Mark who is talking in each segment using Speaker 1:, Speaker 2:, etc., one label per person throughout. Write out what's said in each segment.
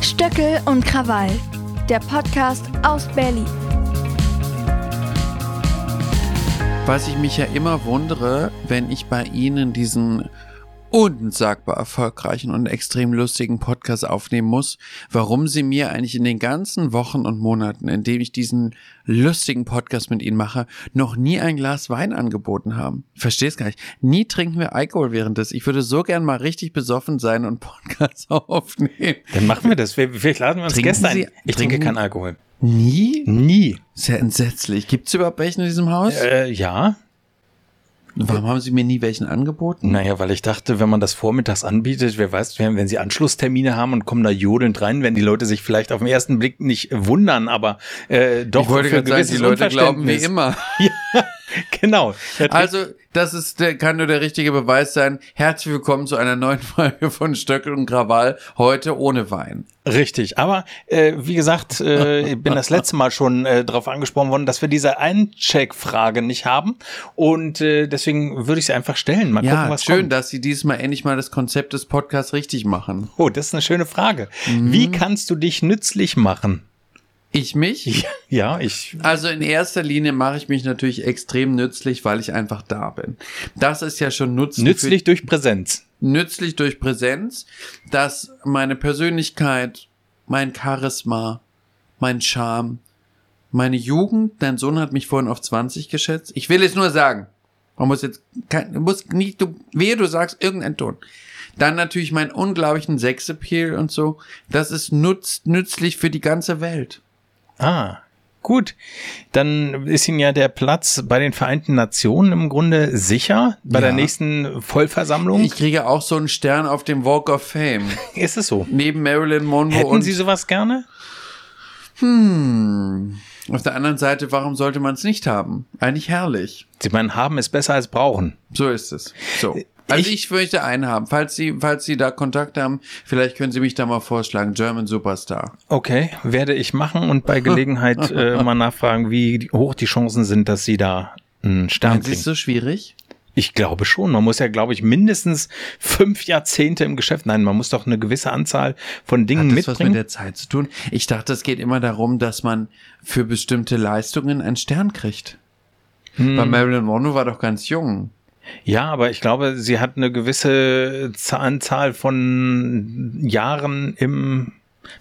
Speaker 1: Stöckel und Krawall, der Podcast aus Berlin.
Speaker 2: Was ich mich ja immer wundere, wenn ich bei Ihnen diesen unsagbar erfolgreichen und extrem lustigen Podcast aufnehmen muss, warum Sie mir eigentlich in den ganzen Wochen und Monaten, in denen ich diesen lustigen Podcast mit Ihnen mache, noch nie ein Glas Wein angeboten haben. Versteh's gar nicht. Nie trinken wir Alkohol während des. Ich würde so gern mal richtig besoffen sein und Podcast aufnehmen.
Speaker 3: Dann machen wir das. Wir, wir laden uns
Speaker 2: Trinken
Speaker 3: Gäste ein.
Speaker 2: Sie-
Speaker 3: Ich trinke
Speaker 2: trinken-
Speaker 3: keinen Alkohol.
Speaker 2: Nie?
Speaker 3: Nie.
Speaker 2: Sehr entsetzlich. Gibt's überhaupt welchen in diesem Haus?
Speaker 3: Äh, ja.
Speaker 2: Warum haben Sie mir nie welchen angeboten?
Speaker 3: Naja, weil ich dachte, wenn man das vormittags anbietet, wer weiß, wenn, wenn sie Anschlusstermine haben und kommen da jodelnd rein, werden die Leute sich vielleicht auf den ersten Blick nicht wundern, aber äh, doch.
Speaker 2: Ich wollte
Speaker 3: für ein
Speaker 2: gerade sagen, die
Speaker 3: gewisses
Speaker 2: Leute glauben wie
Speaker 3: Unverständnis.
Speaker 2: immer.
Speaker 3: Genau. Da trinkt-
Speaker 2: Also, das ist, der, kann nur der richtige Beweis sein. Herzlich willkommen zu einer neuen Folge von Stöckel und Krawall. Heute ohne Wein.
Speaker 3: Richtig, aber äh, wie gesagt, äh, ich bin das letzte Mal schon äh, darauf angesprochen worden, dass wir diese Eincheck-Frage nicht haben und äh, deswegen würde ich sie einfach stellen. Mal gucken,
Speaker 2: Ja,
Speaker 3: was
Speaker 2: schön,
Speaker 3: kommt.
Speaker 2: dass Sie diesmal endlich mal das Konzept des Podcasts richtig machen.
Speaker 3: Oh, das ist eine schöne Frage. Wie kannst du dich nützlich machen?
Speaker 2: Ich mich?
Speaker 3: Ja, ich.
Speaker 2: Also in erster Linie mache ich mich natürlich extrem nützlich, weil ich einfach da bin. Das ist ja schon Nutzen für
Speaker 3: Nützlich durch Präsenz.
Speaker 2: nützlich durch Präsenz, dass meine Persönlichkeit, mein Charisma, mein Charme, meine Jugend, dein Sohn hat mich vorhin auf 20 geschätzt. Ich will es nur sagen. Man muss jetzt kein, du musst nicht, du, wehe, du sagst irgendeinen Ton. Dann natürlich mein unglaublichen Sexappeal und so. Das ist nutz, nützlich für die ganze Welt.
Speaker 3: Ah, gut. Dann ist Ihnen ja der Platz bei den Vereinten Nationen im Grunde sicher bei
Speaker 2: Ja.
Speaker 3: der nächsten Vollversammlung.
Speaker 2: Ich kriege auch so einen Stern auf dem Walk of Fame.
Speaker 3: ist es so?
Speaker 2: Neben Marilyn Monroe
Speaker 3: Hätten
Speaker 2: und
Speaker 3: Sie sowas gerne?
Speaker 2: Hm. Auf der anderen Seite, warum sollte man es nicht haben? Eigentlich herrlich.
Speaker 3: Sie meinen, haben ist besser als brauchen.
Speaker 2: So ist es. So. Also ich, möchte einen haben. Falls Sie, falls Sie da Kontakt haben, vielleicht können Sie mich da mal vorschlagen. German Superstar.
Speaker 3: Okay, werde ich machen und bei Gelegenheit äh, mal nachfragen, wie die- hoch die Chancen sind, dass Sie da einen Stern
Speaker 2: Das ist
Speaker 3: kriegen.
Speaker 2: so schwierig.
Speaker 3: Ich glaube schon. Man muss ja, glaube ich, mindestens fünf Jahrzehnte im Geschäft. Nein, man muss doch eine gewisse Anzahl von
Speaker 2: Hat
Speaker 3: Dingen
Speaker 2: das was mit
Speaker 3: mitbringen.
Speaker 2: der Zeit zu tun? Ich dachte, es geht immer darum, dass man für bestimmte Leistungen einen Stern kriegt. Bei Marilyn Monroe war doch ganz jung.
Speaker 3: ja, aber ich glaube, sie hat eine gewisse Z- Anzahl von Jahren im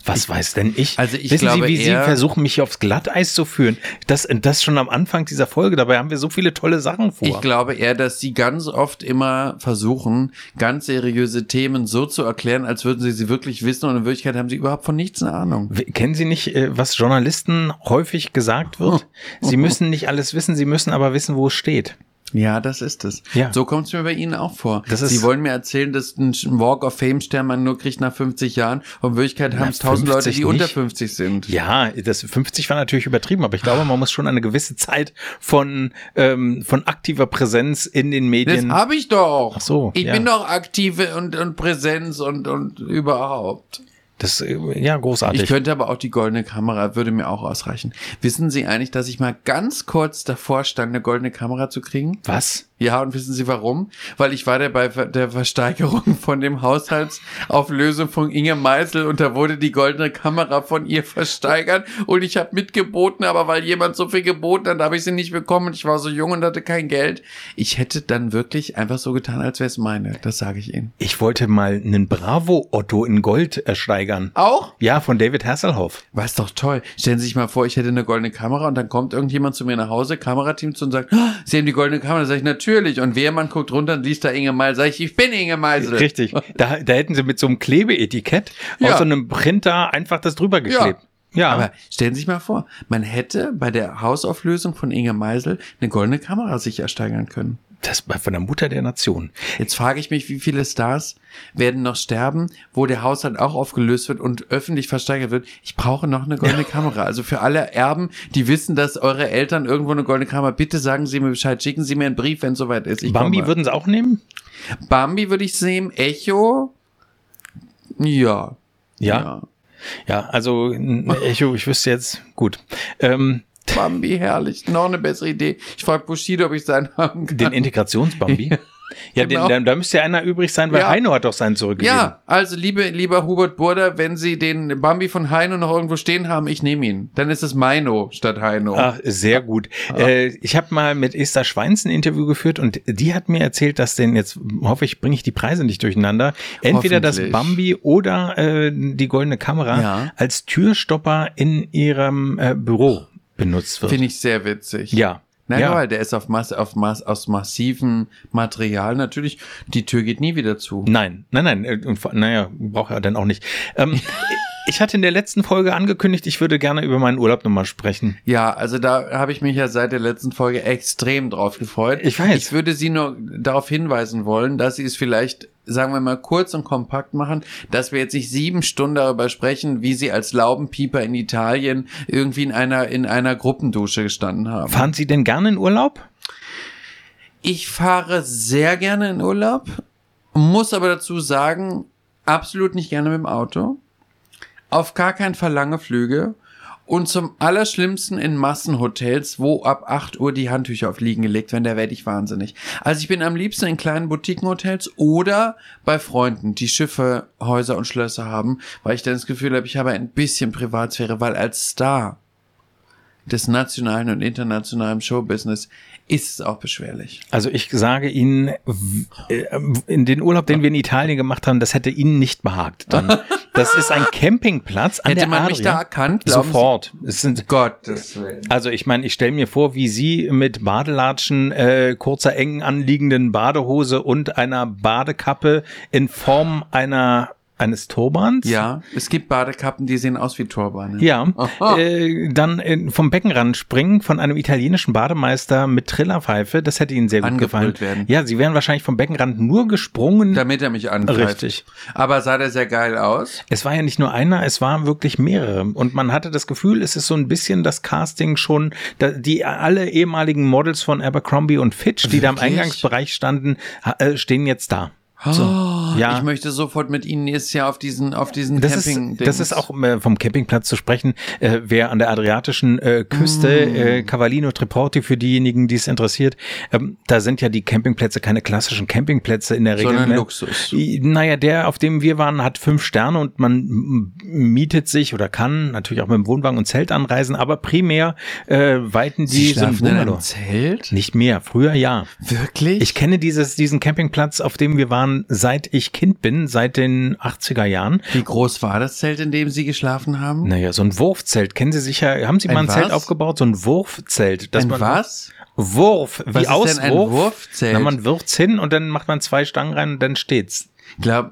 Speaker 3: was weiß denn ich?
Speaker 2: Also ich
Speaker 3: Wissen
Speaker 2: glaube
Speaker 3: Sie, wie
Speaker 2: eher-
Speaker 3: Sie versuchen, mich aufs Glatteis zu führen? Das, das schon am Anfang dieser Folge. Dabei haben wir so viele tolle Sachen vor.
Speaker 2: Ich glaube eher, dass sie ganz oft immer versuchen, ganz seriöse Themen so zu erklären, als würden sie sie wirklich wissen und in Wirklichkeit haben sie überhaupt von nichts eine Ahnung.
Speaker 3: W- Kennen Sie nicht, äh, was Journalisten häufig gesagt wird? Sie müssen nicht alles wissen, Sie müssen aber wissen, wo es steht.
Speaker 2: Ja, das ist es.
Speaker 3: Ja.
Speaker 2: So kommt es mir bei Ihnen auch vor.
Speaker 3: Das ist-
Speaker 2: sie wollen mir erzählen, dass ein Walk of Fame Stern man nur kriegt nach 50 Jahren und in Wirklichkeit
Speaker 3: Na,
Speaker 2: haben es tausend Leute, die
Speaker 3: 50
Speaker 2: unter
Speaker 3: nicht.
Speaker 2: 50 sind.
Speaker 3: Ja, das 50 war natürlich übertrieben, aber ich glaube, man muss schon eine gewisse Zeit von, ähm, von aktiver Präsenz in den
Speaker 2: Das
Speaker 3: Medien.
Speaker 2: habe ich doch.
Speaker 3: Ach so,
Speaker 2: Ich
Speaker 3: ja.
Speaker 2: bin doch aktive und, und Präsenz und, und überhaupt.
Speaker 3: Das, äh, ja, großartig.
Speaker 2: Ich könnte aber auch die goldene Kamera, würde mir auch ausreichen. Wissen Sie eigentlich, dass ich mal ganz kurz davor stand, eine goldene Kamera zu kriegen?
Speaker 3: was?
Speaker 2: Ja, und wissen Sie warum? Weil ich war der bei Ver- der Versteigerung von dem Haushaltsauflösung von Inge Meisel und da wurde die goldene Kamera von ihr versteigert und ich habe mitgeboten, aber weil jemand so viel geboten hat, habe ich sie nicht bekommen und ich war so jung und hatte kein Geld. Ich hätte dann wirklich einfach so getan, als wäre es meine. Das sage ich Ihnen.
Speaker 3: Ich wollte mal einen Bravo-Otto in Gold ersteigern.
Speaker 2: Auch?
Speaker 3: Ja, von David Hasselhoff.
Speaker 2: War es doch toll. Stellen Sie sich mal vor, ich hätte eine goldene Kamera und dann kommt irgendjemand zu mir nach Hause, Kamerateam zu und sagt, "Ah, Sie haben die goldene Kamera. Sag ich, natürlich. Und wer man guckt runter und liest da Inge Meisel, sag ich, ich bin Inge Meisel.
Speaker 3: Richtig. Da, da hätten sie mit so einem Klebeetikett
Speaker 2: Ja.
Speaker 3: aus so einem Printer einfach das drüber geklebt. Ja.
Speaker 2: Aber stellen Sie sich mal vor, man hätte bei der Hausauflösung von Inge Meisel eine goldene Kamera sich ersteigern können.
Speaker 3: das war von der Mutter der Nation.
Speaker 2: Jetzt frage ich mich, wie viele Stars werden noch sterben, wo der Haushalt auch aufgelöst wird und öffentlich versteigert wird. Ich brauche noch eine goldene Kamera. Also für alle Erben, die wissen, dass eure Eltern irgendwo eine goldene Kamera, bitte sagen Sie mir Bescheid, schicken Sie mir einen Brief, wenn es soweit ist. Ich
Speaker 3: Bambi
Speaker 2: komme.
Speaker 3: würden sie auch nehmen?
Speaker 2: Bambi würde ich sehen, Echo. Ja.
Speaker 3: Ja. Ja, also n- Echo, ich wüsste jetzt, gut. Ähm,
Speaker 2: Bambi, herrlich. Noch eine bessere Idee. Ich frage Bushido, ob ich seinen haben kann.
Speaker 3: den Integrationsbambi. Ja, den,
Speaker 2: auch-
Speaker 3: da, da müsste ja einer übrig sein, weil
Speaker 2: genau. Ja.
Speaker 3: Heino hat doch seinen zurückgegeben.
Speaker 2: Ja, also liebe, lieber Hubert Burda, wenn Sie den Bambi von Heino noch irgendwo stehen haben, ich nehme ihn. Dann ist es Meino statt Heino.
Speaker 3: Ah, sehr gut. Äh, ich habe mal mit Esther Schweins ein Interview geführt und die hat mir erzählt, dass denn jetzt, hoffe ich, bringe ich die Preise nicht durcheinander, entweder das
Speaker 2: Hoffentlich.
Speaker 3: Bambi oder äh, die goldene Kamera
Speaker 2: Ja.
Speaker 3: als Türstopper in ihrem äh, Büro benutzt wird.
Speaker 2: Finde ich sehr witzig.
Speaker 3: ja.
Speaker 2: Nein,
Speaker 3: ja.
Speaker 2: weil der ist auf Mass, auf Mass, aus massivem Material natürlich. Die Tür geht nie wieder zu.
Speaker 3: Nein, nein, nein, äh, und vor- naja, braucht er dann auch nicht. Ähm, ich hatte in der letzten Folge angekündigt, ich würde gerne über meinen Urlaub nochmal sprechen.
Speaker 2: Ja, also da habe ich mich ja seit der letzten Folge extrem drauf gefreut.
Speaker 3: Ich weiß.
Speaker 2: Ich würde Sie nur darauf hinweisen wollen, dass Sie es vielleicht, sagen wir mal, kurz und kompakt machen, dass wir jetzt nicht sieben Stunden darüber sprechen, wie Sie als Laubenpieper in Italien irgendwie in einer, in einer Gruppendusche gestanden haben.
Speaker 3: Fahren Sie denn gerne in Urlaub?
Speaker 2: Ich fahre sehr gerne in Urlaub, muss aber dazu sagen, absolut nicht gerne mit dem Auto. Auf gar keinen Fall lange Flüge. Und zum Allerschlimmsten in Massenhotels, wo ab 8 Uhr die Handtücher auf Liegen gelegt werden, da werde ich wahnsinnig. Also ich bin am liebsten in kleinen Boutiquenhotels oder bei Freunden, die Schiffe, Häuser und Schlösser haben, weil ich dann das Gefühl habe, ich habe ein bisschen Privatsphäre, weil als Star des nationalen und internationalen Showbusiness ist es auch beschwerlich.
Speaker 3: Also ich sage Ihnen, w- äh, in den Urlaub, den wir in Italien gemacht haben, das hätte Ihnen nicht behagt. Dann. Das ist ein Campingplatz an
Speaker 2: Hätte
Speaker 3: der
Speaker 2: man mich
Speaker 3: Adria.
Speaker 2: da erkannt, glauben
Speaker 3: Sofort. Es sind,
Speaker 2: Gottes Willen.
Speaker 3: also ich meine, ich stelle mir vor, wie Sie mit Badelatschen, äh, kurzer, eng anliegenden Badehose und einer Badekappe in Form einer eines Turbans.
Speaker 2: Ja, es gibt Badekappen, die sehen aus wie ne? Turbane.
Speaker 3: Ja,
Speaker 2: Aha.
Speaker 3: äh, dann äh, vom Beckenrand springen von einem italienischen Bademeister mit Trillerpfeife, das hätte Ihnen sehr gut
Speaker 2: Angebrüllt
Speaker 3: gefallen.
Speaker 2: werden.
Speaker 3: Ja, Sie wären wahrscheinlich vom Beckenrand nur gesprungen.
Speaker 2: Damit er mich angreift.
Speaker 3: Richtig.
Speaker 2: Aber sah der sehr geil aus.
Speaker 3: es war ja nicht nur einer, es waren wirklich mehrere. Und man hatte das Gefühl, es ist so ein bisschen das Casting schon, da, die alle ehemaligen Models von Abercrombie und Fitch, die da im
Speaker 2: Wirklich?
Speaker 3: Eingangsbereich standen, ha- äh, stehen jetzt da.
Speaker 2: Oh,
Speaker 3: ja.
Speaker 2: Ich möchte sofort mit Ihnen nächstes Jahr auf diesen, auf diesen
Speaker 3: Das ist,
Speaker 2: Camping.
Speaker 3: das ist auch um, äh, vom Campingplatz zu sprechen. Äh, wer an der adriatischen äh, Küste,
Speaker 2: Mm.
Speaker 3: äh, Cavallino Treporti, für diejenigen, die es interessiert, ähm, da sind ja die Campingplätze keine klassischen Campingplätze in der Regel.
Speaker 2: Sondern
Speaker 3: ne?
Speaker 2: Luxus.
Speaker 3: I- Naja, der, auf dem wir waren, hat fünf Sterne und man m- mietet sich oder kann natürlich auch mit dem Wohnwagen und Zelt anreisen, aber primär äh, weiten die
Speaker 2: Sie
Speaker 3: so ein
Speaker 2: schlafen in
Speaker 3: Bungalow.
Speaker 2: einem Zelt?
Speaker 3: Nicht mehr, früher ja.
Speaker 2: Wirklich?
Speaker 3: Ich kenne dieses, diesen Campingplatz, auf dem wir waren, seit ich Kind bin, seit den 80er Jahren.
Speaker 2: wie groß war das Zelt, in dem Sie geschlafen haben?
Speaker 3: Naja, so ein Wurfzelt. Kennen Sie sicher, haben Sie mal
Speaker 2: Hm? Ein
Speaker 3: ein Zelt
Speaker 2: was?
Speaker 3: aufgebaut? So ein Wurfzelt.
Speaker 2: Ein was?
Speaker 3: Wurf, wie
Speaker 2: Was ist
Speaker 3: Auswurf.
Speaker 2: denn ein Wurfzelt?
Speaker 3: Na, man wirft's hin und dann macht man zwei Stangen rein und dann steht's.
Speaker 2: Glaub,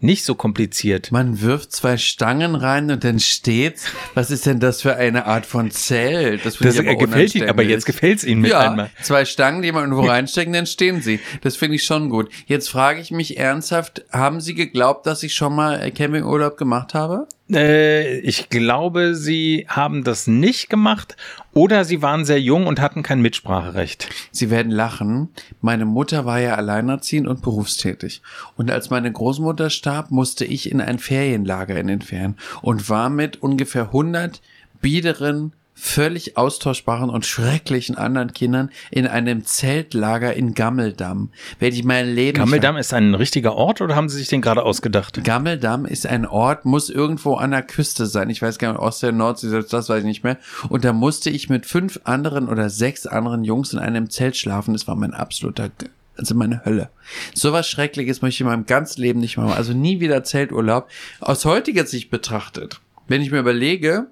Speaker 3: Nicht so kompliziert.
Speaker 2: man wirft zwei Stangen rein und dann steht's. Was ist denn das für eine Art von Zelt? finde
Speaker 3: Das
Speaker 2: ich aber
Speaker 3: gefällt Ihnen, aber
Speaker 2: unanständig.
Speaker 3: jetzt gefällt's Ihnen mit
Speaker 2: ja,
Speaker 3: einmal.
Speaker 2: zwei Stangen, die man irgendwo reinstecken, dann stehen sie. Das finde ich schon gut. Jetzt frage ich mich ernsthaft, haben Sie geglaubt, dass ich schon mal äh, Campingurlaub gemacht habe?
Speaker 3: Äh, ich glaube, Sie haben das nicht gemacht oder Sie waren sehr jung und hatten kein Mitspracherecht.
Speaker 2: Sie werden lachen. Meine Mutter war ja alleinerziehend und berufstätig. Und als meine Großmutter starb, musste ich in ein Ferienlager in den Ferien und war mit ungefähr 100 biederen, völlig austauschbaren und schrecklichen anderen Kindern in einem Zeltlager in Gammeldamm. Werde ich mein Leben
Speaker 3: Gammeldamm ist ein richtiger Ort oder haben Sie sich den gerade ausgedacht?
Speaker 2: Gammeldamm ist ein Ort, muss irgendwo an der Küste sein. Ich weiß gar nicht, Ostsee, Nordsee, selbst das weiß ich nicht mehr. Und da musste ich mit fünf anderen oder sechs anderen Jungs in einem Zelt schlafen. Das war mein absoluter, G- also meine Hölle. Sowas Schreckliches möchte ich in meinem ganzen Leben nicht mehr machen. Also nie wieder Zelturlaub. Aus heutiger Sicht betrachtet, wenn ich mir überlege,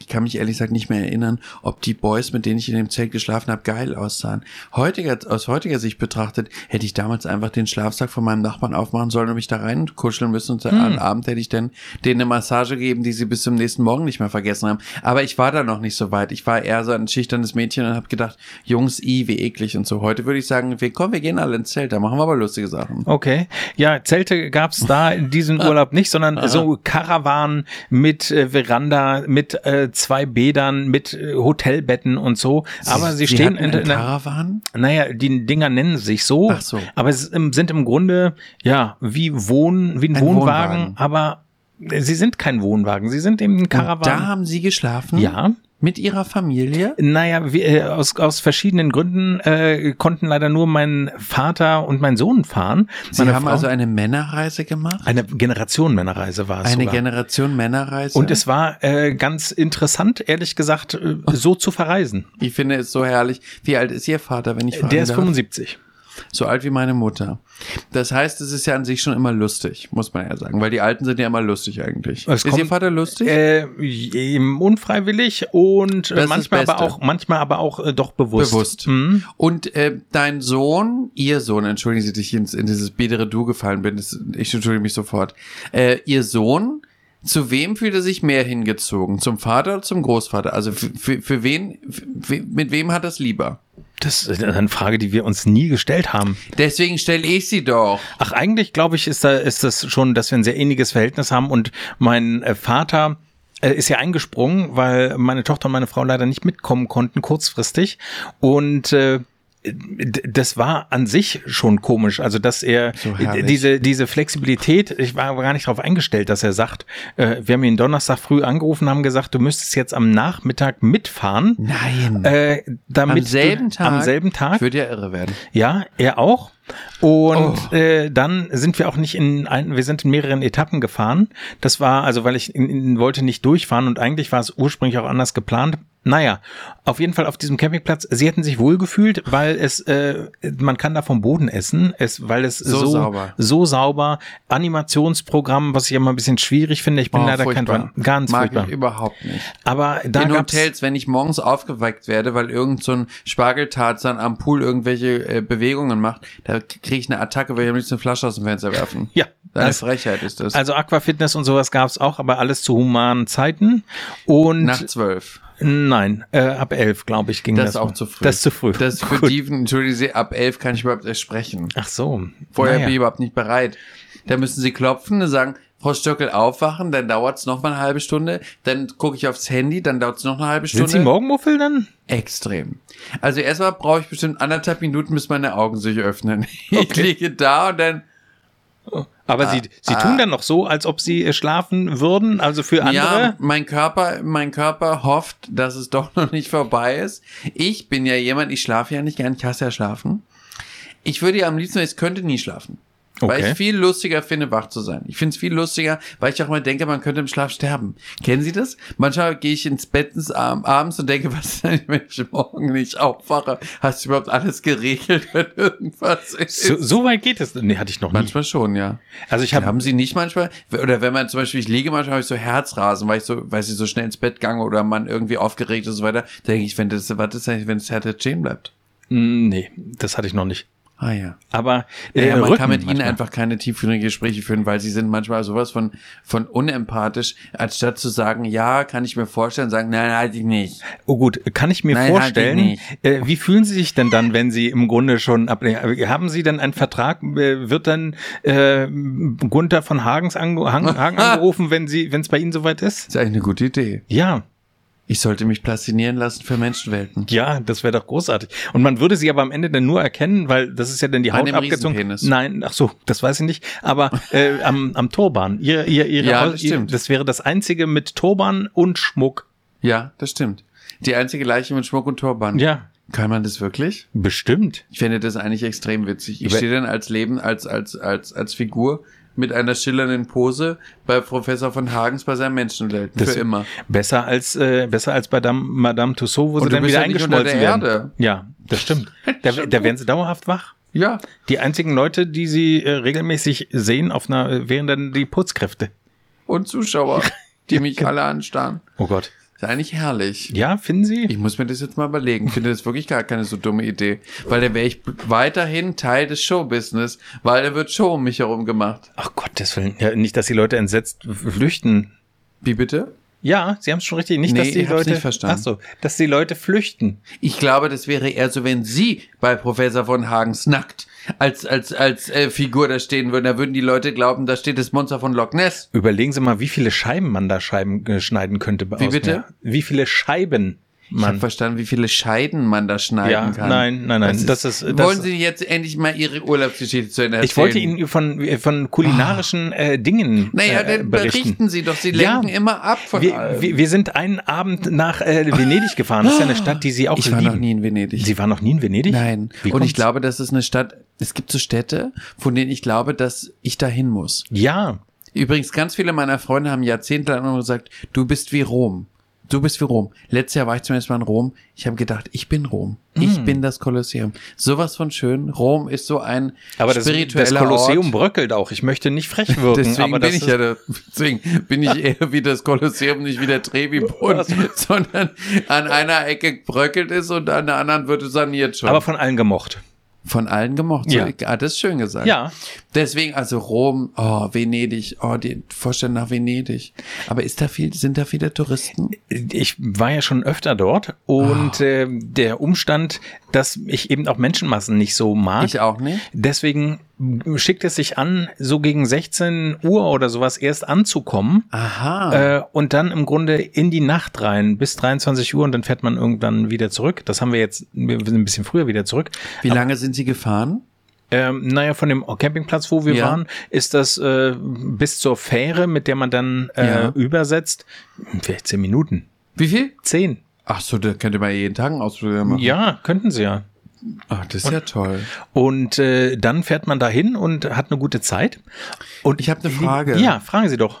Speaker 2: ich kann mich ehrlich gesagt nicht mehr erinnern, ob die Boys, mit denen ich in dem Zelt geschlafen habe, geil aussahen. Heutiger, aus heutiger Sicht betrachtet, hätte ich damals einfach den Schlafsack von meinem Nachbarn aufmachen sollen und mich da reinkuscheln müssen.
Speaker 3: Hm.
Speaker 2: Und am Abend hätte ich dann denen eine Massage gegeben, die sie bis zum nächsten Morgen nicht mehr vergessen haben. Aber ich war da noch nicht so weit. Ich war eher so ein schüchternes Mädchen und habe gedacht, Jungs, i, wie eklig und so. Heute würde ich sagen, wir kommen, wir gehen alle ins Zelt, da machen wir aber lustige Sachen.
Speaker 3: Okay. Ja, Zelte gab's da in diesem
Speaker 2: Ah.
Speaker 3: Urlaub nicht, sondern so Karawanen mit äh, Veranda, mit äh, zwei Bädern, mit äh, Hotelbetten und so. Aber sie,
Speaker 2: hatten
Speaker 3: stehen in,
Speaker 2: einen
Speaker 3: in einer,
Speaker 2: Caravan?
Speaker 3: naja, die Dinger nennen sich so,
Speaker 2: Ach so.
Speaker 3: aber es ist im- sind im Grunde ja wie Wohn, wie ein,
Speaker 2: Ein
Speaker 3: Wohnwagen,
Speaker 2: Wohnwagen.
Speaker 3: aber sie sind kein Wohnwagen, sie sind eben ein
Speaker 2: Und da
Speaker 3: Karawan.
Speaker 2: haben sie geschlafen?
Speaker 3: Ja,
Speaker 2: Mit ihrer Familie?
Speaker 3: Naja, wir, äh, aus, aus verschiedenen Gründen äh, konnten leider nur mein Vater und mein Sohn fahren.
Speaker 2: Sie
Speaker 3: Meine
Speaker 2: haben
Speaker 3: Frau-
Speaker 2: also eine Männerreise gemacht?
Speaker 3: eine Generation Männerreise war es.
Speaker 2: Eine
Speaker 3: sogar.
Speaker 2: Generation Männerreise?
Speaker 3: Und es war äh, ganz interessant, ehrlich gesagt, äh, so zu verreisen.
Speaker 2: ich finde es so herrlich. Wie alt ist Ihr Vater, wenn ich fragen
Speaker 3: Äh, Der ist
Speaker 2: darf?
Speaker 3: 75.
Speaker 2: So alt wie meine Mutter. Das heißt, es ist ja an sich schon immer lustig, muss man ja sagen, weil die Alten sind ja immer lustig eigentlich.
Speaker 3: Es
Speaker 2: ist
Speaker 3: kommt-
Speaker 2: Ihr Vater lustig?
Speaker 3: Äh, j- unfreiwillig und
Speaker 2: Das
Speaker 3: äh,
Speaker 2: ist
Speaker 3: manchmal aber
Speaker 2: Beste.
Speaker 3: auch manchmal aber auch äh, doch bewusst.
Speaker 2: Bewusst.
Speaker 3: Mhm.
Speaker 2: Und äh, dein Sohn, ihr Sohn, entschuldigen Sie, dass ich ins, in dieses biedere Du gefallen bin, das, ich entschuldige mich sofort. Äh, ihr Sohn, zu wem fühlt er sich mehr hingezogen? Zum Vater oder zum Großvater? Also für, für, für wen, für, we- mit wem hat das lieber?
Speaker 3: Das ist eine Frage, die wir uns nie gestellt haben.
Speaker 2: Deswegen stelle ich sie doch.
Speaker 3: Ach, eigentlich glaube ich, ist da ist das schon, dass wir ein sehr ähnliches Verhältnis haben und mein äh, Vater äh, ist ja eingesprungen, weil meine Tochter und meine Frau leider nicht mitkommen konnten kurzfristig und äh, d- das war an sich schon komisch, also dass er
Speaker 2: So herrlich.
Speaker 3: diese diese Flexibilität, ich war aber gar nicht darauf eingestellt, dass er sagt, äh, wir haben ihn Donnerstag früh angerufen, haben gesagt, du müsstest jetzt am Nachmittag mitfahren,
Speaker 2: Nein.
Speaker 3: äh, damit
Speaker 2: Mhm. am selben
Speaker 3: du,
Speaker 2: Tag.
Speaker 3: am selben Tag,
Speaker 2: Ich würde ja irre werden.
Speaker 3: ja, er auch. Und
Speaker 2: Oh.
Speaker 3: äh, dann sind wir auch nicht in ein, wir sind in mehreren Etappen gefahren. Das war also, weil ich in, in, wollte nicht durchfahren und eigentlich war es ursprünglich auch anders geplant. Naja, auf jeden Fall auf diesem Campingplatz. Sie hätten sich wohlgefühlt, weil es äh, man kann da vom Boden essen, es, weil es so,
Speaker 2: So sauber.
Speaker 3: so sauber Animationsprogramm, was ich immer ein bisschen schwierig finde. Ich bin
Speaker 2: Oh,
Speaker 3: leider kein
Speaker 2: furchtbar.
Speaker 3: Fan. ganz
Speaker 2: Mag
Speaker 3: furchtbar.
Speaker 2: ich überhaupt nicht.
Speaker 3: Aber da
Speaker 2: in
Speaker 3: gab's-
Speaker 2: Hotels, wenn ich morgens aufgeweckt werde, weil irgend so ein Spargeltarzan am Pool irgendwelche äh, Bewegungen macht, da kriege ich eine Attacke, weil ich am liebsten eine Flasche aus dem Fenster werfen.
Speaker 3: Ja,
Speaker 2: Eine
Speaker 3: das-
Speaker 2: Frechheit ist das.
Speaker 3: also Aquafitness und sowas gab's auch, aber alles zu humanen Zeiten. Und
Speaker 2: Nach zwölf.
Speaker 3: Nein, äh, ab elf, glaube ich, ging
Speaker 2: Das
Speaker 3: das.
Speaker 2: ist auch zu früh.
Speaker 3: Das ist zu früh.
Speaker 2: Das ist für
Speaker 3: Gut.
Speaker 2: Dieven, entschuldigen Sie, ab elf kann ich überhaupt erst sprechen.
Speaker 3: Ach so.
Speaker 2: Vorher bin ich
Speaker 3: naja.
Speaker 2: überhaupt nicht bereit. Da müssen Sie klopfen, dann sagen, Frau Stöckel, aufwachen, dann dauert's noch mal eine halbe Stunde, dann gucke ich aufs Handy, dann dauert's noch eine halbe Stunde.
Speaker 3: Sind Sie Morgenmuffel dann?
Speaker 2: Extrem. Also erstmal brauche ich bestimmt anderthalb Minuten, bis meine Augen sich öffnen. Ich liege da und dann, Ah,
Speaker 3: Aber Sie, Sie tun dann noch so, als ob Sie äh, schlafen würden, also für
Speaker 2: ja,
Speaker 3: andere.
Speaker 2: mein Körper, mein Körper hofft, dass es doch noch nicht vorbei ist. Ich bin ja jemand, ich schlafe ja nicht gern, ich hasse ja schlafen. Ich würde ja am liebsten, ich könnte nie schlafen. Weil
Speaker 3: Okay.
Speaker 2: ich viel lustiger finde, wach zu sein. Ich finde es viel lustiger, weil ich auch mal denke, man könnte im Schlaf sterben. Kennen Sie das? Manchmal gehe ich ins Bett ins Ab- abends und denke, was ist denn, wenn ich morgen nicht aufwache? Hast du überhaupt alles geregelt, wenn irgendwas ist?
Speaker 3: So, so weit geht es. Nee, hatte ich noch nicht.
Speaker 2: äh, Manchmal schon, ja.
Speaker 3: Also ich
Speaker 2: Haben
Speaker 3: habe
Speaker 2: Sie nicht manchmal, oder wenn man zum Beispiel, ich liege manchmal, habe ich so Herzrasen, weil ich so, weil ich so schnell ins Bett gange oder man irgendwie aufgeregt ist und so weiter, denke ich, wenn das, was ist eigentlich, wenn das Herz jetzt stehen bleibt?
Speaker 3: mm, nee, das hatte ich noch nicht.
Speaker 2: Ah ja.
Speaker 3: Aber
Speaker 2: Ja,
Speaker 3: äh,
Speaker 2: man
Speaker 3: Rücken
Speaker 2: kann mit ihnen
Speaker 3: manchmal.
Speaker 2: einfach keine tiefgründigen Gespräche führen, weil sie sind manchmal sowas von, von unempathisch, anstatt zu sagen, ja, kann ich mir vorstellen, sagen, nein, halt ich nicht.
Speaker 3: Oh gut, kann ich mir
Speaker 2: Nein, hatte
Speaker 3: vorstellen,
Speaker 2: ich
Speaker 3: äh, wie fühlen Sie sich denn dann, wenn Sie im Grunde schon ab, äh, haben Sie dann einen Vertrag, äh, wird dann äh, Gunther von Hagens ange Hagen, Hagen angerufen, wenn Sie, wenn es bei Ihnen soweit ist?
Speaker 2: Ist eigentlich eine gute Idee.
Speaker 3: Ja,
Speaker 2: Ich sollte mich plastinieren lassen für Menschenwelten.
Speaker 3: ja, das wäre doch großartig. Und man würde sie aber am Ende dann nur erkennen, weil das ist ja dann die
Speaker 2: An
Speaker 3: Haut
Speaker 2: dem
Speaker 3: abgezogen.
Speaker 2: Riesenpenis.
Speaker 3: Nein, ach so, das weiß ich nicht. Aber äh, am, am Turban. Ihr, ihr, ihre,
Speaker 2: Ja,
Speaker 3: Haus-
Speaker 2: das
Speaker 3: ihr,
Speaker 2: stimmt.
Speaker 3: das wäre das einzige mit Turban und Schmuck.
Speaker 2: Ja, das stimmt. Die einzige Leiche mit Schmuck und Turban.
Speaker 3: Ja,
Speaker 2: Kann man das wirklich?
Speaker 3: bestimmt.
Speaker 2: Ich fände das eigentlich extrem witzig. Ich
Speaker 3: Über-
Speaker 2: stehe dann als Leben, als, als, als, als Figur mit einer schillernden Pose bei Professor von Hagens bei seinem Menschenwelten.
Speaker 3: Das-
Speaker 2: für immer.
Speaker 3: Besser als, äh, besser als bei Dame, Madame Tussaud, wo
Speaker 2: Und
Speaker 3: sie
Speaker 2: du
Speaker 3: dann
Speaker 2: bist
Speaker 3: wieder
Speaker 2: ja nicht unter
Speaker 3: eingeschmolzen
Speaker 2: der
Speaker 3: werden.
Speaker 2: Erde.
Speaker 3: Ja, das stimmt. Da, da werden sie dauerhaft wach.
Speaker 2: Ja.
Speaker 3: Die einzigen Leute, die sie äh, regelmäßig sehen, auf einer, wären dann die Putzkräfte.
Speaker 2: Und Zuschauer, die mich alle anstarren.
Speaker 3: Oh Gott.
Speaker 2: Ist eigentlich herrlich.
Speaker 3: genau. Ja, finden Sie?
Speaker 2: Ich muss mir das jetzt mal überlegen. Ich finde das wirklich gar keine so dumme Idee. Weil dann wäre ich weiterhin Teil des Showbusiness, weil da wird Show um mich herum gemacht.
Speaker 3: Ach Gottes Willen. Ja, nicht, dass die Leute entsetzt f- flüchten.
Speaker 2: Wie bitte?
Speaker 3: Ja, Sie haben es schon richtig. Nicht,
Speaker 2: Nee,
Speaker 3: dass die
Speaker 2: ich hab's
Speaker 3: Leute.
Speaker 2: nicht verstanden.
Speaker 3: Ach so, dass die Leute flüchten.
Speaker 2: Ich glaube, das wäre eher so, wenn Sie bei Professor von Hagens nackt als, als, als äh, Figur da stehen würden. Da würden die Leute glauben, da steht das Monster von Loch Ness.
Speaker 3: Überlegen Sie mal, wie viele Scheiben man da Scheiben äh, schneiden könnte. Wie
Speaker 2: bitte?
Speaker 3: Wie viele Scheiben?
Speaker 2: Ich habe
Speaker 3: man.
Speaker 2: verstanden, wie viele Scheiden man da schneiden
Speaker 3: Ja,
Speaker 2: kann.
Speaker 3: nein, nein, nein, das ist- das-
Speaker 2: wollen Sie jetzt endlich mal Ihre Urlaubsgeschichte zu Ende erzählen? Ah.
Speaker 3: Ich wollte Ihnen von, äh, von kulinarischen äh, Dingen
Speaker 2: Naja,
Speaker 3: äh,
Speaker 2: dann
Speaker 3: berichten.
Speaker 2: berichten Sie doch. Sie
Speaker 3: Ja.
Speaker 2: lenken immer ab von
Speaker 3: Wir,
Speaker 2: allem.
Speaker 3: wir, wir sind einen Abend nach äh, Venedig gefahren. Das ist ja eine Stadt, die Sie auch
Speaker 2: ich war
Speaker 3: lieben.
Speaker 2: noch nie in Venedig.
Speaker 3: Sie waren noch nie in Venedig?
Speaker 2: Nein. Und
Speaker 3: Wie
Speaker 2: ich
Speaker 3: kommt's?
Speaker 2: glaube, das ist eine Stadt. Es gibt so Städte, von denen ich glaube, dass ich dahin muss.
Speaker 3: Ja.
Speaker 2: Übrigens, ganz viele meiner Freunde haben jahrzehntelang gesagt, du bist wie Rom. Du bist wie Rom. Letztes Jahr war ich zum ersten Mal in Rom. Ich habe gedacht, ich bin Rom.
Speaker 3: Mm.
Speaker 2: Ich bin das Kolosseum. Sowas von schön. Rom ist so ein
Speaker 3: Aber das,
Speaker 2: spiritueller
Speaker 3: das Kolosseum
Speaker 2: Ort.
Speaker 3: bröckelt auch. Ich möchte nicht frech wirken.
Speaker 2: Deswegen
Speaker 3: aber das
Speaker 2: bin ich
Speaker 3: ist,
Speaker 2: ja, der- deswegen bin ich eher wie das Kolosseum, nicht wie der Trevi-Bund, sondern an einer Ecke bröckelt ist und an der anderen wird es saniert schon.
Speaker 3: aber von allen gemocht.
Speaker 2: Von allen gemocht.
Speaker 3: Ja.
Speaker 2: So, ah, das ist schön gesagt.
Speaker 3: Ja.
Speaker 2: Deswegen, also Rom, oh, Venedig, oh, die Vorstellung nach Venedig. Aber ist da viel, sind da viele Touristen?
Speaker 3: Ich war ja schon öfter dort und
Speaker 2: Ah.
Speaker 3: äh, der Umstand, dass ich eben auch Menschenmassen nicht so mag.
Speaker 2: Ich auch nicht.
Speaker 3: Deswegen schickt es sich an, so gegen 16 Uhr oder sowas erst anzukommen.
Speaker 2: Aha.
Speaker 3: Äh, und dann im Grunde in die Nacht rein bis 23 Uhr und dann fährt man irgendwann wieder zurück. Das haben wir jetzt, wir sind ein bisschen früher wieder zurück.
Speaker 2: Wie lange sind Sie gefahren?
Speaker 3: Ähm, naja, von dem Campingplatz, wo wir
Speaker 2: Ja.
Speaker 3: waren, ist das äh, bis zur Fähre, mit der man dann äh,
Speaker 2: Ja.
Speaker 3: übersetzt, vielleicht 10 Minuten.
Speaker 2: Wie viel?
Speaker 3: 10.
Speaker 2: Ach so, da könnte man jeden Tag einen Ausflug machen.
Speaker 3: Ja, könnten sie ja.
Speaker 2: Ach, das ist ja toll.
Speaker 3: Und äh, dann fährt man dahin und hat eine gute Zeit. Und
Speaker 2: Ich habe eine Frage.
Speaker 3: Ja, fragen Sie doch.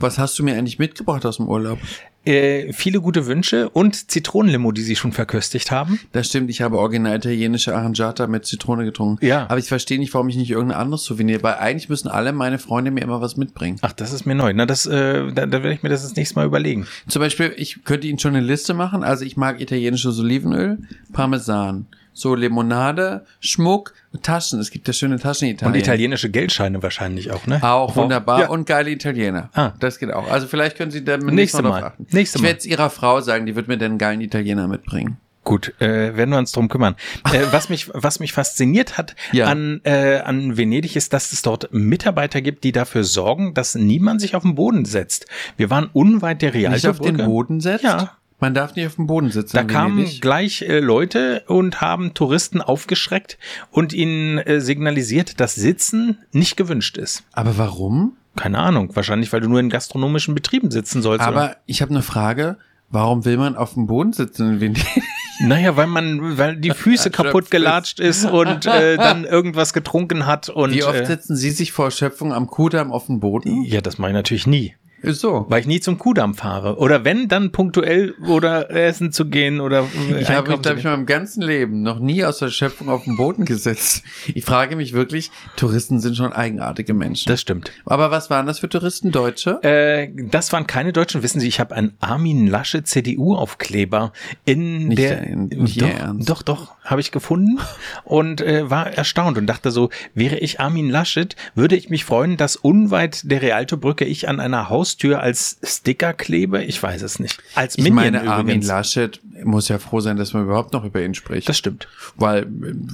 Speaker 2: Was hast du mir eigentlich mitgebracht aus dem Urlaub?
Speaker 3: Äh, viele gute Wünsche und Zitronenlimo, die Sie schon verköstigt haben.
Speaker 2: Das stimmt, ich habe original italienische Aranciata mit Zitrone getrunken.
Speaker 3: Ja.
Speaker 2: Aber ich verstehe nicht, warum ich nicht irgendein anderes Souvenir, weil eigentlich müssen alle meine Freunde mir immer was mitbringen.
Speaker 3: Ach, das ist mir neu. Na, das, äh, da, da werde ich mir das das nächste Mal überlegen.
Speaker 2: Zum Beispiel, ich könnte Ihnen schon eine Liste machen. Also ich mag italienisches Olivenöl, Parmesan, so Limonade, Schmuck, Taschen. Es gibt ja schöne Taschen in Italien.
Speaker 3: Und italienische Geldscheine wahrscheinlich auch, ne?
Speaker 2: Auch wunderbar
Speaker 3: Ja.
Speaker 2: und geile Italiener.
Speaker 3: Ah.
Speaker 2: Das geht auch. Also vielleicht können Sie da beim
Speaker 3: Nächste
Speaker 2: nächsten Mal.
Speaker 3: Mal.
Speaker 2: drauf achten.
Speaker 3: Nächste
Speaker 2: ich
Speaker 3: Mal.
Speaker 2: werde es Ihrer Frau sagen, die wird mir dann einen geilen Italiener mitbringen.
Speaker 3: Gut, äh, werden wir uns drum kümmern. äh, was, mich, was mich fasziniert hat
Speaker 2: Ja.
Speaker 3: an, äh, an Venedig ist, dass es dort Mitarbeiter gibt, die dafür sorgen, dass niemand sich auf den Boden setzt. Wir waren unweit der Rialto.
Speaker 2: Nicht auf den Boden setzt?
Speaker 3: Ja.
Speaker 2: Man darf nicht auf dem Boden sitzen.
Speaker 3: Da
Speaker 2: in
Speaker 3: kamen
Speaker 2: Venedig.
Speaker 3: gleich äh, Leute und haben Touristen aufgeschreckt und ihnen äh, signalisiert, dass Sitzen nicht gewünscht ist.
Speaker 2: Aber warum?
Speaker 3: Keine Ahnung, wahrscheinlich, weil du nur in gastronomischen Betrieben sitzen sollst. oder?
Speaker 2: Aber ich habe eine Frage. Warum will man auf dem Boden sitzen in Venedig?
Speaker 3: Naja, weil man, weil die Füße kaputt gelatscht ist und äh, dann irgendwas getrunken hat und
Speaker 2: Wie oft
Speaker 3: äh,
Speaker 2: sitzen Sie sich vor Erschöpfung am Kudamm auf dem Boden?
Speaker 3: ja, das mache ich natürlich nie,
Speaker 2: Ist so.
Speaker 3: weil ich nie zum Kudamm fahre. Oder wenn, dann punktuell oder essen zu gehen oder
Speaker 2: Ich
Speaker 3: äh,
Speaker 2: habe mich,
Speaker 3: einkaufen
Speaker 2: glaube
Speaker 3: zu
Speaker 2: ich, in
Speaker 3: gehen.
Speaker 2: meinem ganzen Leben noch nie aus der Schöpfung auf den Boden gesetzt. Ich frage mich wirklich, Touristen sind schon eigenartige Menschen.
Speaker 3: Das stimmt.
Speaker 2: Aber was waren das für Touristen? Deutsche?
Speaker 3: Äh, das waren keine Deutschen. Wissen Sie, ich habe einen Armin Lasche CDU-Aufkleber in
Speaker 2: Nicht
Speaker 3: der.
Speaker 2: dein- nicht
Speaker 3: doch,
Speaker 2: Ihr Ernst.
Speaker 3: doch, doch, habe ich gefunden und äh, war erstaunt und dachte so, wäre ich Armin Laschet, würde ich mich freuen, dass unweit der Rialto-Brücke ich an einer Haustür als Sticker klebe. Ich weiß es nicht. Als
Speaker 2: ich
Speaker 3: Minion
Speaker 2: meine, Armin
Speaker 3: übrigens.
Speaker 2: Laschet muss ja froh sein, dass man überhaupt noch über ihn spricht.
Speaker 3: Das stimmt.
Speaker 2: Weil, äh,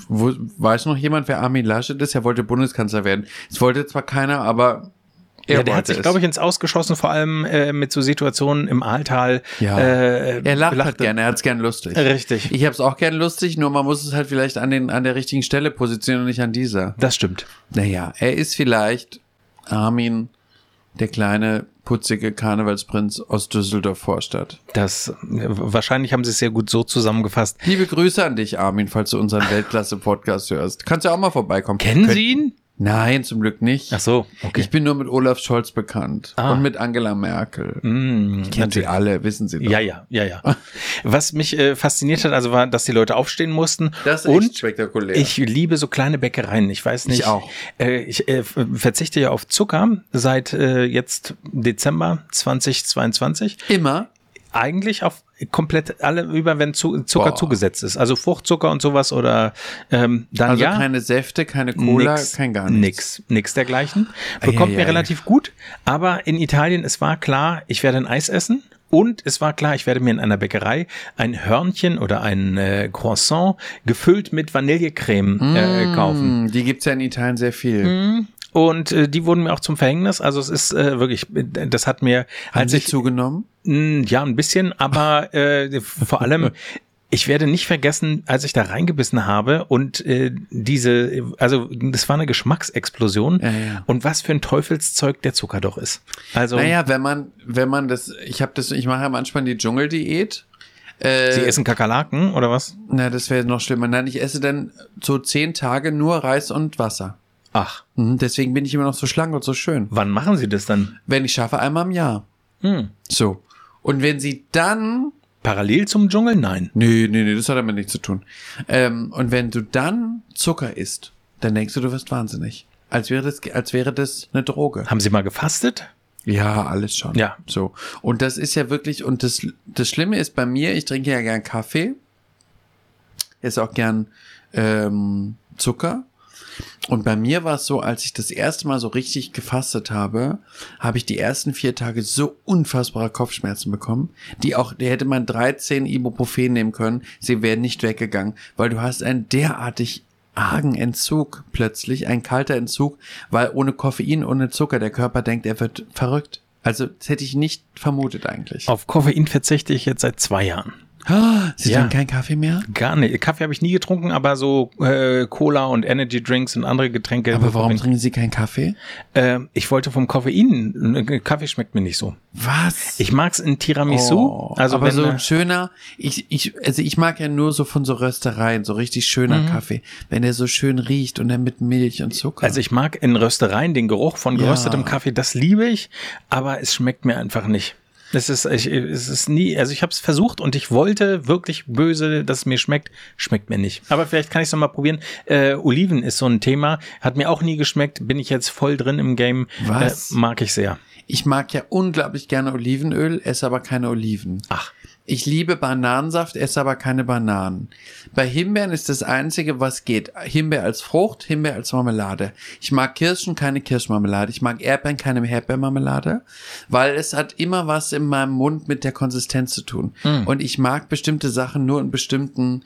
Speaker 2: wo, weiß noch jemand, wer Armin Laschet ist? Er wollte Bundeskanzler werden. Es wollte zwar keiner, aber er
Speaker 3: ja,
Speaker 2: wollte
Speaker 3: der hat sich,
Speaker 2: es.
Speaker 3: glaube ich, ins Ausgeschossen, vor allem äh, mit so Situationen im Ahrtal.
Speaker 2: Ja.
Speaker 3: Äh,
Speaker 2: er lacht halt
Speaker 3: belachte.
Speaker 2: gerne, er hat's gern lustig.
Speaker 3: Richtig.
Speaker 2: Ich hab's auch gern lustig, nur man muss es halt vielleicht an, den, an der richtigen Stelle positionieren und nicht an dieser.
Speaker 3: Das stimmt.
Speaker 2: Naja, er ist vielleicht Armin, der kleine, putzige Karnevalsprinz aus Düsseldorf-Vorstadt.
Speaker 3: Das äh, wahrscheinlich haben sie es sehr gut so zusammengefasst.
Speaker 2: Liebe Grüße an dich, Armin, falls du unseren Weltklasse-Podcast hörst. Kannst ja auch mal vorbeikommen.
Speaker 3: Kennen
Speaker 2: Könnt-
Speaker 3: Sie ihn?
Speaker 2: Nein, zum Glück nicht.
Speaker 3: Ach so, okay.
Speaker 2: Ich bin nur mit Olaf Scholz bekannt
Speaker 3: Ah.
Speaker 2: und mit Angela Merkel.
Speaker 3: Mm,
Speaker 2: Kennen Sie alle, wissen Sie doch.
Speaker 3: Ja, ja, ja, ja. Was mich äh, fasziniert hat, also war, dass die Leute aufstehen mussten.
Speaker 2: Das ist echt
Speaker 3: und
Speaker 2: spektakulär.
Speaker 3: Ich liebe so kleine Bäckereien. Ich weiß nicht.
Speaker 2: Ich auch.
Speaker 3: Äh, ich äh, f- verzichte ja auf Zucker seit äh, jetzt Dezember 2022.
Speaker 2: Immer?
Speaker 3: Eigentlich auf komplett alle über, wenn zu, Zucker
Speaker 2: Boah.
Speaker 3: zugesetzt ist. Also Fruchtzucker und sowas oder ähm, dann
Speaker 2: Also
Speaker 3: ja.
Speaker 2: keine Säfte, keine Cola,
Speaker 3: Nix,
Speaker 2: kein gar nichts.
Speaker 3: Nix, nix dergleichen. Bekommt mir
Speaker 2: Eieiei.
Speaker 3: relativ gut. Aber in Italien, es war klar, ich werde ein Eis essen. Und es war klar, ich werde mir in einer Bäckerei ein Hörnchen oder ein äh,
Speaker 2: Mm.
Speaker 3: Croissant gefüllt mit Vanillecreme äh, kaufen.
Speaker 2: Hm, Die gibt's ja in Italien sehr viel.
Speaker 3: Und äh, die wurden mir auch zum Verhängnis. Also es ist äh, wirklich, das hat mir,
Speaker 2: Haben
Speaker 3: als
Speaker 2: Sie
Speaker 3: ich,
Speaker 2: zugenommen?
Speaker 3: mh, ja, ein bisschen, aber äh, vor allem, ich werde nicht vergessen, als ich da reingebissen habe und äh, diese, also das war eine Geschmacksexplosion.
Speaker 2: Ja, ja.
Speaker 3: Und was für ein Teufelszeug der Zucker doch ist. Also,
Speaker 2: Naja, wenn man, wenn man das, ich habe das, ich mache am Anfang die Dschungeldiät. Äh,
Speaker 3: sie essen Kakerlaken oder was?
Speaker 2: Na, das wäre noch schlimmer. Nein, ich esse dann so zehn Tage nur Reis und Wasser.
Speaker 3: Ach,
Speaker 2: Mhm, deswegen bin ich immer noch so schlank und so schön.
Speaker 3: wann machen sie das dann?
Speaker 2: Wenn ich schaffe, einmal im Jahr.
Speaker 3: Hm.
Speaker 2: So. Und wenn sie dann.
Speaker 3: Parallel zum Dschungel? Nein.
Speaker 2: Nee, nee, nee, das hat damit nichts zu tun. Ähm, und wenn du dann Zucker isst, dann denkst du, du wirst wahnsinnig. Als wäre das, als wäre das eine Droge.
Speaker 3: Haben sie mal gefastet?
Speaker 2: Ja, alles schon.
Speaker 3: Ja.
Speaker 2: So. Und das ist ja wirklich, und das, das Schlimme ist bei mir, ich trinke ja gern Kaffee, esse auch gern ähm, Zucker. Und bei mir war es so, als ich das erste Mal so richtig gefastet habe, habe ich die ersten vier Tage so unfassbare Kopfschmerzen bekommen, die auch, die hätte man 13 Ibuprofen nehmen können, sie wären nicht weggegangen, weil du hast einen derartig argen Entzug plötzlich, ein kalter Entzug, weil ohne Koffein, ohne Zucker, der Körper denkt, er wird verrückt. Also, das hätte ich nicht vermutet eigentlich.
Speaker 3: Auf Koffein verzichte ich jetzt seit zwei Jahren.
Speaker 2: Ah, Sie
Speaker 3: Ja.
Speaker 2: trinken keinen Kaffee mehr?
Speaker 3: Gar nicht. Kaffee habe ich nie getrunken, aber so äh, Cola und Energy Drinks und andere Getränke.
Speaker 2: Aber warum trinken Sie keinen Kaffee?
Speaker 3: Äh, ich wollte vom Koffein. äh, Kaffee schmeckt mir nicht so.
Speaker 2: Was?
Speaker 3: Ich mag's in Tiramisu.
Speaker 2: Oh,
Speaker 3: also
Speaker 2: aber
Speaker 3: wenn,
Speaker 2: so
Speaker 3: äh,
Speaker 2: ein schöner, ich, ich, also ich mag ja nur so von so Röstereien, so richtig schöner Kaffee, wenn der so schön riecht und dann mit Milch und Zucker.
Speaker 3: also ich mag in Röstereien den Geruch von
Speaker 2: Ja.
Speaker 3: geröstetem Kaffee, das liebe ich, aber es schmeckt mir einfach nicht. Es ist, ich, es ist nie, also ich habe es versucht und ich wollte wirklich böse, dass es mir schmeckt, schmeckt mir nicht. Aber vielleicht kann ich es nochmal probieren. Äh, Oliven ist so ein Thema, hat mir auch nie geschmeckt, bin ich jetzt voll drin im Game.
Speaker 2: Was?
Speaker 3: Äh, mag ich sehr.
Speaker 2: ich mag ja unglaublich gerne Olivenöl, esse aber keine Oliven.
Speaker 3: Ach,
Speaker 2: Ich liebe Bananensaft, esse aber keine Bananen. Bei Himbeeren ist das einzige, was geht. Himbeer als Frucht, Himbeer als Marmelade. Ich mag Kirschen, keine Kirschmarmelade. Ich mag Erdbeeren, keine Erdbeermarmelade, weil es hat immer was in meinem Mund mit der Konsistenz zu tun. Und ich mag bestimmte Sachen nur in bestimmten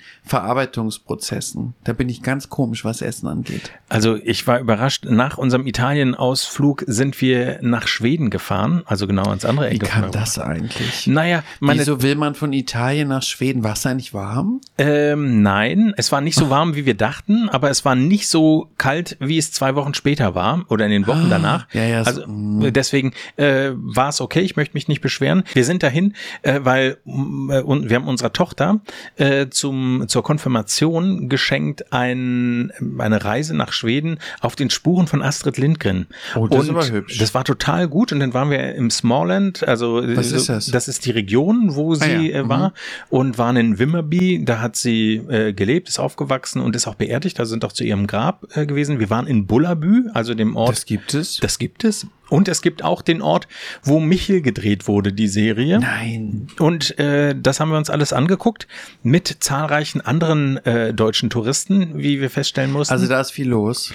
Speaker 2: Verarbeitungsprozessen. Da bin ich ganz komisch, was Essen angeht.
Speaker 3: Also ich war überrascht. Nach unserem Italien-Ausflug sind wir nach Schweden gefahren, also genau ans andere Ende.
Speaker 2: Wie
Speaker 3: von
Speaker 2: kam
Speaker 3: Europa.
Speaker 2: das eigentlich?
Speaker 3: Naja, meine,
Speaker 2: Wieso will man von Italien nach Schweden? War es da nicht warm?
Speaker 3: ähm, nein, es war nicht so warm, wie wir dachten, aber es war nicht so kalt, wie es zwei Wochen später war oder in den Wochen danach.
Speaker 2: Ah, ja, ja, so, mm.
Speaker 3: also äh, deswegen äh, war es okay. Ich möchte mich nicht beschweren. Wir sind dahin, äh, weil mm, äh, und wir haben unserer Tochter äh, zum zur Konfirmation geschenkt ein, eine Reise nach Schweden auf den Spuren von Astrid Lindgren.
Speaker 2: Oh, das ist
Speaker 3: und
Speaker 2: aber hübsch.
Speaker 3: Das war total gut und dann waren wir im Smallland, also äh,
Speaker 2: Was ist das?
Speaker 3: das ist die Region, wo sie
Speaker 2: Ah, ja.
Speaker 3: äh, war und waren in Wimmerby. Da hat sie äh, gelebt, ist aufgewachsen und ist auch beerdigt. Da sind auch zu ihrem Grab äh, gewesen. Wir waren in Bullabü, also dem Ort.
Speaker 2: Das gibt es.
Speaker 3: das gibt es. Und es gibt auch den Ort, wo Michel gedreht wurde, die Serie.
Speaker 2: Nein.
Speaker 3: Und äh, das haben wir uns alles angeguckt mit zahlreichen anderen äh, deutschen Touristen, wie wir feststellen mussten.
Speaker 2: Also da ist viel los.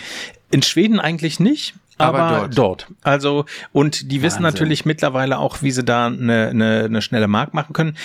Speaker 3: In Schweden eigentlich nicht. Aber,
Speaker 2: Aber
Speaker 3: dort. Also, und die wissen
Speaker 2: Wahnsinn.
Speaker 3: natürlich mittlerweile auch, wie sie da eine, eine, eine schnelle Mark machen können.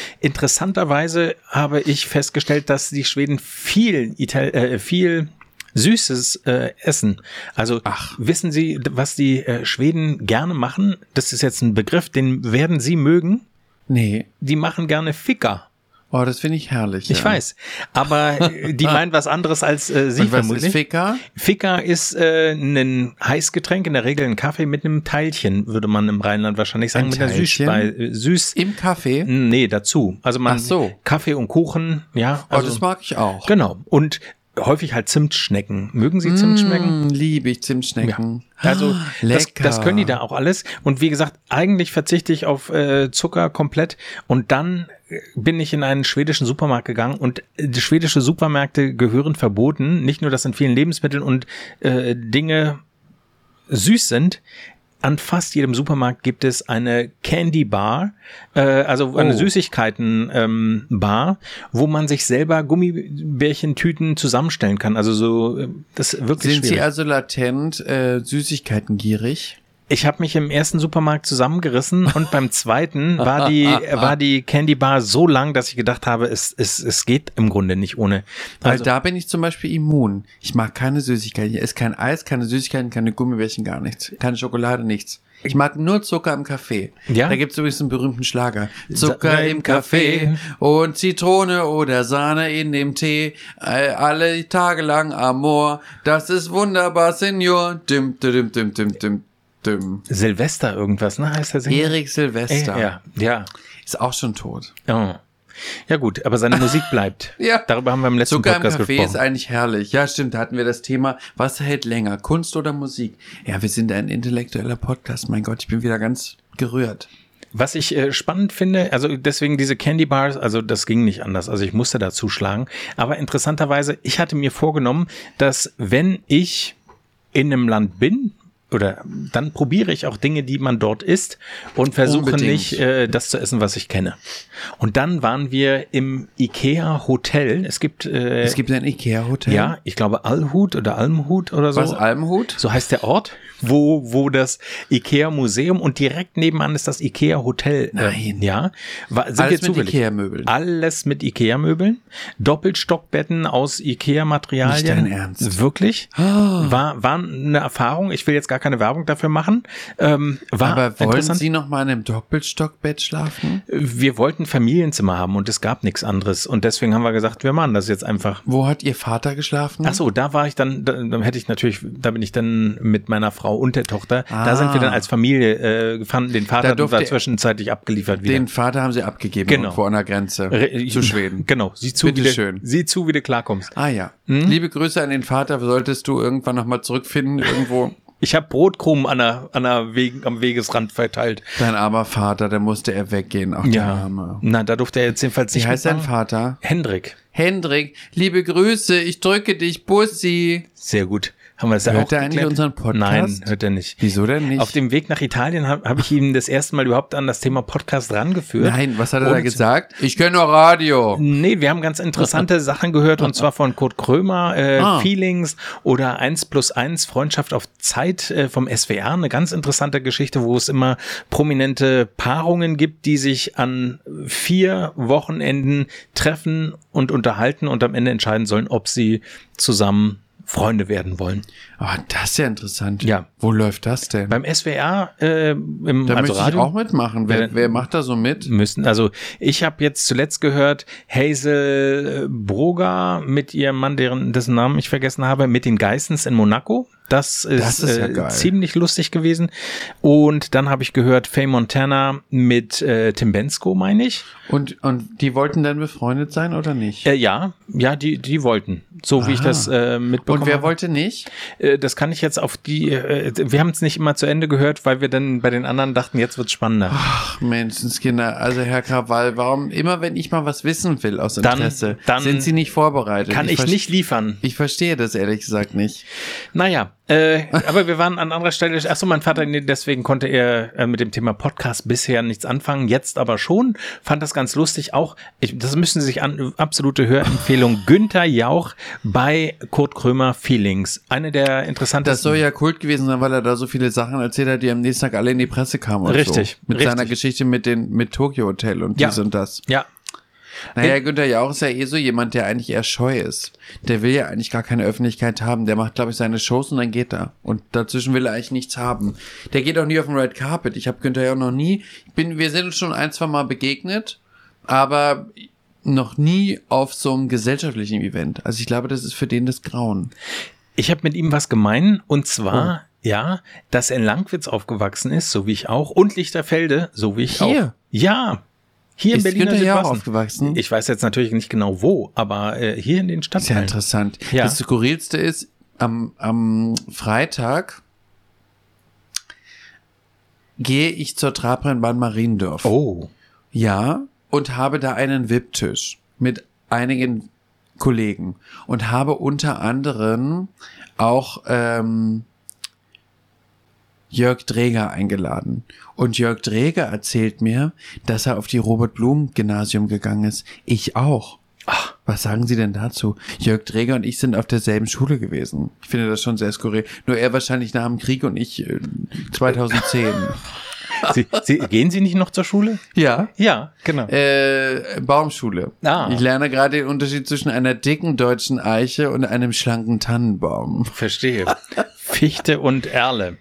Speaker 3: Interessanterweise habe ich festgestellt, dass die Schweden viel, Ital äh, viel Süßes äh, essen. Also
Speaker 2: Ach.
Speaker 3: wissen Sie, d- was die äh, Schweden gerne machen? Das ist jetzt ein Begriff, den werden Sie mögen.
Speaker 2: Nee.
Speaker 3: Die machen gerne Ficker.
Speaker 2: Oh, das finde ich herrlich.
Speaker 3: Ich weiß. Aber äh, die meinen was anderes als äh, Sie
Speaker 2: Und was ist
Speaker 3: vermutlich.
Speaker 2: Ficker?
Speaker 3: Fika ist äh, ein Heißgetränk, in der Regel ein Kaffee mit einem Teilchen, würde man im Rheinland wahrscheinlich sagen,
Speaker 2: Ein
Speaker 3: mit einer
Speaker 2: Teilchen?
Speaker 3: Süßspeise. Äh, süß.
Speaker 2: Im Kaffee?
Speaker 3: Nee, dazu. Also man
Speaker 2: Ach so.
Speaker 3: Kaffee und Kuchen, ja.
Speaker 2: oh,
Speaker 3: Also,
Speaker 2: das mag ich auch.
Speaker 3: genau. Und häufig halt Zimtschnecken. Mögen Sie Zimtschnecken?
Speaker 2: Mm, liebe ich Zimtschnecken.
Speaker 3: Also das,
Speaker 2: Ah, lecker.
Speaker 3: das können die da auch alles. Und wie gesagt, eigentlich verzichte ich auf äh, Zucker komplett. Und dann äh, bin ich in einen schwedischen Supermarkt gegangen und äh, die schwedische Supermärkte gehören verboten. Nicht nur, dass in vielen Lebensmitteln und äh, Dinge süß sind. An fast jedem Supermarkt gibt es eine Candy Bar, äh, also eine
Speaker 2: Oh.
Speaker 3: Süßigkeiten ähm, Bar, wo man sich selber Gummibärchentüten zusammenstellen kann. Also so, äh, das ist wirklich
Speaker 2: Sind
Speaker 3: schwierig.
Speaker 2: sie also latent äh, Süßigkeiten gierig?
Speaker 3: Ich habe mich im ersten Supermarkt zusammengerissen und beim zweiten war die, war die Candy Bar so lang, dass ich gedacht habe, es, es, es geht im Grunde nicht ohne.
Speaker 2: Weil
Speaker 3: Also,
Speaker 2: da bin ich zum Beispiel immun. Ich mag keine Süßigkeiten. Ich esse kein Eis, keine Süßigkeiten, keine Gummibärchen, gar nichts. Keine Schokolade, nichts. Ich mag nur Zucker im Kaffee.
Speaker 3: Ja?
Speaker 2: Da gibt es übrigens einen berühmten Schlager. Zucker
Speaker 3: Sa-
Speaker 2: im Kaffee und Zitrone oder Sahne in dem Tee. Äh, Alle Tage lang Amor. Das ist wunderbar, Senior. Dim, dim, dim, dim, dim, dim.
Speaker 3: Silvester irgendwas, ne? Heißt der Sänger?
Speaker 2: Erik Silvester
Speaker 3: Ja, ja.
Speaker 2: ist auch schon tot.
Speaker 3: Oh. Ja gut, aber seine Musik bleibt.
Speaker 2: Ja.
Speaker 3: Darüber haben wir im letzten
Speaker 2: Zucker im
Speaker 3: Podcast
Speaker 2: Kaffee ist
Speaker 3: gesprochen.
Speaker 2: eigentlich herrlich. Ja, stimmt, da hatten wir das Thema, was hält länger, Kunst oder Musik? Ja, wir sind ein intellektueller Podcast. Mein Gott, ich bin wieder ganz gerührt.
Speaker 3: Was ich äh, spannend finde, also deswegen diese Candy Bars, also das ging nicht anders. Also ich musste da zuschlagen. Aber interessanterweise, ich hatte mir vorgenommen, dass wenn ich in einem Land bin, oder dann probiere ich auch Dinge, die man dort isst und versuche
Speaker 2: Unbedingt.
Speaker 3: nicht äh, das zu essen, was ich kenne. Und dann waren wir im Ikea Hotel. Es gibt, äh,
Speaker 2: Es gibt ein Ikea-Hotel.
Speaker 3: ja, ich glaube Alhut oder Almhut oder so.
Speaker 2: Was, Almhut?
Speaker 3: So heißt der Ort, wo, wo das IKEA-Museum und direkt nebenan ist das IKEA-Hotel.
Speaker 2: Nein.
Speaker 3: Äh, ja. Wa-
Speaker 2: Alles
Speaker 3: Sind wir
Speaker 2: mit
Speaker 3: zufällig?
Speaker 2: Ikea-Möbeln.
Speaker 3: Alles mit IKEA-Möbeln. Doppelstockbetten aus IKEA-Materialien.
Speaker 2: Nicht dein Ernst. Ah.
Speaker 3: Wirklich. War, war eine Erfahrung. Ich will jetzt gar keine Werbung dafür machen. Ähm, war
Speaker 2: Aber wollen
Speaker 3: interessant.
Speaker 2: Sie noch mal in einem Doppelstockbett schlafen?
Speaker 3: wir wollten Familienzimmer haben und es gab nichts anderes. Und deswegen haben wir gesagt, wir machen das jetzt einfach.
Speaker 2: Wo hat Ihr Vater geschlafen?
Speaker 3: Ach so, da war ich dann, da, dann hätte ich natürlich, da bin ich dann mit meiner Frau und der Tochter.
Speaker 2: Ah.
Speaker 3: Da sind wir dann als Familie äh, gefahren. Den
Speaker 2: Da
Speaker 3: Vater
Speaker 2: durfte-
Speaker 3: war zwischenzeitlich abgeliefert wieder.
Speaker 2: Den Vater haben Sie abgegeben
Speaker 3: Genau.
Speaker 2: irgendwo an der Grenze
Speaker 3: Re-
Speaker 2: zu Schweden.
Speaker 3: Genau, Hm? sieh zu,
Speaker 2: Bitte
Speaker 3: wie du,
Speaker 2: schön.
Speaker 3: sieh zu, wie du klarkommst.
Speaker 2: Ah ja. Liebe Grüße an den Vater, solltest du irgendwann noch mal zurückfinden irgendwo.
Speaker 3: Ich habe Brotkrumen an der, an der Wegen, am Wegesrand verteilt.
Speaker 2: Dein armer Vater, da musste er weggehen. Ach, der Arme.
Speaker 3: Na, da durfte er jetzt jedenfalls nicht.
Speaker 2: Wie heißt sein
Speaker 3: mitmachen.
Speaker 2: Vater?
Speaker 3: Hendrik.
Speaker 2: Hendrik, liebe Grüße, ich drücke dich, Bussi.
Speaker 3: Sehr gut. Haben wir das
Speaker 2: Hört
Speaker 3: auch
Speaker 2: er eigentlich
Speaker 3: geklärt?
Speaker 2: unseren Podcast?
Speaker 3: Nein, hört er nicht.
Speaker 2: Wieso denn nicht?
Speaker 3: Auf dem Weg nach Italien habe hab ich ihn das erste Mal überhaupt an das Thema Podcast rangeführt.
Speaker 2: Nein, was hat er da
Speaker 3: Und-
Speaker 2: gesagt? Ich kenne nur Radio.
Speaker 3: Nee, wir haben ganz interessante Sachen gehört und zwar von Kurt Krömer, äh,
Speaker 2: Ah.
Speaker 3: Feelings oder 1 plus 1 Freundschaft auf Zeit äh, vom SWR. Eine ganz interessante Geschichte, wo es immer prominente Paarungen gibt, die sich an vier Wochenenden treffen und unterhalten und am Ende entscheiden sollen, ob sie zusammen Freunde werden wollen.
Speaker 2: Ah, das ist ja interessant.
Speaker 3: Ja.
Speaker 2: Wo läuft das denn?
Speaker 3: Beim SWR äh, im
Speaker 2: da
Speaker 3: also
Speaker 2: möchte
Speaker 3: Radio Äh,
Speaker 2: ich auch mitmachen. Wer,
Speaker 3: Ja, dann-
Speaker 2: wer macht da so mit?
Speaker 3: müssen. Also ich habe jetzt zuletzt gehört, Hazel äh, Broga mit ihrem Mann, deren, dessen Namen ich vergessen habe, mit den Geissens in Monaco. Das ist,
Speaker 2: Das ist ja geil.
Speaker 3: äh, ziemlich lustig gewesen. Und dann habe ich gehört, Faye Montana mit äh, Tim Bensko, meine ich.
Speaker 2: Und, und die wollten dann befreundet sein oder nicht?
Speaker 3: Äh, ja, ja, die, die wollten. So wie ich
Speaker 2: Aha.
Speaker 3: das äh, mitbekommen
Speaker 2: und wer
Speaker 3: habe.
Speaker 2: wollte nicht?
Speaker 3: Äh, das kann ich jetzt auf die, äh, wir haben es nicht immer zu Ende gehört, weil wir dann bei den anderen dachten, jetzt wird's spannender.
Speaker 2: Ach, Menschenskinder. Also, Herr Krawall, warum immer, wenn ich mal was wissen will aus
Speaker 3: Dann-
Speaker 2: Interesse,
Speaker 3: dann
Speaker 2: sind Sie nicht vorbereitet?
Speaker 3: kann ich
Speaker 2: verste-
Speaker 3: nicht liefern.
Speaker 2: Ich verstehe das ehrlich gesagt nicht.
Speaker 3: Naja, äh, aber wir waren an anderer Stelle. Achso, mein Vater, nee, deswegen konnte er äh, mit dem Thema Podcast bisher nichts anfangen, jetzt aber schon. Fand das ganz lustig. Auch, ich, das müssen Sie sich an, absolute Hörempfehlung. Günther Jauch bei Kurt Krömer Feelings. Eine der
Speaker 2: Das
Speaker 3: interessantesten.
Speaker 2: soll ja Kult gewesen sein, weil er da so viele Sachen erzählt hat, die am nächsten Tag alle in die Presse kamen. Und
Speaker 3: Richtig,
Speaker 2: So. Mit
Speaker 3: richtig.
Speaker 2: seiner Geschichte mit, den, mit Tokyo Hotel und
Speaker 3: Ja. Äh,
Speaker 2: dies und das.
Speaker 3: ja,
Speaker 2: Naja, Günther Jauch ist ja eh so jemand, der eigentlich eher scheu ist. Der will ja eigentlich gar keine Öffentlichkeit haben. Der macht, glaube ich, seine Shows und dann geht er. Und dazwischen will er eigentlich nichts haben. Der geht auch nie auf den Red Carpet. Ich habe Günther Jauch noch nie. Ich bin, wir sind uns schon ein, zwei Mal begegnet, aber noch nie auf so einem gesellschaftlichen Event. Also ich glaube, das ist für den das Grauen.
Speaker 3: Ich habe mit ihm was gemein und zwar,
Speaker 2: Oh.
Speaker 3: ja, dass er in Langwitz aufgewachsen ist, so wie ich auch, und Lichterfelde, so wie ich
Speaker 2: Hier?
Speaker 3: auch. Ja. Hier
Speaker 2: Ist
Speaker 3: in Berlin
Speaker 2: Günther Jauch aufgewachsen?
Speaker 3: Ich weiß jetzt natürlich nicht genau wo, aber äh, hier in den
Speaker 2: Mhm. Ist ja
Speaker 3: Stadtteilen.
Speaker 2: interessant.
Speaker 3: Ja.
Speaker 2: Das Skurrilste ist, am, am Freitag gehe ich zur Trabrennbahn Mariendorf.
Speaker 3: Oh,
Speaker 2: Ja, und habe da einen VIP-Tisch mit einigen Kollegen und habe unter anderem auch ähm, Jörg Dreger eingeladen. Und Jörg Dreger erzählt mir, dass er auf die Robert-Blum-Gymnasium gegangen ist. Ich auch. Was sagen Sie denn dazu? Jörg Dreger und ich sind auf derselben Schule gewesen. Ich finde das schon sehr skurril. Nur er wahrscheinlich nach dem Krieg und ich äh, 2010.
Speaker 3: Sie, Sie, gehen Sie nicht noch zur Schule?
Speaker 2: ja.
Speaker 3: Ja, genau.
Speaker 2: Äh, Baumschule.
Speaker 3: Ah.
Speaker 2: Ich lerne gerade den Unterschied zwischen einer dicken deutschen Eiche und einem schlanken Tannenbaum.
Speaker 3: Verstehe. Fichte und Erle.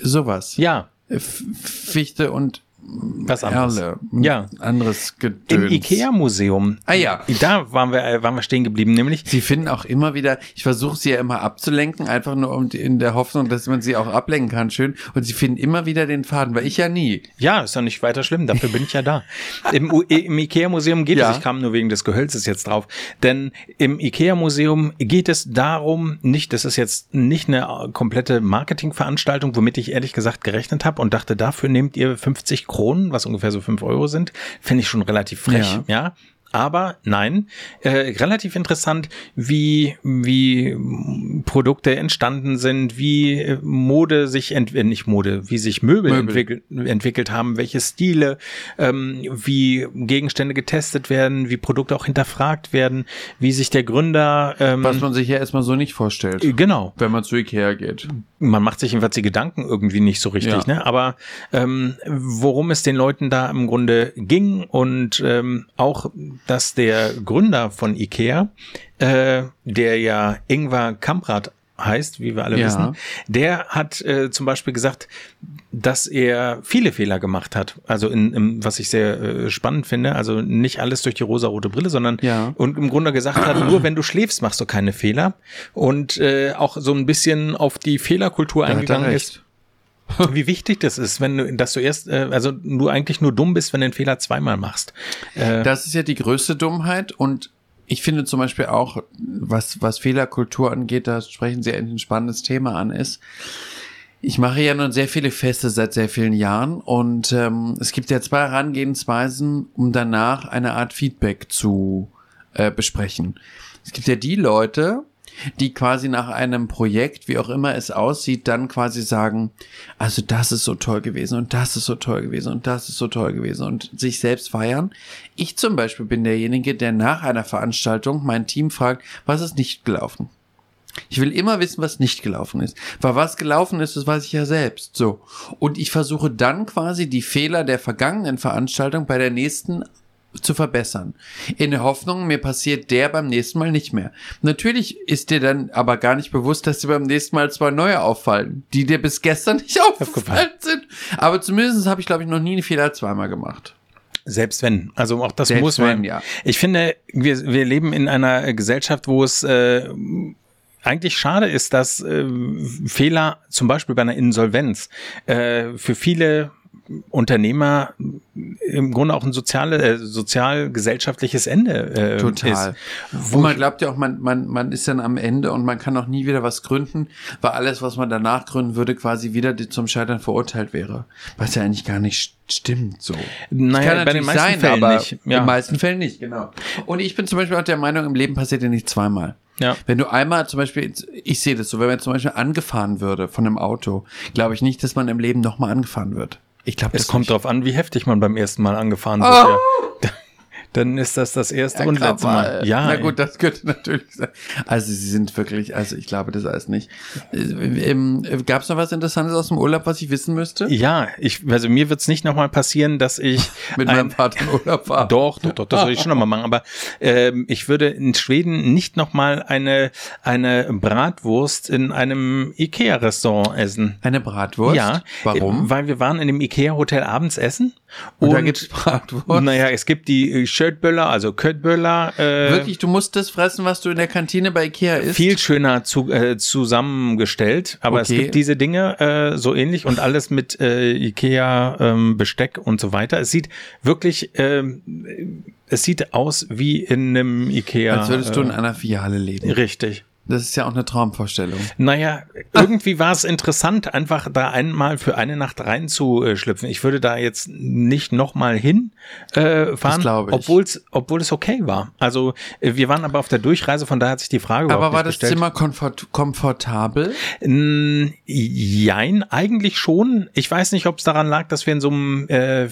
Speaker 2: Sowas.
Speaker 3: Ja,
Speaker 2: F- Fichte und
Speaker 3: was anderes.
Speaker 2: Erle.
Speaker 3: Ja.
Speaker 2: Anderes
Speaker 3: Im
Speaker 2: Gedöns.
Speaker 3: IKEA-Museum.
Speaker 2: Ah ja.
Speaker 3: Da waren wir, äh, waren wir stehen geblieben, nämlich
Speaker 2: Sie finden auch immer wieder, ich versuche sie ja immer abzulenken, einfach nur um, die- in der Hoffnung, dass man sie auch ablenken kann, schön. Und sie finden immer wieder den Faden, weil ich ja nie.
Speaker 3: Ja, ist ja nicht weiter schlimm, dafür bin ich ja da. Im, U- im Ikea-Museum geht
Speaker 2: Ja.
Speaker 3: es, ich kam nur wegen des Gehölzes jetzt drauf, denn im Ikea-Museum geht es darum, nicht, das ist jetzt nicht eine komplette Marketingveranstaltung, womit ich ehrlich gesagt gerechnet habe und dachte, dafür nehmt ihr 50 Kronen, was ungefähr so 5 Euro sind, fände ich schon relativ frech,
Speaker 2: Ja.
Speaker 3: ja. Aber nein, äh, relativ interessant, wie, wie mm, Produkte entstanden sind, wie äh, Mode sich, ent äh, nicht Mode, wie sich Möbel,
Speaker 2: Möbel.
Speaker 3: Entwickelt, entwickelt haben, welche Stile, ähm, wie Gegenstände getestet werden, wie Produkte auch hinterfragt werden, wie sich der Gründer. Ähm,
Speaker 2: Was man sich ja erstmal so nicht vorstellt,
Speaker 3: Genau,
Speaker 2: wenn man zu Ikea geht.
Speaker 3: man macht sich jedenfalls die Gedanken irgendwie nicht so richtig,
Speaker 2: Ja.
Speaker 3: ne? Aber ähm, worum es den Leuten da im Grunde ging und ähm, auch, dass der Gründer von IKEA, äh, der ja Ingvar Kamprad heißt, wie wir alle
Speaker 2: Ja.
Speaker 3: wissen, der hat äh, zum Beispiel gesagt, dass er viele Fehler gemacht hat. Also in, in was ich sehr äh, spannend finde, also nicht alles durch die rosarote Brille, sondern
Speaker 2: Ja.
Speaker 3: und im Grunde gesagt hat, nur wenn du schläfst, machst du keine Fehler. Und äh, auch so ein bisschen auf die Fehlerkultur
Speaker 2: Da hat er
Speaker 3: eingegangen ist.
Speaker 2: recht.
Speaker 3: Wie wichtig das ist, wenn du, dass du erst, äh, also du eigentlich nur dumm bist, wenn du den Fehler zweimal machst.
Speaker 2: Das ist ja die größte Dummheit und ich finde zum Beispiel auch, was, was Fehlerkultur angeht, da sprechen Sie ein spannendes Thema an, ist, ich mache ja nun sehr viele Feste seit sehr vielen Jahren und ähm, es gibt ja zwei Herangehensweisen, um danach eine Art Feedback zu äh, besprechen. Es gibt ja die Leute, die quasi nach einem Projekt, wie auch immer es aussieht, dann quasi sagen, also das ist so toll gewesen und das ist so toll gewesen und das ist so toll gewesen und sich selbst feiern. Ich zum Beispiel bin derjenige, der nach einer Veranstaltung mein Team fragt, was ist nicht gelaufen? Ich will immer wissen, was nicht gelaufen ist. Weil was gelaufen ist, das weiß ich ja selbst. So. Und ich versuche dann quasi die Fehler der vergangenen Veranstaltung bei der nächsten zu verbessern. In der Hoffnung, mir passiert der beim nächsten Mal nicht mehr. Natürlich ist dir dann aber gar nicht bewusst, dass dir beim nächsten Mal zwei neue auffallen, die dir bis gestern nicht aufgefallen sind. Aber zumindest habe ich, glaube ich, noch nie einen Fehler zweimal gemacht.
Speaker 3: Selbst wenn. Also auch das
Speaker 2: Selbst
Speaker 3: muss man.
Speaker 2: wenn, ja.
Speaker 3: Ich finde, wir, wir leben in einer Gesellschaft, wo es äh, eigentlich schade ist, dass äh, Fehler, zum Beispiel bei einer Insolvenz, äh, für viele Unternehmer im Grunde auch ein soziale, äh, sozial-gesellschaftliches Ende äh,
Speaker 2: Total.
Speaker 3: ist.
Speaker 2: Wo man glaubt ja auch, man, man, man ist dann am Ende und man kann auch nie wieder was gründen, weil alles, was man danach gründen würde, quasi wieder die- zum Scheitern verurteilt wäre. Was ja eigentlich gar nicht st- stimmt so.
Speaker 3: Naja, bei den
Speaker 2: natürlich
Speaker 3: meisten Fällen nicht, ja.
Speaker 2: In den meisten Fällen nicht, genau. Und ich bin zum Beispiel auch der Meinung, im Leben passiert ja nicht zweimal.
Speaker 3: Ja.
Speaker 2: Wenn du einmal zum Beispiel, ins- ich sehe das so, wenn man zum Beispiel angefahren würde von einem Auto, glaube ich nicht, dass man im Leben nochmal angefahren wird. Ich glaube,
Speaker 3: Es kommt
Speaker 2: nicht.
Speaker 3: drauf an, wie heftig man beim ersten Mal angefahren wird. Ja. Dann ist das das
Speaker 2: Ah!
Speaker 3: erste
Speaker 2: Ja,
Speaker 3: und letzte Mal.
Speaker 2: Krawall. Na gut, das könnte natürlich sein. Also sie sind wirklich, also ich glaube das alles nicht. Äh, Ähm, Gab es noch was Interessantes aus dem Urlaub, was ich wissen müsste?
Speaker 3: Ja, ich, also mir wird's nicht nochmal passieren, dass ich
Speaker 2: Mit
Speaker 3: ein-
Speaker 2: meinem Vater in Urlaub war.
Speaker 3: Doch, doch, doch, das soll ich schon nochmal machen. Aber ähm, ich würde in Schweden nicht nochmal eine, eine Bratwurst in einem Ikea-Restaurant essen.
Speaker 2: Eine Bratwurst?
Speaker 3: Ja.
Speaker 2: Warum?
Speaker 3: äh, Weil wir waren in dem Ikea-Hotel abends essen.
Speaker 2: Und da gibt's Bratwurst?
Speaker 3: Naja, es gibt die äh, Shirtböller, also Köttböller. Äh,
Speaker 2: Wirklich, du musst das fressen, was du in der Kantine bei Ikea isst?
Speaker 3: viel schöner zu, äh, zusammengestellt, aber es
Speaker 2: Okay.
Speaker 3: gibt diese Dinge äh, so ähnlich und alles mit äh, Ikea ähm, Besteck und so weiter. Es sieht wirklich, ähm, es sieht aus wie in einem Ikea.
Speaker 2: Als würdest du in
Speaker 3: äh,
Speaker 2: einer Filiale leben.
Speaker 3: richtig.
Speaker 2: Das ist ja auch eine Traumvorstellung.
Speaker 3: Naja,
Speaker 2: Ah.
Speaker 3: irgendwie war es interessant, einfach da einmal für eine Nacht reinzuschlüpfen. Ich würde da jetzt nicht nochmal hin äh, fahren,
Speaker 2: glaub ich.
Speaker 3: obwohl es obwohl es okay war. Also äh, wir waren aber auf der Durchreise, von daher hat sich die Frage
Speaker 2: Aber
Speaker 3: überhaupt
Speaker 2: war
Speaker 3: nicht
Speaker 2: das
Speaker 3: gestellt.
Speaker 2: Zimmer komfort komfortabel?
Speaker 3: Mm, Jein, eigentlich schon. Ich weiß nicht, ob es daran lag, dass wir in so einem äh,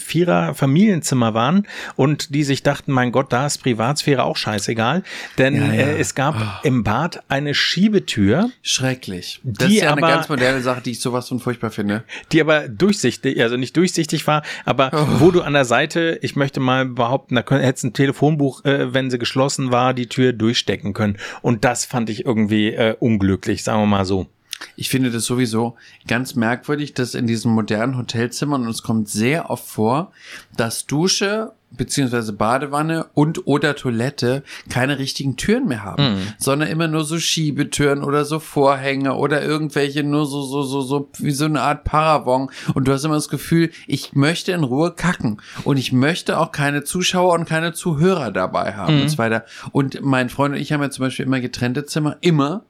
Speaker 3: Vierer-Familienzimmer waren und die sich dachten, mein Gott, da ist Privatsphäre auch scheißegal. Denn
Speaker 2: Ja, Ah. ja.
Speaker 3: Äh, es gab im Bad eine Schiebetür,
Speaker 2: Schrecklich. Das
Speaker 3: Die
Speaker 2: ist ja eine
Speaker 3: aber-
Speaker 2: ganz moderne Sache, die ich sowas von furchtbar finde.
Speaker 3: die aber durchsichtig, also nicht durchsichtig war, aber
Speaker 2: Oh.
Speaker 3: wo du an der Seite, ich möchte mal behaupten, da könnt- hättest du ein Telefonbuch, äh, wenn sie geschlossen war, die Tür durchstecken können. Und das fand ich irgendwie äh, unglücklich, sagen wir mal so.
Speaker 2: Ich finde das sowieso ganz merkwürdig, dass in diesen modernen Hotelzimmern, und es kommt sehr oft vor, dass Dusche beziehungsweise Badewanne und oder Toilette keine richtigen Türen mehr haben, sondern immer nur so Schiebetüren oder so Vorhänge oder irgendwelche nur so, so, so, so, wie so eine Art Paravon. Und du hast immer das Gefühl, ich möchte in Ruhe kacken. Und ich möchte auch keine Zuschauer und keine Zuhörer dabei haben und so weiter. Und mein Freund und ich haben ja zum Beispiel immer getrennte Zimmer, immer.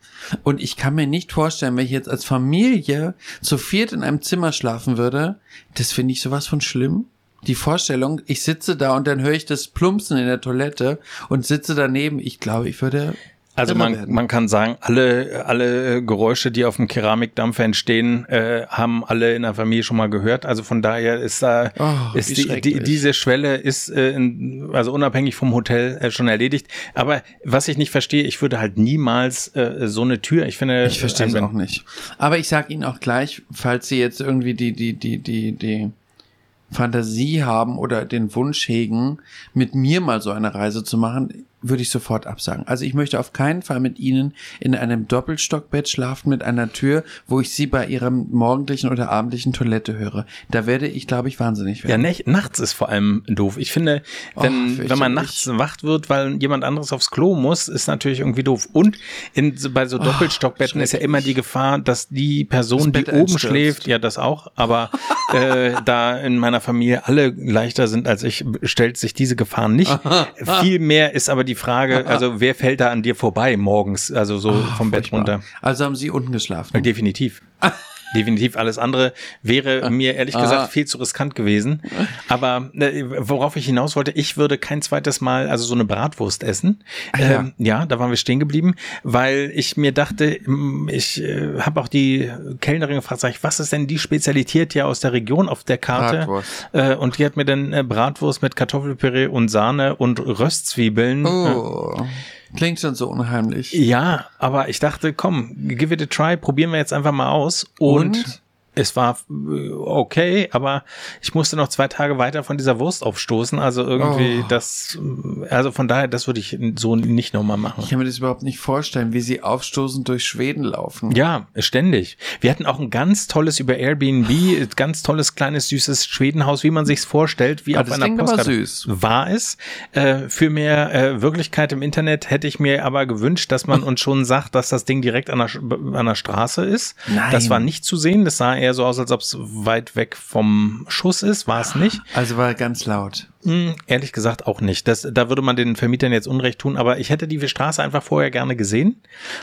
Speaker 2: Und ich kann mir nicht vorstellen, wenn ich jetzt als Familie zu viert in einem Zimmer schlafen würde, das finde ich sowas von schlimm. Die Vorstellung, ich sitze da und dann höre ich das Plumpsen in der Toilette und sitze daneben. Ich glaube, ich würde.
Speaker 3: Also
Speaker 2: irre
Speaker 3: man,
Speaker 2: werden.
Speaker 3: man kann sagen, alle, alle Geräusche, die auf dem Keramikdampfer entstehen, äh, haben alle in der Familie schon mal gehört. Also von daher ist da
Speaker 2: Oh,
Speaker 3: ist
Speaker 2: wie
Speaker 3: die,
Speaker 2: schrecklich.
Speaker 3: die, diese Schwelle ist äh, in, also unabhängig vom Hotel äh, schon erledigt. Aber was ich nicht verstehe, ich würde halt niemals äh, so eine Tür. Ich finde,
Speaker 2: Ich verstehe es auch nicht. Aber ich sag Ihnen auch gleich, falls Sie jetzt irgendwie die, die, die, die, die Fantasie haben oder den Wunsch hegen, mit mir mal so eine Reise zu machen, würde ich sofort absagen. Also ich möchte auf keinen Fall mit Ihnen in einem Doppelstockbett schlafen mit einer Tür, wo ich Sie bei Ihrer morgendlichen oder abendlichen Toilette höre. Da werde ich, glaube ich, wahnsinnig
Speaker 3: Ja,
Speaker 2: werden.
Speaker 3: nech, nachts ist vor allem doof. Ich finde, wenn,
Speaker 2: fürchterlich.
Speaker 3: wenn man nachts wach wird, weil jemand anderes aufs Klo muss, ist natürlich irgendwie doof. Und in, so- bei so Doppelstockbetten ist ja immer die Gefahr, dass die Person,
Speaker 2: Das
Speaker 3: die
Speaker 2: Bett
Speaker 3: oben
Speaker 2: einstürzt.
Speaker 3: schläft, ja das auch, aber äh, da in meiner Familie alle leichter sind als ich, stellt sich diese Gefahr nicht. Viel mehr ist aber die Frage, also wer fällt da an dir vorbei morgens, also so vom Bett runter?
Speaker 2: Also haben Sie unten geschlafen.
Speaker 3: Definitiv. Definitiv. Alles andere
Speaker 2: Ah.
Speaker 3: wäre mir ehrlich
Speaker 2: Aha.
Speaker 3: gesagt viel zu riskant gewesen. Aber äh, worauf ich hinaus wollte, ich würde kein zweites Mal, also so eine Bratwurst essen.
Speaker 2: Ah, ja.
Speaker 3: Ähm, ja, da waren wir stehen geblieben, weil ich mir dachte, mm, ich äh, habe auch die Kellnerin gefragt, sag ich, was ist denn die Spezialität hier aus der Region auf der Karte?
Speaker 2: Bratwurst.
Speaker 3: Äh, und die hat mir dann äh, Bratwurst mit Kartoffelpüree und Sahne und Röstzwiebeln. äh,
Speaker 2: Oh, klingt schon so unheimlich.
Speaker 3: ja, aber ich dachte, komm, give it a try, probieren wir jetzt einfach mal aus. Und,
Speaker 2: Und?
Speaker 3: es war äh, okay, aber ich musste noch zwei Tage weiter von dieser Wurst aufstoßen. Also irgendwie
Speaker 2: Oh.
Speaker 3: das, also von daher, das würde ich so nicht nochmal machen.
Speaker 2: Ich kann mir das überhaupt nicht vorstellen, wie sie aufstoßend durch Schweden laufen.
Speaker 3: Ja, ständig. Wir hatten auch ein ganz tolles über Airbnb, äh, ganz tolles kleines süßes Schwedenhaus, wie man sich's vorstellt, wie
Speaker 2: Ah,
Speaker 3: auf
Speaker 2: das
Speaker 3: einer
Speaker 2: klingt aber
Speaker 3: Postkarte.
Speaker 2: süß.
Speaker 3: War es. Äh, für mehr äh, Wirklichkeit im Internet hätte ich mir aber gewünscht, dass man uns schon sagt, dass das Ding direkt an der, Sch- an der Straße ist.
Speaker 2: Nein.
Speaker 3: Das war nicht zu sehen. Das sah eher so aus, als ob es weit weg vom Schuss ist. War es nicht.
Speaker 2: Also war ganz laut.
Speaker 3: Hm, ehrlich gesagt auch nicht. Das, da würde man den Vermietern jetzt Unrecht tun. Aber ich hätte die Straße einfach vorher gerne gesehen.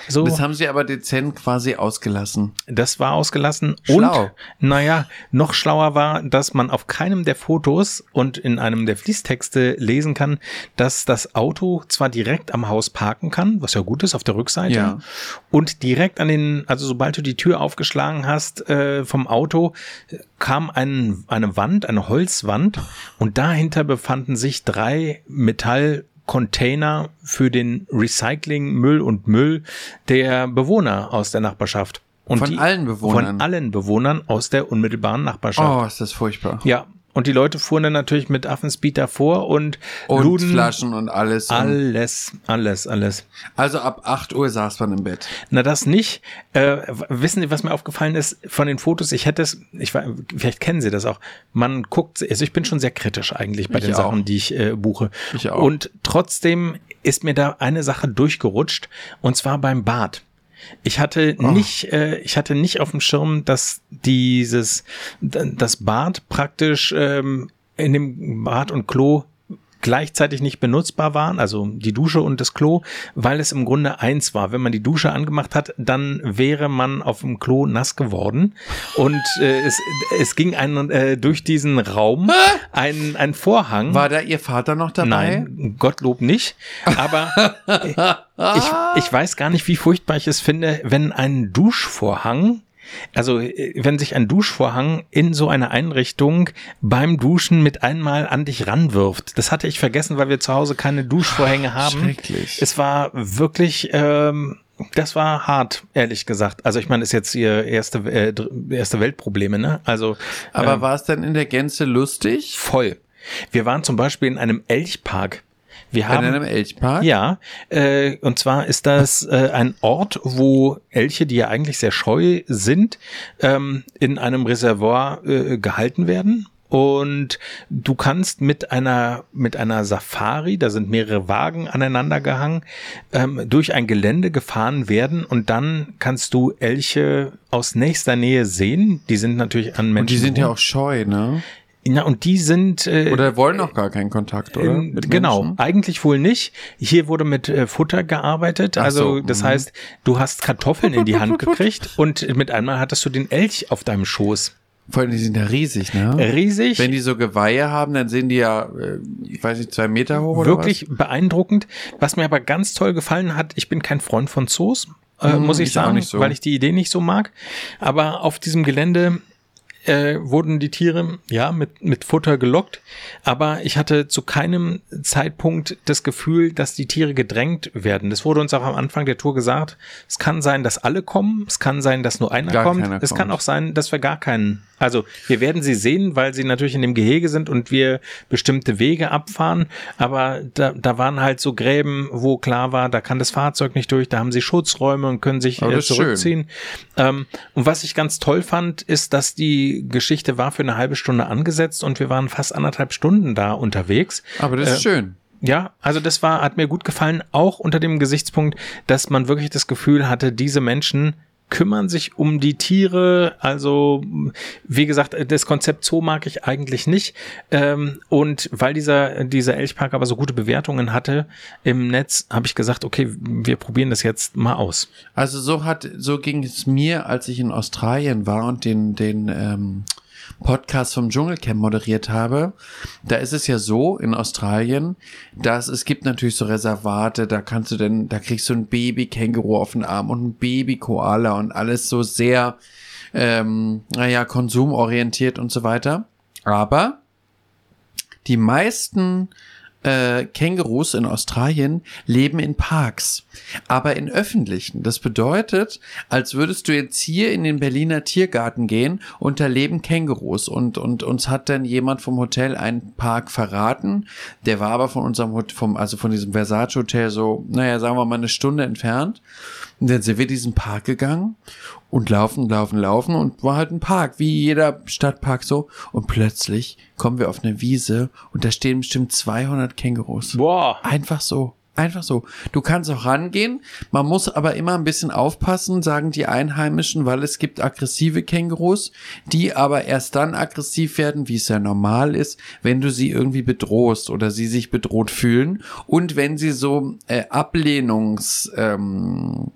Speaker 3: So.
Speaker 2: Das haben sie aber dezent quasi ausgelassen.
Speaker 3: Das war ausgelassen.
Speaker 2: Schlau.
Speaker 3: Und, naja, noch schlauer war, dass man auf keinem der Fotos und in einem der Fließtexte lesen kann, dass das Auto zwar direkt am Haus parken kann, was ja gut ist, auf der Rückseite.
Speaker 2: Ja.
Speaker 3: Und direkt an den, also sobald du die Tür aufgeschlagen hast äh, vom Auto, äh, kam ein, eine Wand, eine Holzwand. Und dahinter befanden sich drei Metall- Container für den Recycling, Müll und Müll der Bewohner aus der Nachbarschaft. Und
Speaker 2: Von allen Bewohnern?
Speaker 3: Von allen Bewohnern aus der unmittelbaren Nachbarschaft.
Speaker 2: Oh, ist das furchtbar.
Speaker 3: Ja. Und die Leute fuhren dann natürlich mit Affenspeed davor und,
Speaker 2: Und
Speaker 3: luden
Speaker 2: Flaschen und alles. Und
Speaker 3: Alles, alles, alles.
Speaker 2: also ab 8 Uhr saß man im Bett.
Speaker 3: Na, das nicht. Äh, w- wissen Sie, was mir aufgefallen ist von den Fotos? Ich hätte es, ich war, vielleicht kennen Sie das auch. Man guckt, also ich bin schon sehr kritisch eigentlich bei
Speaker 2: Ich
Speaker 3: den
Speaker 2: auch.
Speaker 3: Sachen, die ich äh, buche.
Speaker 2: Ich auch.
Speaker 3: Und trotzdem ist mir da eine Sache durchgerutscht und zwar beim Bad. Ich hatte
Speaker 2: Oh.
Speaker 3: nicht, äh, ich hatte nicht auf dem Schirm, dass dieses, d- das Bad praktisch ähm, in dem Bad und Klo gleichzeitig nicht benutzbar waren, also die Dusche und das Klo, weil es im Grunde eins war. Wenn man die Dusche angemacht hat, dann wäre man auf dem Klo nass geworden. Und äh, es, es ging ein, äh, durch diesen Raum ein, ein Vorhang.
Speaker 2: War da ihr Vater noch dabei?
Speaker 3: Nein, Gottlob nicht. Aber ich, ich weiß gar nicht, wie furchtbar ich es finde, wenn ein Duschvorhang, also äh, wenn sich ein Duschvorhang in so einer Einrichtung beim Duschen mit einmal an dich ranwirft. Das hatte ich vergessen, weil wir zu Hause keine Duschvorhänge haben.
Speaker 2: Ah, Schrecklich.
Speaker 3: Es war wirklich, ähm, das war hart, ehrlich gesagt. Also ich meine, ist jetzt ihr erste, äh, dr- erste Weltprobleme, ne? Also
Speaker 2: Aber
Speaker 3: ähm,
Speaker 2: war es dann in der Gänze lustig?
Speaker 3: voll. Wir waren zum Beispiel in einem Elchpark. Wir haben
Speaker 2: in einem Elchpark?
Speaker 3: ja, äh, und zwar ist das äh, ein Ort, wo Elche, die ja eigentlich sehr scheu sind, ähm, in einem Reservoir äh, gehalten werden. Und du kannst mit einer, mit einer Safari, da sind mehrere Wagen aneinander gehangen, ähm, durch ein Gelände gefahren werden und dann kannst du Elche aus nächster Nähe sehen. Die sind natürlich an Menschen.
Speaker 2: Und die sind ja
Speaker 3: gewohnt.
Speaker 2: auch scheu, ne?
Speaker 3: Na, und die sind. Äh,
Speaker 2: Oder wollen auch gar keinen Kontakt, oder?
Speaker 3: ähm,
Speaker 2: Mit
Speaker 3: genau,
Speaker 2: Menschen?
Speaker 3: eigentlich wohl nicht. Hier wurde mit äh, Futter gearbeitet.
Speaker 2: Ach
Speaker 3: also
Speaker 2: so,
Speaker 3: das
Speaker 2: mhm.
Speaker 3: heißt, du hast Kartoffeln in die Hand gekriegt und mit einmal hattest du den Elch auf deinem Schoß.
Speaker 2: Vor allem, die sind ja riesig, ne?
Speaker 3: Äh, Riesig.
Speaker 2: Wenn die so Geweihe haben, dann sehen die ja, äh, ich weiß nicht, zwei Meter hoch oder
Speaker 3: wirklich beeindruckend. Was mir aber ganz toll gefallen hat, ich bin kein Freund von Zoos, äh,
Speaker 2: Hm,
Speaker 3: muss ich,
Speaker 2: ich auch
Speaker 3: sagen,
Speaker 2: nicht so.
Speaker 3: weil ich die Idee nicht so mag. Aber auf diesem Gelände äh, wurden die Tiere ja mit, mit Futter gelockt, aber ich hatte zu keinem Zeitpunkt das Gefühl, dass die Tiere gedrängt werden. Das wurde uns auch am Anfang der Tour gesagt. Es kann sein, dass alle kommen, es kann sein, dass nur einer
Speaker 2: Gar
Speaker 3: kommt,
Speaker 2: keiner
Speaker 3: es kann
Speaker 2: kommt.
Speaker 3: auch sein, dass wir gar keinen. Also wir werden sie sehen, weil sie natürlich in dem Gehege sind und wir bestimmte Wege abfahren, aber da, da waren halt so Gräben, wo klar war, da kann das Fahrzeug nicht durch, da haben sie Schutzräume und können sich
Speaker 2: Aber
Speaker 3: äh,
Speaker 2: das ist schön.
Speaker 3: zurückziehen. Ähm, und was ich ganz toll fand, ist, dass die Geschichte war für eine halbe Stunde angesetzt und wir waren fast anderthalb Stunden da unterwegs.
Speaker 2: was? Aber das ist
Speaker 3: Äh,
Speaker 2: schön.
Speaker 3: Ja, also das war, hat mir gut gefallen, auch unter dem Gesichtspunkt, dass man wirklich das Gefühl hatte, diese Menschen kümmern sich um die Tiere. Also, wie gesagt, das Konzept Zoo mag ich eigentlich nicht. Ähm, und weil dieser, dieser Elchpark aber so gute Bewertungen hatte im Netz, habe ich gesagt, okay, wir probieren das jetzt mal aus.
Speaker 2: Also so hat, so ging es mir, als ich in Australien war und den, den ähm, Podcast vom Dschungelcamp moderiert habe. Da ist es ja so in Australien, dass es gibt natürlich so Reservate, da kannst du denn, da kriegst du ein Baby-Känguru auf den Arm und ein Baby-Koala und alles so sehr, ähm, naja, konsumorientiert und so weiter. Aber die meisten äh, Kängurus in Australien leben in Parks, aber in öffentlichen. Das bedeutet, als würdest du jetzt hier in den Berliner Tiergarten gehen und da leben Kängurus. Und, und uns hat dann jemand vom Hotel einen Park verraten. Der war aber von unserem Hot- vom, also von diesem Versace Hotel so, naja, sagen wir mal eine Stunde entfernt. Und dann sind wir diesen Park gegangen und laufen, laufen, laufen und war halt ein Park, wie jeder Stadtpark so. Und plötzlich kommen wir auf eine Wiese und da stehen bestimmt 200 Kängurus.
Speaker 3: Boah.
Speaker 2: Einfach so. Einfach so. Du kannst auch rangehen. Man muss aber immer ein bisschen aufpassen, sagen die Einheimischen, weil es gibt aggressive Kängurus, die aber erst dann aggressiv werden, wie es ja normal ist, wenn du sie irgendwie bedrohst oder sie sich bedroht fühlen und wenn sie so äh, Ablehnungs, ähm,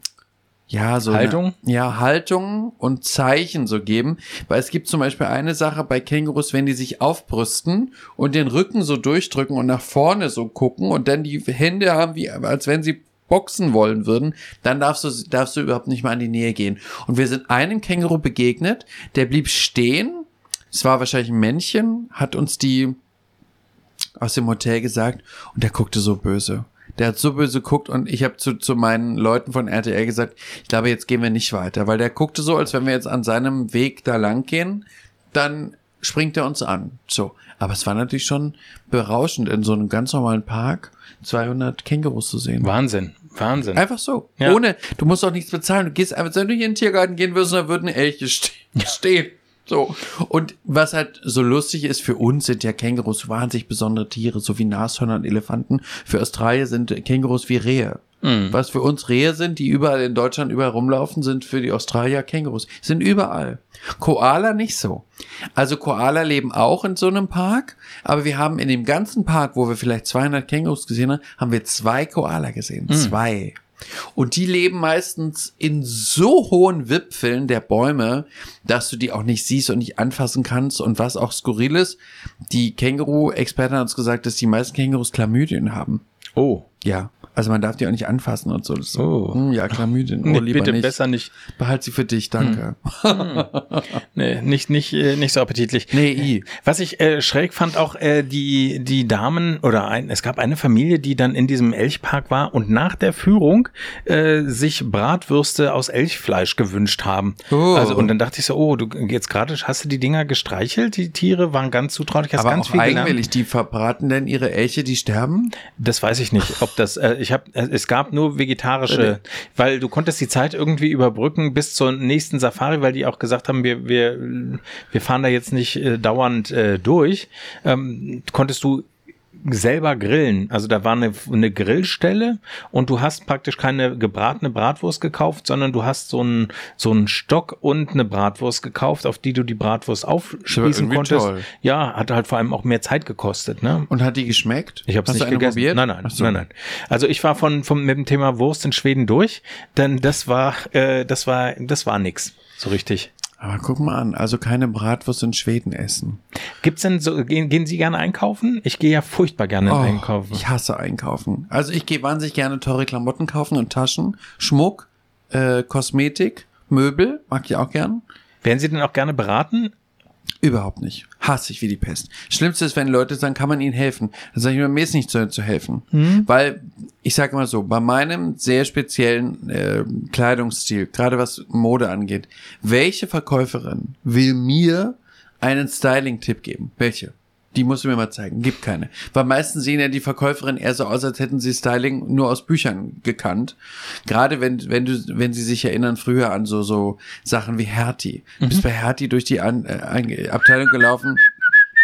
Speaker 2: ja, so
Speaker 3: Haltung?
Speaker 2: Eine, ja, Haltung und Zeichen so geben. Weil es gibt zum Beispiel eine Sache bei Kängurus, wenn die sich aufbrüsten und den Rücken so durchdrücken und nach vorne so gucken und dann die Hände haben, wie, als wenn sie boxen wollen würden, dann darfst du, darfst du überhaupt nicht mal in die Nähe gehen. Und wir sind einem Känguru begegnet, der blieb stehen. Es war wahrscheinlich ein Männchen, hat uns die aus dem Hotel gesagt und der guckte so böse. Der hat so böse geguckt und ich habe zu, zu meinen Leuten von RTL gesagt, ich glaube, jetzt gehen wir nicht weiter, weil der guckte so, als wenn wir jetzt an seinem Weg da lang gehen, dann springt er uns an. So. Aber es war natürlich schon berauschend, in so einem ganz normalen Park 200 Kängurus zu sehen.
Speaker 3: Wahnsinn, Wahnsinn.
Speaker 2: Einfach so.
Speaker 3: Ja.
Speaker 2: Ohne, du musst auch nichts bezahlen. Du gehst einfach, wenn du hier in den Tiergarten gehen würdest, da würden Elche ste stehen. So. Und was halt so lustig ist, für uns sind ja Kängurus wahnsinnig besondere Tiere, so wie Nashörner und Elefanten. Für Australier sind Kängurus wie Rehe.
Speaker 3: Mhm.
Speaker 2: Was für uns Rehe sind, die überall in Deutschland überall rumlaufen, sind für die Australier Kängurus. Sind überall. Koala nicht so. Also Koala leben auch in so einem Park, aber wir haben in dem ganzen Park, wo wir vielleicht 200 Kängurus gesehen haben, haben wir zwei Koala gesehen.
Speaker 3: Mhm.
Speaker 2: Zwei. Und die leben meistens in so hohen Wipfeln der Bäume, dass du die auch nicht siehst und nicht anfassen kannst. Und was auch skurril ist, die Känguru-Experten haben uns gesagt, dass die meisten Kängurus Chlamydien haben.
Speaker 3: Oh.
Speaker 2: Ja, also man darf die auch nicht anfassen und so. Das ist so,
Speaker 3: Oh.
Speaker 2: hm, ja, Chlamydien. Oh,
Speaker 3: Nee,
Speaker 2: lieber
Speaker 3: bitte
Speaker 2: nicht.
Speaker 3: besser Hm. nicht.
Speaker 2: Behalt sie für dich, danke.
Speaker 3: Nee, nicht, nicht, äh, nicht so appetitlich.
Speaker 2: Nee, i.
Speaker 3: Was ich äh, schräg fand, auch äh, die, die Damen oder ein, es gab eine Familie, die dann in diesem Elchpark war und nach der Führung äh, sich Bratwürste aus Elchfleisch gewünscht haben.
Speaker 2: Oh.
Speaker 3: Also und dann dachte ich so, oh, du jetzt gerade hast du die Dinger gestreichelt, die Tiere waren ganz zutraulich, hast
Speaker 2: Aber
Speaker 3: ganz
Speaker 2: auch
Speaker 3: viel gelernt.
Speaker 2: eigenwillig, die verbraten denn ihre Elche, die sterben?
Speaker 3: Das weiß ich nicht, ob das. Äh, ich habe, es gab nur
Speaker 2: Äh,
Speaker 3: vegetarische, weil du konntest die Zeit irgendwie überbrücken bis zur nächsten Safari, weil die auch gesagt haben, wir wir wir fahren da jetzt nicht äh, dauernd äh, durch. Ähm, konntest du selber grillen. Also da war eine, eine Grillstelle und du hast praktisch keine gebratene Bratwurst gekauft, sondern du hast so einen so einen Stock und eine Bratwurst gekauft, auf die du die Bratwurst aufspießen
Speaker 2: irgendwie
Speaker 3: konntest.
Speaker 2: toll.
Speaker 3: Ja, hat halt vor allem auch mehr Zeit gekostet, ne?
Speaker 2: Und hat die geschmeckt?
Speaker 3: Ich habe es
Speaker 2: Hast du
Speaker 3: nicht
Speaker 2: eine
Speaker 3: gegessen.
Speaker 2: Probiert?
Speaker 3: Nein, nein,
Speaker 2: Ach so.
Speaker 3: nein, nein. Also ich war von, von mit dem Thema Wurst in Schweden durch, denn das war, äh, das war, das war nix so richtig.
Speaker 2: Aber guck mal an, also keine Bratwurst in Schweden essen.
Speaker 3: Gibt's denn so? Gehen, gehen Sie gerne einkaufen? Ich gehe ja furchtbar gerne
Speaker 2: Oh,
Speaker 3: einkaufen.
Speaker 2: Ich hasse einkaufen. Also ich gehe wahnsinnig gerne teure Klamotten kaufen und Taschen, Schmuck, äh, Kosmetik, Möbel, mag ich auch gern.
Speaker 3: Werden Sie denn auch gerne beraten?
Speaker 2: Überhaupt nicht. Hasse ich wie die Pest. Schlimmste ist, wenn Leute sagen, kann man ihnen helfen. Dann sage ich mir, mir ist nicht zu, zu helfen. Weil, ich sage immer so, bei meinem sehr speziellen äh, Kleidungsstil, gerade was Mode angeht, welche Verkäuferin will mir einen Styling-Tipp geben? Welche? Die musst du mir mal zeigen. Gibt keine. Weil meistens sehen ja die Verkäuferin eher so aus, als hätten sie Styling nur aus Büchern gekannt. Gerade wenn, wenn du, wenn sie sich erinnern früher an so, so Sachen wie Hertie.
Speaker 3: Mhm.
Speaker 2: Du bist bei Hertie durch die an, äh, Ein- Abteilung gelaufen.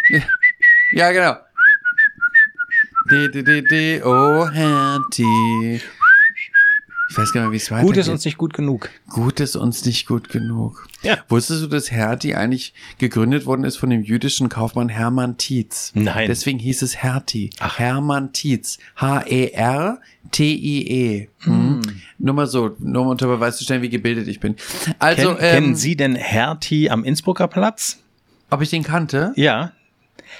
Speaker 2: Ja, genau. D, d, d, d, oh, Hertie. Ich weiß gar nicht, wie es weitergeht.
Speaker 3: Gut ist uns nicht gut genug.
Speaker 2: Gut ist uns nicht gut genug.
Speaker 3: Ja.
Speaker 2: Wusstest du, dass Hertie eigentlich gegründet worden ist von dem jüdischen Kaufmann Hermann Tietz?
Speaker 3: Nein.
Speaker 2: Deswegen hieß es Hertie.
Speaker 3: Ach.
Speaker 2: Hermann Tietz. H-E-R-T-I-E. Mhm. Nur mal so, nur mal unter Beweis zu stellen, wie gebildet ich bin. Also,
Speaker 3: Ken, kennen
Speaker 2: ähm,
Speaker 3: Sie denn Hertie am Innsbrucker Platz?
Speaker 2: ob ich den kannte?
Speaker 3: Ja,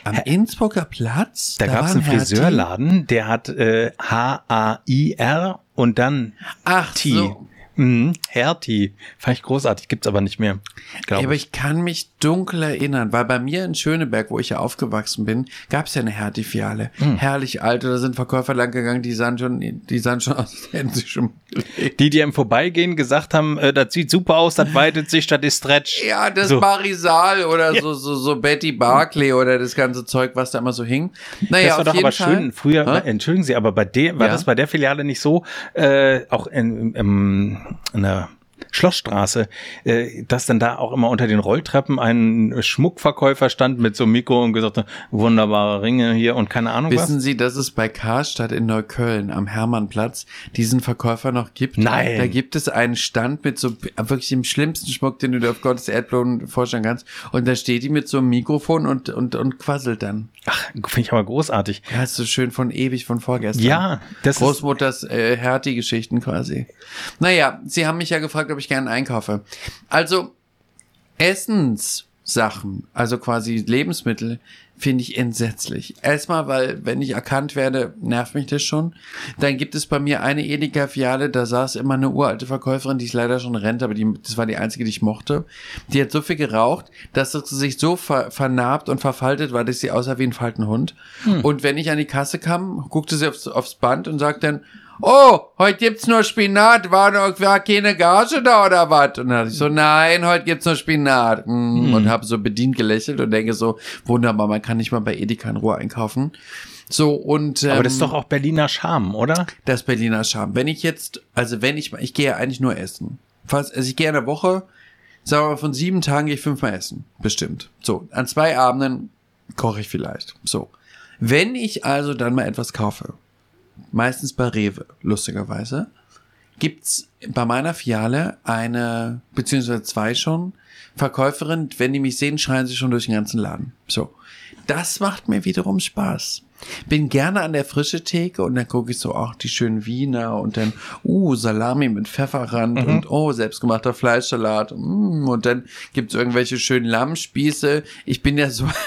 Speaker 2: Am Innsbrucker Platz?
Speaker 3: da, gab's
Speaker 2: war
Speaker 3: einen
Speaker 2: Hertie.
Speaker 3: Friseurladen, der hat äh, H-A-I-R und dann
Speaker 2: Ach,
Speaker 3: T.
Speaker 2: so.
Speaker 3: Mhm, Hertie. Fand ich großartig, gibt's aber nicht mehr.
Speaker 2: Ja,
Speaker 3: Glaub
Speaker 2: aber ich kann mich dunkel erinnern, weil bei mir in Schöneberg, wo ich ja aufgewachsen bin, gab es ja eine Hertie-Filiale.
Speaker 3: Hm.
Speaker 2: Herrlich alt, da sind Verkäufer lang gegangen, die sahen schon, die sahen schon aus, als hätten sie schon gelebt.
Speaker 3: Die, die im Vorbeigehen gesagt haben, äh, das sieht super aus, das weitet sich, das ist Stretch.
Speaker 2: Ja, das
Speaker 3: So.
Speaker 2: Marisal oder so, so, so Betty Barclay oder das ganze Zeug, was da immer so hing. Naja,
Speaker 3: Das war
Speaker 2: auf
Speaker 3: doch
Speaker 2: jeden
Speaker 3: aber
Speaker 2: Fall.
Speaker 3: schön. Früher,
Speaker 2: Hä?
Speaker 3: entschuldigen Sie, aber bei der, war
Speaker 2: Ja.
Speaker 3: das bei der Filiale nicht so, äh, auch in, in, in der Schlossstraße, äh, dass dann da auch immer unter den Rolltreppen ein Schmuckverkäufer stand mit so einem Mikro und gesagt hat, wunderbare Ringe hier und keine Ahnung
Speaker 2: Wissen Sie, dass es bei Karstadt in Neukölln am Hermannplatz diesen Verkäufer noch gibt?
Speaker 3: Nein.
Speaker 2: Da gibt es einen Stand mit so wirklich dem schlimmsten Schmuck, den du dir auf Gottes Erdboden vorstellen kannst. Und da steht die mit so einem Mikrofon und, und, und quasselt dann.
Speaker 3: was. Finde ich aber großartig.
Speaker 2: Ja, ist so schön von ewig, von vorgestern.
Speaker 3: Ja, das ist.
Speaker 2: Großmutters äh, Hertie-Geschichten quasi. Naja, Sie haben mich ja gefragt, ob ich gerne einkaufe. Also Essenssachen, also quasi Lebensmittel, finde ich entsetzlich. Erstmal, weil wenn ich erkannt werde, nervt mich das schon. Dann gibt es bei mir eine Edeka-Filiale, da saß immer eine uralte Verkäuferin, die ist leider schon in Rente, aber die, das war die einzige, die ich mochte. Die hat so viel geraucht, dass das Gesicht so ver vernarbt und verfaltet war, dass sie aussah wie ein Faltenhund. Und wenn ich an die Kasse kam, guckte sie aufs, aufs Band und sagte dann, Oh, heute gibt's nur Spinat, war noch war keine Gage da oder was? Und dann dachte ich
Speaker 3: Mhm.
Speaker 2: so, nein, heute gibt's nur Spinat. Mm, Und habe so bedient gelächelt und denke so, wunderbar, man kann nicht mal bei Edeka in Ruhe einkaufen. So und ähm,
Speaker 3: Aber das ist doch auch Berliner Charme, oder?
Speaker 2: das Berliner Charme. Wenn ich jetzt, also wenn ich, ich gehe ja eigentlich nur essen. Fast, also ich gehe in der Woche, sagen wir mal, von sieben Tagen gehe ich fünfmal essen. Bestimmt. So, an zwei Abenden koche ich vielleicht. So. Wenn ich also dann mal etwas kaufe, meistens bei Rewe, lustigerweise, gibt's bei meiner Filiale eine, beziehungsweise zwei schon, Verkäuferin, wenn die mich sehen, schreien sie schon durch den ganzen Laden. So. Das macht mir wiederum Spaß. Bin gerne an der frische Theke und dann gucke ich so, ach, die schönen Wiener und dann, uh, Salami mit Pfefferrand und oh, selbstgemachter Fleischsalat. Mm, und dann gibt's irgendwelche schönen Lammspieße. Ich bin ja so.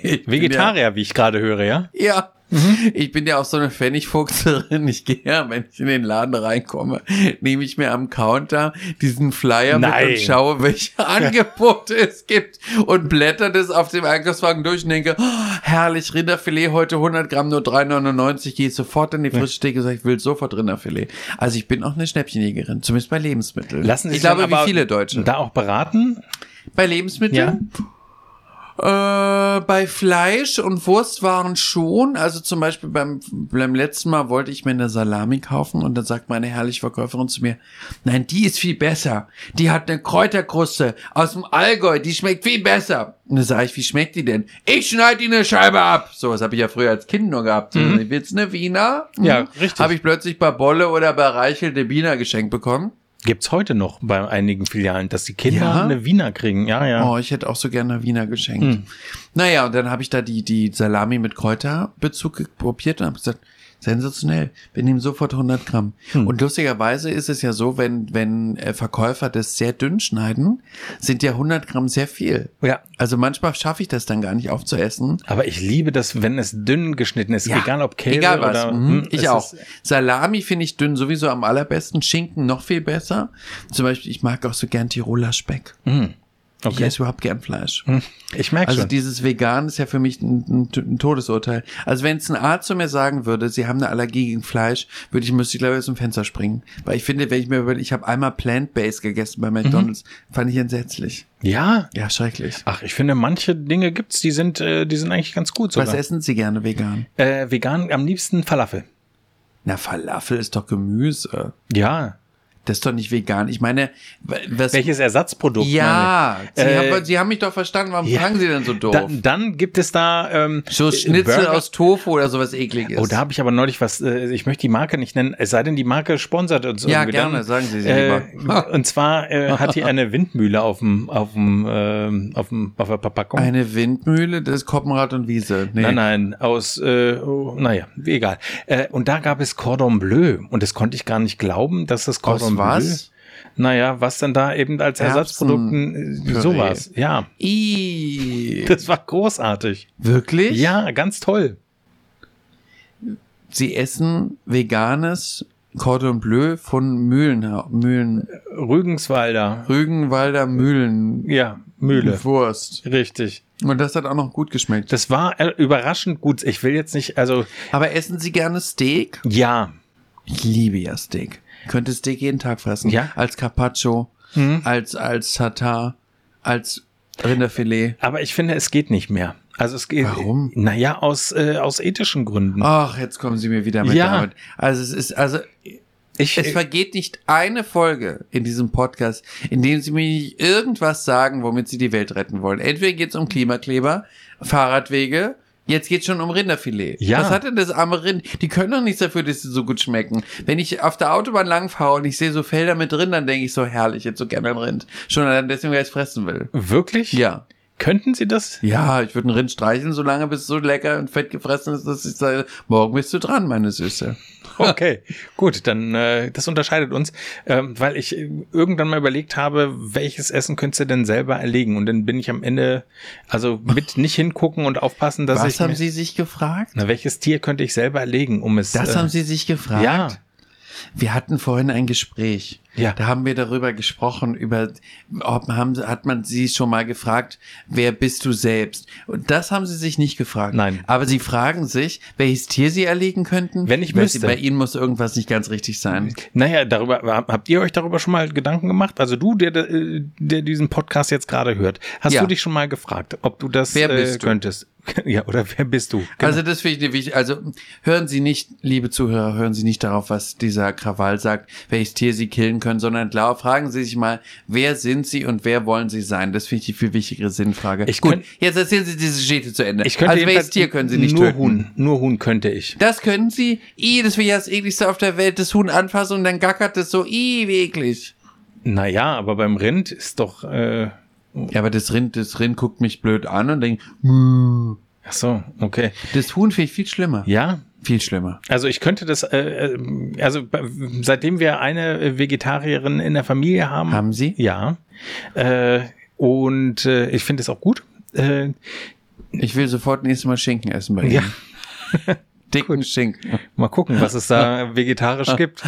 Speaker 2: Ich bin ja-
Speaker 3: Vegetarier, wie ich gerade höre, ja?
Speaker 2: ja.
Speaker 3: Mhm.
Speaker 2: Ich bin ja auch so eine Pfennigfuchserin. Ich gehe ja, wenn ich in den Laden reinkomme, nehme ich mir am Counter diesen Flyer
Speaker 3: Nein.
Speaker 2: mit und schaue, welche Angebote es gibt und blätter das auf dem Einkaufswagen durch und denke, oh, herrlich, Rinderfilet heute 100 Gramm nur 3,99. Gehe ich sofort in die frische Theke und sage, ich will sofort Rinderfilet. Also ich bin auch eine Schnäppchenjägerin, zumindest bei Lebensmitteln.
Speaker 3: Lassen Sie
Speaker 2: ich
Speaker 3: sich
Speaker 2: glaube,
Speaker 3: dann aber
Speaker 2: wie viele Deutsche.
Speaker 3: Da auch beraten?
Speaker 2: Bei Lebensmitteln? Äh, bei Fleisch und Wurstwaren schon. Also zum Beispiel beim, beim letzten Mal wollte ich mir eine Salami kaufen und dann sagt meine herrliche Verkäuferin zu mir, nein, die ist viel besser. Die hat eine Kräuterkruste aus dem Allgäu, die schmeckt viel besser. Und dann sage ich, wie schmeckt die denn? Ich schneide die eine Scheibe ab. So, das habe ich ja früher als Kind nur gehabt. So, Ich will jetzt eine Wiener.
Speaker 3: Mhm. Ja, richtig.
Speaker 2: Habe ich plötzlich bei Bolle oder bei Reichel eine Wiener geschenkt bekommen.
Speaker 3: Gibt's heute noch bei einigen Filialen, dass die Kinder
Speaker 2: Ja?
Speaker 3: eine Wiener kriegen. Ja, ja. Hm.
Speaker 2: Oh, ich hätte auch so gerne Wiener geschenkt. Naja, und dann habe ich da die, die Salami mit Kräuterbezug probiert und habe gesagt, sensationell, wir nehmen sofort 100 Gramm.
Speaker 3: Hm.
Speaker 2: Und lustigerweise ist es ja so, wenn, wenn äh, Verkäufer das sehr dünn schneiden, sind ja 100 Gramm sehr viel.
Speaker 3: Ja.
Speaker 2: Also manchmal schaffe ich das dann gar nicht aufzuessen.
Speaker 3: Aber ich liebe das, wenn es dünn geschnitten ist,
Speaker 2: Ja,
Speaker 3: egal ob Käse
Speaker 2: egal was.
Speaker 3: oder Hm,
Speaker 2: mhm,
Speaker 3: Es
Speaker 2: ich auch.
Speaker 3: Ist,
Speaker 2: Salami finde ich dünn sowieso am allerbesten, Schinken noch viel besser. Zum Beispiel, ich mag auch so gern Tiroler Speck. Ich
Speaker 3: Hm. okay. Hm.
Speaker 2: esse überhaupt gern Fleisch.
Speaker 3: Ich merke
Speaker 2: Also
Speaker 3: schon.
Speaker 2: dieses Vegan ist ja für mich ein, ein, ein Todesurteil. Also wenn es ein Arzt zu mir sagen würde, sie haben eine Allergie gegen Fleisch, würde ich müsste ich glaube ich aus dem Fenster springen, weil ich finde, wenn ich mir überlege, ich habe einmal Plant-based gegessen bei McDonald's, fand ich entsetzlich.
Speaker 3: Mhm. ja.
Speaker 2: Ja, schrecklich.
Speaker 3: Ach, ich finde, manche Dinge gibt's, die sind, äh, die sind eigentlich ganz gut
Speaker 2: Was
Speaker 3: sogar.
Speaker 2: essen Sie gerne vegan?
Speaker 3: Äh, vegan am liebsten Falafel.
Speaker 2: Na, Falafel ist doch Gemüse.
Speaker 3: Ja.
Speaker 2: Das ist doch nicht vegan. Ich meine, w- was
Speaker 3: Welches Ersatzprodukt?
Speaker 2: Ja,
Speaker 3: meine
Speaker 2: Sie,
Speaker 3: ich? Äh,
Speaker 2: haben, Sie haben mich doch verstanden, warum
Speaker 3: ja.
Speaker 2: fragen Sie denn so doof?
Speaker 3: Dann, dann gibt es da ähm,
Speaker 2: so
Speaker 3: äh,
Speaker 2: Schnitzel
Speaker 3: Burger.
Speaker 2: aus Tofu oder sowas ekliges.
Speaker 3: Oh, da habe ich aber neulich was, äh, ich möchte die Marke nicht nennen, es sei denn, die Marke sponsert uns
Speaker 2: Ja,
Speaker 3: irgendwie
Speaker 2: gerne,
Speaker 3: dann.
Speaker 2: sagen Sie sie lieber.
Speaker 3: äh, Und zwar äh, hat die eine Windmühle auf dem, auf dem, ähm, auf dem, auf der Verpackung.
Speaker 2: Eine Windmühle, das ist Koppenrad und Wiese. Nee.
Speaker 3: Nein, nein, aus, äh, oh, naja, egal. Äh, und da gab es Cordon Bleu und das konnte ich gar nicht glauben, dass das Cordon Bleu.
Speaker 2: was?
Speaker 3: Naja, was dann da eben als
Speaker 2: Erbsen-
Speaker 3: Ersatzprodukten äh,
Speaker 2: Püree. Äh.
Speaker 3: sowas. Ja,
Speaker 2: I.
Speaker 3: das war großartig.
Speaker 2: Wirklich?
Speaker 3: Ja, ganz toll.
Speaker 2: Sie essen veganes Cordon Bleu von Mühlenha Mühlen
Speaker 3: Rügenswalder.
Speaker 2: Rügenwalder Mühlen
Speaker 3: Ja, Mühle.
Speaker 2: Wurst.
Speaker 3: Richtig.
Speaker 2: Und das hat auch noch gut geschmeckt.
Speaker 3: Das war äh, überraschend gut. Ich will jetzt nicht, also
Speaker 2: Aber essen Sie gerne Steak?
Speaker 3: ja,
Speaker 2: Ich liebe ja Steak. Ich könnte Steak jeden Tag fressen.
Speaker 3: Ja. Mhm.
Speaker 2: Als Carpaccio, als als Tatar, als Rinderfilet.
Speaker 3: aber ich finde, es geht nicht mehr. Also es geht.
Speaker 2: Warum? Ah,
Speaker 3: Naja, aus, äh, aus ethischen Gründen.
Speaker 2: Ach, jetzt kommen Sie mir wieder mit
Speaker 3: Mhm. Ja.
Speaker 2: damit. Also es ist also
Speaker 3: ich,
Speaker 2: Es vergeht nicht eine Folge in diesem Podcast, in dem sie mir nicht irgendwas sagen, womit sie die Welt retten wollen. Entweder geht es um Klimakleber, Fahrradwege, jetzt geht es schon um Rinderfilet.
Speaker 3: Ja.
Speaker 2: Was hat denn das arme Rind? Die können doch nichts dafür, dass sie so gut schmecken. Wenn ich auf der Autobahn langfahre und ich sehe so Felder mit Rindern, denke ich so herrlich, jetzt so gerne ein Rind. Schon allein deswegen, weil ich es fressen will.
Speaker 3: wirklich?
Speaker 2: Ja.
Speaker 3: Könnten Sie das?
Speaker 2: Ja, ich würde einen Rind streicheln, solange bis es so lecker und fett gefressen ist, dass ich sage, morgen bist du dran, meine Süße.
Speaker 3: Okay, gut, dann äh, das unterscheidet uns, ähm, weil ich äh, irgendwann mal überlegt habe, welches Essen könntest du denn selber erlegen? Und dann bin ich am Ende, also mit nicht hingucken und aufpassen, dass ich.
Speaker 2: Was haben
Speaker 3: mir-
Speaker 2: Sie sich gefragt?
Speaker 3: na, welches Tier könnte ich selber erlegen, um es.
Speaker 2: Das
Speaker 3: äh,
Speaker 2: haben Sie sich gefragt?
Speaker 3: Ja.
Speaker 2: Wir hatten vorhin ein Gespräch.
Speaker 3: Ja.
Speaker 2: Da haben wir darüber gesprochen, über, ob haben, hat man Sie schon mal gefragt, wer bist du selbst? Und das haben Sie sich nicht gefragt.
Speaker 3: Nein.
Speaker 2: Aber Sie fragen sich, welches Tier Sie erlegen könnten?
Speaker 3: Wenn ich
Speaker 2: Weil
Speaker 3: müsste.
Speaker 2: Sie, bei Ihnen muss irgendwas nicht ganz richtig sein.
Speaker 3: Naja, darüber habt ihr euch darüber schon mal Gedanken gemacht? Also du, der, der diesen Podcast jetzt gerade hört, hast
Speaker 2: Ja.
Speaker 3: du dich schon mal gefragt, ob du das
Speaker 2: Wer
Speaker 3: äh,
Speaker 2: bist du?
Speaker 3: könntest? Ja, oder wer bist du? Genau.
Speaker 2: Also das finde ich wichtig. Also hören Sie nicht, liebe Zuhörer, hören Sie nicht darauf, was dieser Krawall sagt, welches Tier Sie killen können, sondern klar, fragen Sie sich mal, wer sind Sie und wer wollen Sie sein? Das finde ich die viel wichtigere Sinnfrage.
Speaker 3: Ich
Speaker 2: Gut,
Speaker 3: könnt-
Speaker 2: jetzt erzählen Sie diese Geschichte zu Ende.
Speaker 3: ich könnte
Speaker 2: also welches
Speaker 3: jedenfalls
Speaker 2: Tier können Sie nicht
Speaker 3: nur
Speaker 2: töten?
Speaker 3: Huhn, nur Huhn könnte ich.
Speaker 2: Das können Sie? I, das wäre ja das ekligste auf der Welt, das Huhn anfassen und dann gackert es so, i, wie eklig.
Speaker 3: Naja, aber beim Rind ist doch, äh,
Speaker 2: Ja, aber das Rind, das Rind guckt mich blöd an und denkt,
Speaker 3: ach so, okay.
Speaker 2: das Huhn finde ich viel schlimmer.
Speaker 3: Ja,
Speaker 2: Viel schlimmer.
Speaker 3: Also ich könnte das, äh, äh, also b- seitdem wir eine äh, Vegetarierin in der Familie haben.
Speaker 2: Haben Sie?
Speaker 3: Ja. Äh, und äh, ich finde es auch gut. Äh,
Speaker 2: Ich will sofort nächstes Mal Schinken essen bei Ihnen.
Speaker 3: ja,
Speaker 2: Dicken Schinken.
Speaker 3: mal gucken, was es da vegetarisch gibt.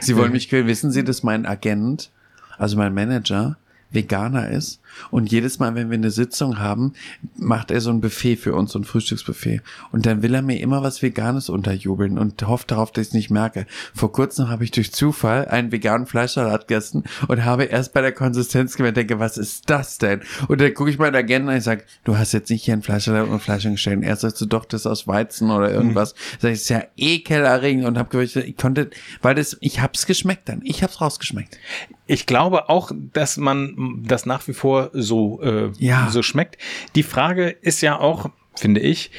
Speaker 2: Sie wollen mich quälen. Wissen Sie, dass mein Agent, also mein Manager, Veganer ist und jedes Mal, wenn wir eine Sitzung haben, macht er so ein Buffet für uns, so ein Frühstücksbuffet. Und dann will er mir immer was Veganes unterjubeln und hofft darauf, dass ich es nicht merke. Vor kurzem habe ich durch Zufall einen veganen Fleischsalat gegessen und habe erst bei der Konsistenz gemerkt, denke, was ist das denn? Und dann gucke ich meinen Agenten an und sage, du hast jetzt nicht hier einen Fleischsalat und Fleisch hingestellt. Und er sagt so, doch, das ist aus Weizen oder irgendwas.
Speaker 3: Mhm.
Speaker 2: Sag ich, das ist ja ekelerregend und habe gewürzt, ich konnte, weil das, ich hab's geschmeckt dann. Ich hab's rausgeschmeckt.
Speaker 3: Ich glaube auch, dass man das nach wie vor so, äh,
Speaker 2: Ja.
Speaker 3: so schmeckt. Die Frage ist ja auch, finde ich,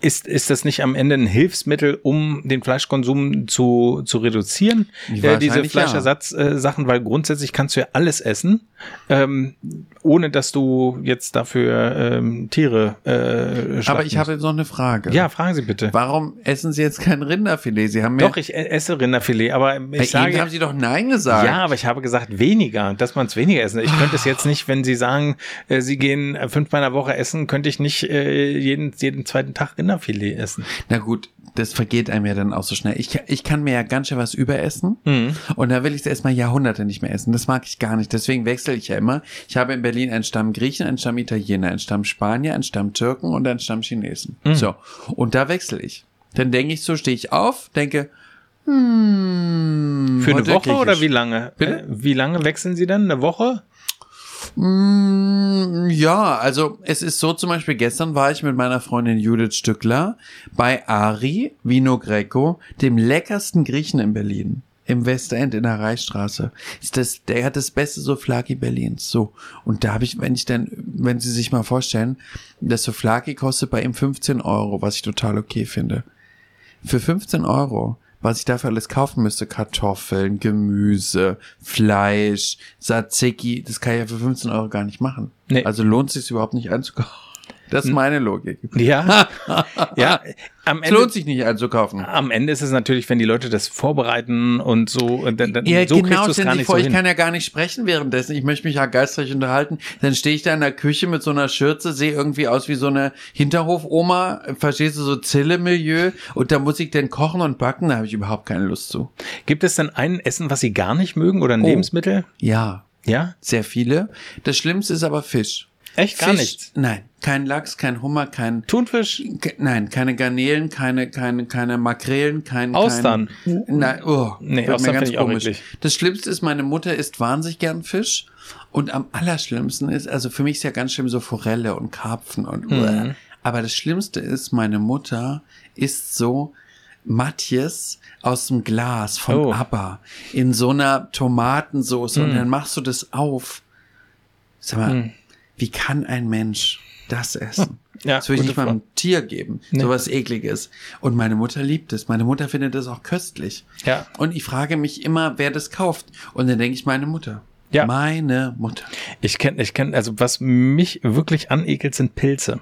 Speaker 3: ist, ist das nicht am Ende ein Hilfsmittel, um den Fleischkonsum zu, zu reduzieren? Äh,
Speaker 2: Wahrscheinlich
Speaker 3: diese
Speaker 2: ja.
Speaker 3: Fleischersatzsachen, äh, Sachen, weil grundsätzlich kannst du ja alles essen, ähm, ohne dass du jetzt dafür ähm, Tiere äh, schlachten
Speaker 2: Aber ich habe jetzt noch eine Frage.
Speaker 3: musst. Ja, fragen Sie bitte.
Speaker 2: Warum essen Sie jetzt kein Rinderfilet? Sie haben mir-
Speaker 3: Doch, ich e- esse Rinderfilet, aber ich
Speaker 2: Bei
Speaker 3: sage.
Speaker 2: Ihnen haben Sie doch Nein gesagt.
Speaker 3: Ja, aber ich habe gesagt weniger, dass man es weniger essen. Ich könnte es jetzt nicht, wenn Sie sagen, äh, Sie gehen äh, fünfmal in der Woche essen, könnte ich nicht äh, jeden, jeden zweiten Tag Rinderfilet essen.
Speaker 2: Na gut, das vergeht einem ja dann auch so schnell. Ich, ich kann mir ja ganz schön was überessen und da will ich es erstmal Jahrhunderte nicht mehr essen. Das mag ich gar nicht. Deswegen wechsle ich ja immer. Ich habe in Berlin einen Stamm Griechen, einen Stamm Italiener, einen Stamm Spanier, einen Stamm Türken und einen Stamm Chinesen.
Speaker 3: Mhm.
Speaker 2: So, und da wechsle ich. Dann denke ich so, stehe ich auf, denke, hm,
Speaker 3: Für eine
Speaker 2: heute
Speaker 3: Woche oder
Speaker 2: griechisch.
Speaker 3: wie lange?
Speaker 2: Bitte?
Speaker 3: Äh, wie lange wechseln Sie dann? Eine Woche?
Speaker 2: Mm, Ja, also es ist so zum Beispiel, gestern war ich mit meiner Freundin Judith Stückler bei Ari Vino Greco, dem leckersten Griechen in Berlin. Im Westend in der Reichstraße. Ist das, der hat das beste Souflaki Berlins. So. Und da habe ich, wenn ich dann, wenn Sie sich mal vorstellen, das Souflaki kostet bei ihm 15 Euro, was ich total okay finde für 15 Euro, was ich dafür alles kaufen müsste, Kartoffeln, Gemüse, Fleisch, Tzatziki, das kann ich ja für 15 Euro gar nicht machen.
Speaker 3: Nee.
Speaker 2: Also lohnt es sich überhaupt nicht einzukaufen. Das ist meine Logik.
Speaker 3: Ja. ja. Ah, Am
Speaker 2: Es
Speaker 3: Ende,
Speaker 2: lohnt sich nicht einzukaufen.
Speaker 3: am Ende ist es natürlich, wenn die Leute das vorbereiten und so, und dann, dann,
Speaker 2: Ja,
Speaker 3: so
Speaker 2: genau,
Speaker 3: kriegst du es
Speaker 2: stellen
Speaker 3: gar
Speaker 2: Sie
Speaker 3: nicht
Speaker 2: vor,
Speaker 3: so
Speaker 2: ich
Speaker 3: hin.
Speaker 2: kann ja gar nicht sprechen währenddessen. Ich möchte mich ja geistreich unterhalten. Dann stehe ich da in der Küche mit so einer Schürze, sehe irgendwie aus wie so eine Hinterhofoma, verstehst du, so Zille-Milieu. Und da muss ich dann kochen und backen, da habe ich überhaupt keine Lust zu.
Speaker 3: Gibt es denn ein Essen, was Sie gar nicht mögen oder ein
Speaker 2: Oh.
Speaker 3: Lebensmittel?
Speaker 2: Ja,
Speaker 3: Ja?
Speaker 2: sehr viele. Das Schlimmste ist aber Fisch.
Speaker 3: Echt gar
Speaker 2: Fisch,
Speaker 3: nichts?
Speaker 2: Nein, kein Lachs, kein Hummer, kein
Speaker 3: Thunfisch?
Speaker 2: ke- Nein, keine Garnelen, keine, keine, keine Makrelen, kein.
Speaker 3: Austern.
Speaker 2: Kein, nein, oh,
Speaker 3: Nee,
Speaker 2: wird mir
Speaker 3: Austern
Speaker 2: ganz
Speaker 3: find ich auch
Speaker 2: komisch.
Speaker 3: eklig.
Speaker 2: Das Schlimmste ist, meine Mutter isst wahnsinnig gern Fisch. Und am allerschlimmsten ist, also für mich ist ja ganz schlimm so Forelle und Karpfen und.
Speaker 3: Mhm.
Speaker 2: uah. Aber das Schlimmste ist, meine Mutter isst so Matjes aus dem Glas von
Speaker 3: Oh. Mhm.
Speaker 2: ABBA in so einer Tomatensauce und dann machst du das auf. Sag mal,
Speaker 3: Hm.
Speaker 2: wie kann ein Mensch das essen?
Speaker 3: Ja,
Speaker 2: das würde ich nicht
Speaker 3: gute
Speaker 2: mal einem Tier geben, sowas ekliges. Und meine Mutter liebt es. Meine Mutter findet das auch köstlich.
Speaker 3: Ja.
Speaker 2: Und ich frage mich immer, wer das kauft. Und dann denke ich, meine Mutter.
Speaker 3: Ja.
Speaker 2: Meine Mutter.
Speaker 3: Ich kenne, ich kenne, also was mich wirklich anekelt, sind Pilze.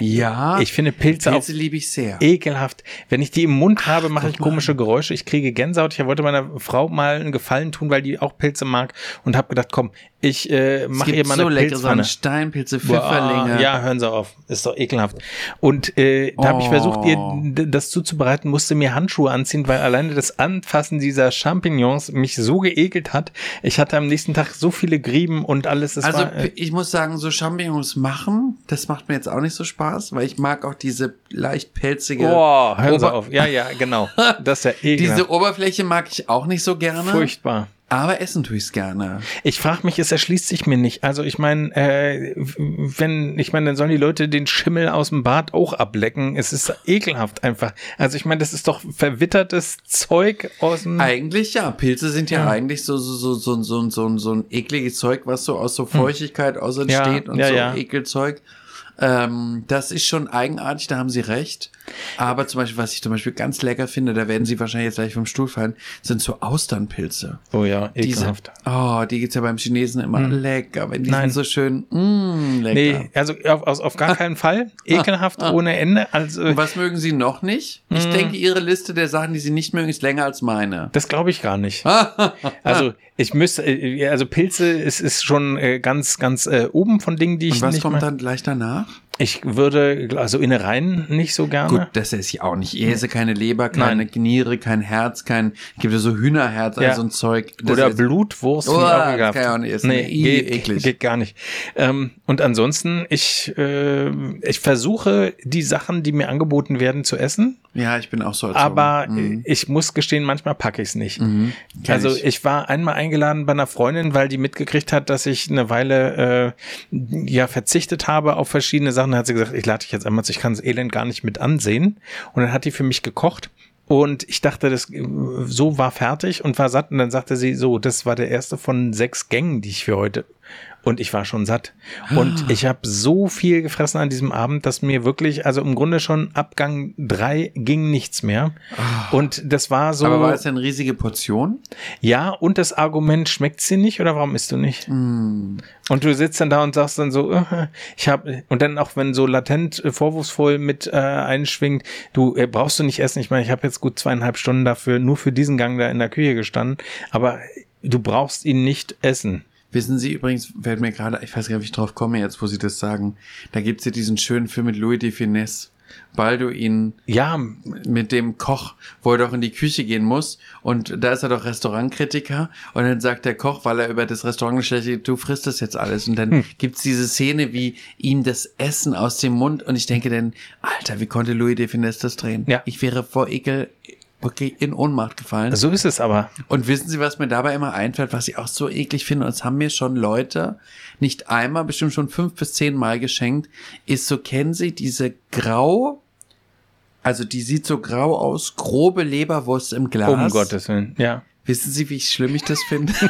Speaker 2: Ja.
Speaker 3: Ich finde Pilze,
Speaker 2: Ah. Pilze
Speaker 3: auch
Speaker 2: liebe ich sehr.
Speaker 3: ekelhaft. Wenn ich die im Mund habe, mache ich komische Geräusche. Ich kriege Gänsehaut. Ich wollte meiner Frau mal einen Gefallen tun, weil die auch Pilze mag und habe gedacht, komm, ich äh,
Speaker 2: Es
Speaker 3: mache ihr
Speaker 2: gibt
Speaker 3: mal
Speaker 2: so
Speaker 3: eine
Speaker 2: leckere Sachen.
Speaker 3: Pilzpfanne.
Speaker 2: Steinpilze,
Speaker 3: Boah,
Speaker 2: Pfifferlinge.
Speaker 3: Ja, hören Sie auf. Ist doch ekelhaft. Und äh, da habe ich versucht, ihr
Speaker 2: Oh.
Speaker 3: d- das zuzubereiten, musste mir Handschuhe anziehen, weil alleine das Anfassen dieser Champignons mich so geekelt hat. Ich hatte am nächsten Tag so viele Grieben und alles. Es
Speaker 2: Also
Speaker 3: war, äh,
Speaker 2: ich muss sagen, so Champignons machen, das macht mir jetzt auch nicht so Spaß, weil ich mag auch diese leicht pelzige.
Speaker 3: Oh, hören Sie
Speaker 2: Ober-
Speaker 3: auf. Ja, ja, genau. Das ist ja
Speaker 2: Diese
Speaker 3: ekelhaft.
Speaker 2: Oberfläche mag ich auch nicht so gerne.
Speaker 3: Furchtbar.
Speaker 2: Aber essen tue ich's gerne.
Speaker 3: Ich frage mich, es erschließt sich mir nicht. Also ich meine, äh, wenn, ich meine, dann sollen die Leute den Schimmel aus dem Bad auch ablecken. Es ist ekelhaft einfach. Also ich meine, das ist doch verwittertes Zeug aus dem.
Speaker 2: Eigentlich ja. Pilze sind ja,
Speaker 3: Hm. Ja.
Speaker 2: eigentlich so, so, so, so, so, so, so ein ekliges Zeug, was so aus so Feuchtigkeit aus entsteht und
Speaker 3: Hm. ja,
Speaker 2: so
Speaker 3: ja.
Speaker 2: Ekelzeug. Ähm, das ist schon eigenartig, da haben sie recht. Aber zum Beispiel, was ich zum Beispiel ganz lecker finde, da werden sie wahrscheinlich jetzt gleich vom Stuhl fallen, sind so Austernpilze.
Speaker 3: Oh ja,
Speaker 2: Diese,
Speaker 3: ekelhaft. Hm.
Speaker 2: oh, die gibt's ja beim Chinesen immer lecker, wenn die
Speaker 3: Nein.
Speaker 2: sind so schön, mm, lecker.
Speaker 3: Nee, also auf, aus- auf gar keinen Fall. Ekelhaft ohne Ende. Also
Speaker 2: Ah. Und was mögen Sie noch nicht? Ich
Speaker 3: Hm.
Speaker 2: denke, Ihre Liste der Sachen, die Sie nicht mögen, ist länger als meine.
Speaker 3: Das glaube ich gar nicht.
Speaker 2: Ah.
Speaker 3: also ich müsste, äh, also Pilze ist, ist schon äh, ganz, ganz äh, oben von Dingen, die ich
Speaker 2: Und was
Speaker 3: nicht
Speaker 2: kommt
Speaker 3: mag.
Speaker 2: dann gleich danach?
Speaker 3: Ich würde, also Innereien nicht so gerne.
Speaker 2: Gut, das esse ich auch nicht. Ich esse keine Leber, keine Niere, kein Herz, kein, gibt ja so Hühnerherz,
Speaker 3: Ja.
Speaker 2: also ein Zeug. Das
Speaker 3: Oder
Speaker 2: esse-
Speaker 3: Blutwurst. finde
Speaker 2: Oh,
Speaker 3: ich
Speaker 2: das
Speaker 3: ekelhaft.
Speaker 2: kann ich auch nicht essen.
Speaker 3: Nee,
Speaker 2: I,
Speaker 3: geht,
Speaker 2: eklig.
Speaker 3: geht gar nicht. Ähm, und ansonsten, ich, äh, ich versuche, die Sachen, die mir angeboten werden, zu essen.
Speaker 2: Ja, ich bin auch so. erzogen.
Speaker 3: Aber äh,
Speaker 2: Mhm.
Speaker 3: ich muss gestehen, manchmal packe ich es nicht.
Speaker 2: Kenn
Speaker 3: Also
Speaker 2: ich.
Speaker 3: ich war einmal eingeladen bei einer Freundin, weil die mitgekriegt hat, dass ich eine Weile äh, ja verzichtet habe auf verschiedene Sachen. Da hat sie gesagt, ich lade dich jetzt einmal zu, ich kann das Elend gar nicht mit ansehen. Und dann hat die für mich gekocht. Und ich dachte, das äh, so war fertig und war satt. Und dann sagte sie, so, das war der erste von sechs Gängen, die ich für heute. Und ich war schon satt.
Speaker 2: Ah.
Speaker 3: Und ich habe so viel gefressen an diesem Abend, dass mir wirklich, also im Grunde schon Abgang drei ging nichts mehr. Und das war so.
Speaker 2: Ah. Aber war das eine riesige Portion?
Speaker 3: Ja, und das Argument, schmeckt sie nicht oder warum isst du nicht?
Speaker 2: Mhm.
Speaker 3: Und du sitzt dann da und sagst dann so, äh, ich habe und dann auch wenn so latent äh, vorwurfsvoll mit äh, einschwingt, du äh, brauchst du nicht essen. Ich meine, ich habe jetzt gut zweieinhalb Stunden dafür nur für diesen Gang da in der Küche gestanden, aber du brauchst ihn nicht essen.
Speaker 2: Wissen Sie übrigens, fällt mir gerade, ich weiß gar nicht, wie ich drauf komme jetzt, wo Sie das sagen. Da gibt's ja diesen schönen Film mit Louis de Finesse. Balduin
Speaker 3: Ja,
Speaker 2: mit dem Koch, wo er doch in die Küche gehen muss. Und da ist er doch Restaurantkritiker. Und dann sagt der Koch, weil er über das Restaurant schlecht, du frisst das jetzt alles. Und dann gibt's diese Szene, wie ihm das Essen aus dem Mund. Und ich denke dann, Alter, wie konnte Louis de Finesse das drehen?
Speaker 3: Ja.
Speaker 2: Ich wäre vor Ekel wirklich in Ohnmacht gefallen.
Speaker 3: so ist es aber.
Speaker 2: Und wissen Sie, was mir dabei immer einfällt, was ich auch so eklig finde, und es haben mir schon Leute nicht einmal, bestimmt schon fünf bis zehn Mal geschenkt, ist so, kennen Sie diese grau, also die sieht so grau aus, grobe Leberwurst im Glas.
Speaker 3: Um Gottes Willen. Ja.
Speaker 2: Wissen Sie, wie schlimm ich das finde?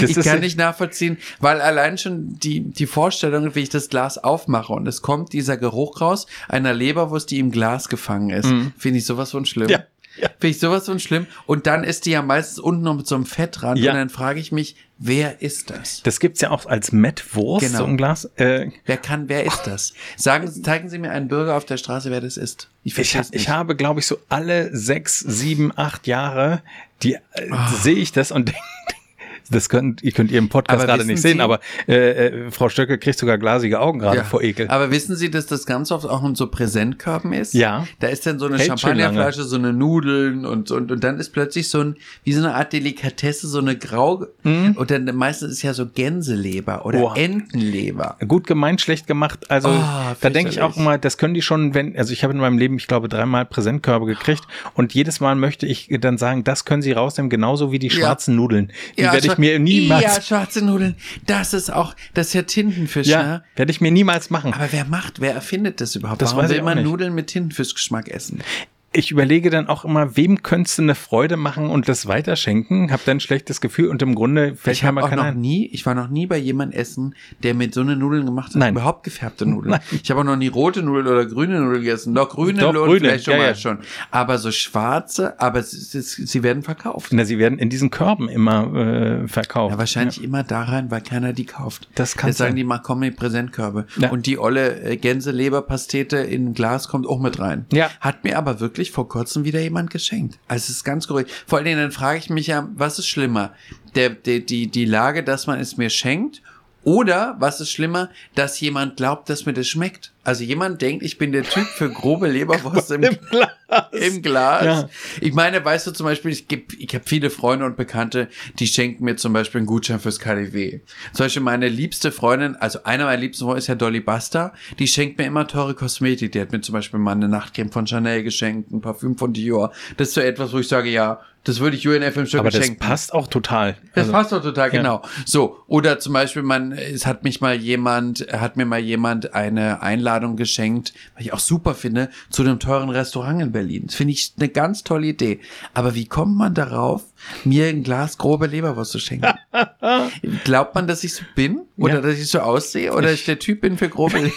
Speaker 3: Das
Speaker 2: ich kann nicht nachvollziehen, weil allein schon die, die Vorstellung, wie ich das Glas aufmache und es kommt dieser Geruch raus einer Leberwurst, die im Glas gefangen ist, finde ich sowas von schlimm.
Speaker 3: Mhm. Ja, ja.
Speaker 2: Finde ich sowas von schlimm. Und dann ist die ja meistens unten noch mit so einem Fett ran.
Speaker 3: Ja.
Speaker 2: Und dann frage ich mich, wer ist das?
Speaker 3: Das gibt's ja auch als Mettwurst
Speaker 2: Genau.
Speaker 3: so im Glas. Äh,
Speaker 2: Wer kann, wer ist das? Sagen, Sie- zeigen Sie mir einen Bürger auf der Straße, wer das ist. Ich
Speaker 3: Ich,
Speaker 2: verstehe
Speaker 3: ha-
Speaker 2: es nicht.
Speaker 3: ich habe, glaube ich, so alle sechs, sieben, acht Jahre, die äh,
Speaker 2: Ah.
Speaker 3: sehe ich das und denke, das könnt, ihr könnt ihr im Podcast
Speaker 2: Aber
Speaker 3: gerade
Speaker 2: wissen
Speaker 3: nicht sehen,
Speaker 2: Sie-
Speaker 3: aber äh, äh, Frau Stöcke kriegt sogar glasige Augen gerade
Speaker 2: Ja.
Speaker 3: vor Ekel.
Speaker 2: Aber wissen Sie, dass das ganz oft auch in so Präsentkörben ist?
Speaker 3: Ja.
Speaker 2: Da ist dann so eine
Speaker 3: Hält schon
Speaker 2: Champagnerflasche, so eine Nudeln und, und, und dann ist plötzlich so ein, wie so eine Art Delikatesse, so eine grau, und dann meistens ist ja so Gänseleber oder
Speaker 3: Mhm. Boah.
Speaker 2: Entenleber.
Speaker 3: Gut gemeint, schlecht gemacht. Also
Speaker 2: Ah,
Speaker 3: da denke ich auch
Speaker 2: fürchterlich.
Speaker 3: immer, das können die schon, wenn, also ich habe in meinem Leben, ich glaube, dreimal Präsentkörbe gekriegt und jedes Mal möchte ich dann sagen, das können sie rausnehmen, genauso wie die
Speaker 2: Ja. also
Speaker 3: schwarzen Nudeln. Die werde ich
Speaker 2: schwa-
Speaker 3: mir
Speaker 2: Ja,
Speaker 3: niemals,
Speaker 2: schwarze Nudeln. Das ist auch, das ist ja Tintenfisch,
Speaker 3: ja,
Speaker 2: ne?
Speaker 3: werde ich mir niemals machen.
Speaker 2: Aber wer macht, wer erfindet das überhaupt?
Speaker 3: Das
Speaker 2: Warum
Speaker 3: weiß ich
Speaker 2: will
Speaker 3: auch
Speaker 2: man
Speaker 3: nicht.
Speaker 2: Nudeln mit Tintenfischgeschmack essen?
Speaker 3: ich überlege dann auch immer, wem könntest du eine Freude machen und das weiterschenken? Hab dann ein schlechtes Gefühl und im Grunde fällt
Speaker 2: Ich
Speaker 3: mir
Speaker 2: habe
Speaker 3: mal
Speaker 2: auch noch
Speaker 3: keiner ein.
Speaker 2: nie, ich war noch nie bei jemandem essen, der mit so eine Nudeln gemacht hat.
Speaker 3: Nein.
Speaker 2: Überhaupt gefärbte Nudeln.
Speaker 3: Nein.
Speaker 2: Ich habe auch noch nie rote Nudeln oder grüne Nudeln gegessen. Doch grüne
Speaker 3: Doch,
Speaker 2: Nudeln
Speaker 3: grüne,
Speaker 2: vielleicht schon
Speaker 3: ja,
Speaker 2: mal
Speaker 3: ja.
Speaker 2: schon. Aber so schwarze, aber es, ist- es, sie werden verkauft.
Speaker 3: Na, sie werden in diesen Körben immer äh, verkauft.
Speaker 2: Ja, wahrscheinlich immer da rein, weil keiner die kauft.
Speaker 3: Das kann
Speaker 2: Jetzt sagen
Speaker 3: sein.
Speaker 2: die mal, komm in die Präsentkörbe.
Speaker 3: Ja.
Speaker 2: Und die olle äh, Gänseleberpastete in Glas kommt auch mit rein.
Speaker 3: Ja.
Speaker 2: Hat mir aber wirklich vor kurzem wieder jemand geschenkt. Also es ist ganz korrekt. Vor allen Dingen, dann frage ich mich ja, was ist schlimmer? Der, der, die, die Lage, dass man es mir schenkt? Oder, was ist schlimmer, dass jemand glaubt, dass mir das schmeckt? Also jemand denkt, ich bin der Typ für grobe Leberwurst im, im Glas.
Speaker 3: Ja.
Speaker 2: Ich meine, weißt du zum Beispiel, ich, geb- ich habe viele Freunde und Bekannte, die schenken mir zum Beispiel einen Gutschein fürs KDW. Zum Beispiel meine liebste Freundin, also einer meiner liebsten Freunde ist ja Dolly Buster, die schenkt mir immer teure Kosmetik. Die hat mir zum Beispiel mal eine Nachtcreme von Chanel geschenkt, ein Parfüm von Dior. Das ist so etwas, wo ich sage, ja, das würde ich UNFM schon
Speaker 3: Aber das
Speaker 2: geschenkt.
Speaker 3: passt auch total.
Speaker 2: Das
Speaker 3: Also-
Speaker 2: passt doch total
Speaker 3: ja.
Speaker 2: genau. So, oder zum Beispiel, man, es hat mich mal jemand, hat mir mal jemand eine Einladung geschenkt, was ich auch super finde, zu einem teuren Restaurant in Berlin. Das finde ich eine ganz tolle Idee. Aber wie kommt man darauf, mir ein Glas grobe Leberwurst zu schenken? Glaubt man, dass ich so bin? Oder
Speaker 3: Ja.
Speaker 2: dass ich so aussehe? Oder dass ich der Typ bin für grobe, Le-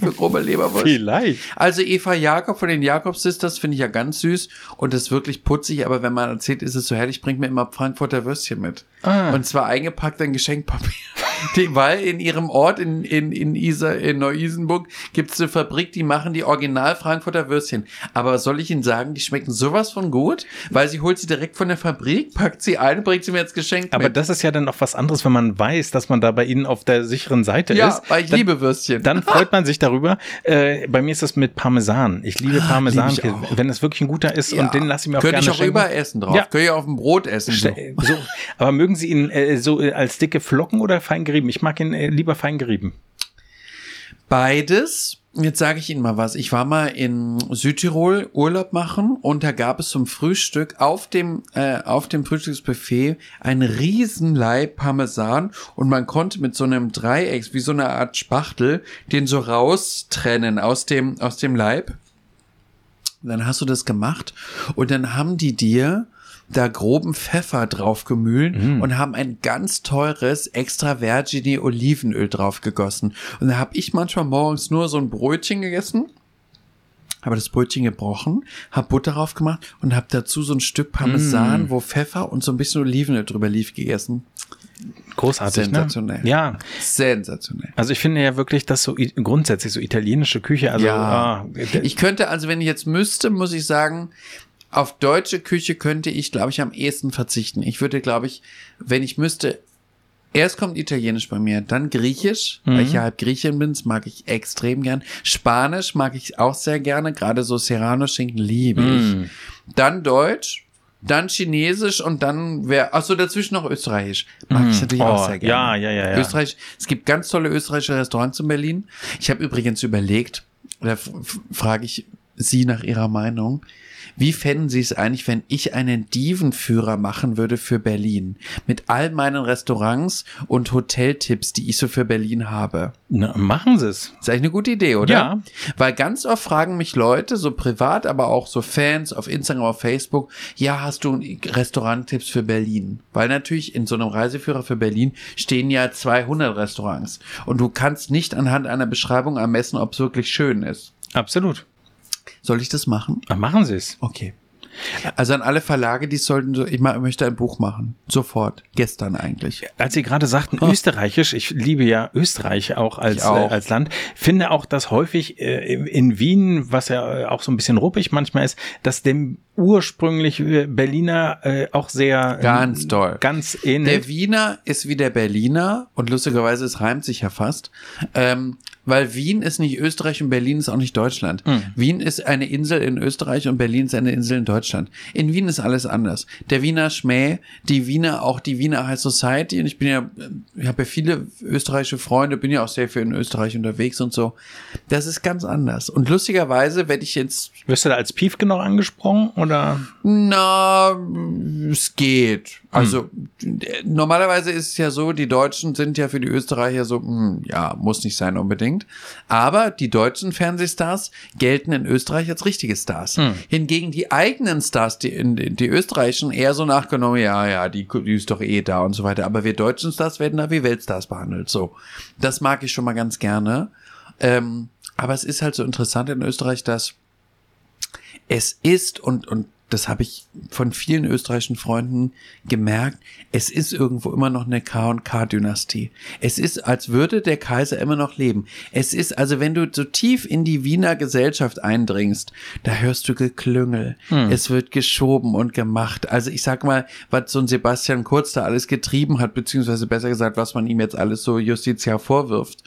Speaker 2: für grobe Leberwurst?
Speaker 3: Vielleicht.
Speaker 2: Also Eva Jakob von den Jakob Sisters finde ich ja ganz süß und das ist wirklich putzig, aber wenn man erzählt, ist es so herrlich, bringt mir immer Frankfurter Würstchen mit.
Speaker 3: Ah.
Speaker 2: Und zwar eingepackt in Geschenkpapier. Die, weil in ihrem Ort in, in, in, Isar, in Neu-Isenburg gibt es eine Fabrik, die machen die original Frankfurter Würstchen. Aber was soll ich Ihnen sagen, die schmecken sowas von gut, weil sie holt sie direkt von der Fabrik, packt sie ein, bringt sie mir als Geschenk
Speaker 3: Aber
Speaker 2: mit.
Speaker 3: das ist ja dann auch was anderes, wenn man weiß, dass man da bei Ihnen auf der sicheren Seite
Speaker 2: ja,
Speaker 3: ist.
Speaker 2: weil ich
Speaker 3: dann,
Speaker 2: liebe Würstchen.
Speaker 3: Dann freut man sich darüber. Äh, bei mir ist das mit Parmesan. Ich liebe Parmesan,
Speaker 2: Ah, lieb ich auch.
Speaker 3: wenn es wirklich ein guter ist
Speaker 2: Ja.
Speaker 3: und den lasse ich mir auch
Speaker 2: Könnte
Speaker 3: gerne
Speaker 2: ich auch
Speaker 3: schenken.
Speaker 2: überessen drauf.
Speaker 3: Ja.
Speaker 2: Könnte ich auf dem Brot essen. So.
Speaker 3: Ste- äh, So, aber mögen Sie ihn äh, so äh, als dicke Flocken oder fein gerieben? Ich mag ihn äh, lieber fein gerieben.
Speaker 2: Beides. Jetzt sage ich Ihnen mal was. Ich war mal in Südtirol Urlaub machen und da gab es zum Frühstück auf dem äh, auf dem Frühstücksbuffet einen Riesenleib Parmesan und man konnte mit so einem Dreieck wie so einer Art Spachtel den so raustrennen aus dem aus dem Leib. Und dann hast du das gemacht und dann haben die dir da groben Pfeffer drauf gemühlt und haben ein ganz teures extra vergine Olivenöl drauf gegossen. Und da habe ich manchmal morgens nur so ein Brötchen gegessen, habe das Brötchen gebrochen, habe Butter drauf gemacht und habe dazu so ein Stück Parmesan, wo Pfeffer und so ein bisschen Olivenöl drüber lief gegessen.
Speaker 3: Großartig,
Speaker 2: Sensationell.
Speaker 3: Ne? Ja,
Speaker 2: Sensationell.
Speaker 3: also ich finde ja wirklich, dass so i- grundsätzlich so italienische Küche, also
Speaker 2: Ja.
Speaker 3: ah,
Speaker 2: Ich könnte also, wenn ich jetzt müsste, muss ich sagen, auf deutsche Küche könnte ich, glaube ich, am ehesten verzichten. Ich würde, glaube ich, wenn ich müsste, erst kommt Italienisch bei mir, dann Griechisch, weil
Speaker 3: Mhm.
Speaker 2: ich ja halb Griechin bin, das mag ich extrem gern. Spanisch mag ich auch sehr gerne, gerade so Serrano-Schinken liebe
Speaker 3: Mm.
Speaker 2: ich. Dann Deutsch, dann Chinesisch und dann wäre, achso, dazwischen noch Österreichisch. Mag ich natürlich auch
Speaker 3: Oh,
Speaker 2: sehr gerne.
Speaker 3: ja, ja, ja, ja.
Speaker 2: Österreich, es gibt ganz tolle österreichische Restaurants in Berlin. Ich habe übrigens überlegt, da f- f- frage ich Sie nach Ihrer Meinung, wie fänden Sie es eigentlich, wenn ich einen Divenführer machen würde für Berlin? Mit all meinen Restaurants und Hoteltipps, die ich so für Berlin habe.
Speaker 3: na, machen Sie es.
Speaker 2: Ist eigentlich eine gute Idee, oder?
Speaker 3: Ja.
Speaker 2: Weil ganz oft fragen mich Leute, so privat, aber auch so Fans auf Instagram, auf Facebook, ja, hast du Restauranttipps für Berlin? Weil natürlich in so einem Reiseführer für Berlin stehen ja 200 Restaurants. Und du kannst nicht anhand einer Beschreibung ermessen, ob es wirklich schön ist.
Speaker 3: Absolut.
Speaker 2: Soll ich das machen?
Speaker 3: Ah, Machen Sie es.
Speaker 2: Okay. Also an alle Verlage, die sollten so, ich ma- möchte ein Buch machen. Sofort. Gestern eigentlich.
Speaker 3: Als Sie gerade sagten, österreichisch, ich liebe ja Österreich auch
Speaker 2: Hm.
Speaker 3: als,
Speaker 2: Ich auch.
Speaker 3: Äh, als Land, finde auch, dass häufig äh, in Wien, was ja äh, auch so ein bisschen ruppig manchmal ist, dass dem ursprünglich äh, Berliner äh, auch sehr äh,
Speaker 2: Ganz toll.
Speaker 3: ganz
Speaker 2: Der
Speaker 3: ähnlich.
Speaker 2: Wiener ist wie der Berliner und lustigerweise, es reimt sich ja fast, ähm, weil Wien ist nicht Österreich und Berlin ist auch nicht Deutschland. Wien ist eine Insel in Österreich und Berlin ist eine Insel in Deutschland. In Wien ist alles anders. Der Wiener Schmäh, die Wiener, auch die Wiener High Society und ich bin ja, ich habe ja viele österreichische Freunde, bin ja auch sehr viel in Österreich unterwegs und so. Das ist ganz anders. Und lustigerweise werde ich jetzt
Speaker 3: Wirst du da als Piefke noch angesprochen oder?
Speaker 2: na, es geht. Also d- normalerweise ist es ja so, die Deutschen sind ja für die Österreicher so, hm, ja, muss nicht sein unbedingt. Aber die deutschen Fernsehstars gelten in Österreich als richtige Stars. Hingegen die eigenen Stars, die, in, die österreichischen, eher so nachgenommen, ja, ja, die, die ist doch eh da und so weiter. Aber wir deutschen Stars werden da wie Weltstars behandelt. So, das mag ich schon mal ganz gerne. Ähm, aber es ist halt so interessant in Österreich, dass es ist und und das habe ich von vielen österreichischen Freunden gemerkt. Es ist irgendwo immer noch eine K&K-Dynastie. Es ist, als würde der Kaiser immer noch leben. Es ist, also wenn du so tief in die Wiener Gesellschaft eindringst, da hörst du Geklüngel. Es wird geschoben und gemacht. Also ich sag mal, was so ein Sebastian Kurz da alles getrieben hat, beziehungsweise besser gesagt, was man ihm jetzt alles so justiziar vorwirft.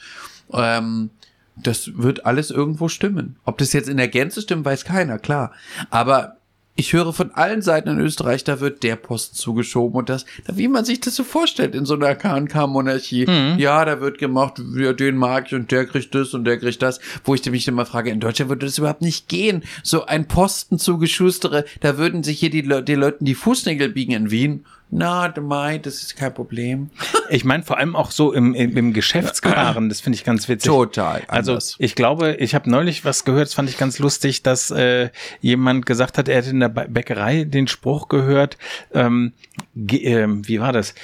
Speaker 2: Ähm, das wird alles irgendwo stimmen. Ob das jetzt in der Gänze stimmt, weiß keiner, klar. Aber ich höre von allen Seiten in Österreich, da wird der Posten zugeschoben und das, wie man sich das so vorstellt in so einer KNK-Monarchie. Ja, da wird gemacht, ja, den mag ich und der kriegt das und der kriegt das. Wo ich mich immer frage, in Deutschland würde das überhaupt nicht gehen. So ein Posten zugeschustere, da würden sich hier die, Le die Leuten die Fußnägel biegen in Wien. Na, Mai, das ist kein Problem.
Speaker 3: Ich meine vor allem auch so im, im, im Geschäftsgebaren, das finde ich ganz witzig.
Speaker 2: Total
Speaker 3: Also
Speaker 2: anders.
Speaker 3: ich glaube, ich habe neulich was gehört, das fand ich ganz lustig, dass äh, jemand gesagt hat, er hätte in der Bä- Bäckerei den Spruch gehört, ähm, ge ähm, wie war das?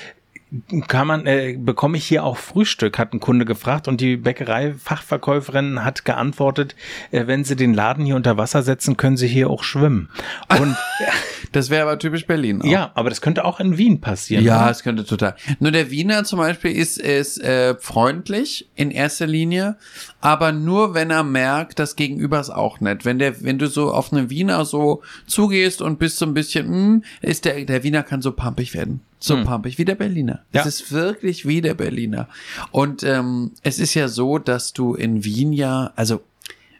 Speaker 3: Kann man, äh, bekomme ich hier auch Frühstück, hat ein Kunde gefragt und die Bäckerei-Fachverkäuferin hat geantwortet, äh, wenn sie den Laden hier unter Wasser setzen, können sie hier auch schwimmen. Und
Speaker 2: Das wäre aber typisch Berlin. Auch.
Speaker 3: ja, aber das könnte auch in Wien passieren.
Speaker 2: Oh. Ja,
Speaker 3: oder?
Speaker 2: es könnte total. Nur der Wiener zum Beispiel ist, ist äh, freundlich in erster Linie, aber nur wenn er merkt, das Gegenüber ist auch nett. Wenn der, wenn du so auf einen Wiener so zugehst und bist so ein bisschen, mm, ist der, der Wiener kann so pumpig werden. So pumpig wie der Berliner.
Speaker 3: Hm. Ja.
Speaker 2: Es ist wirklich wie der Berliner. Und ähm, es ist ja so, dass du in Wien ja, also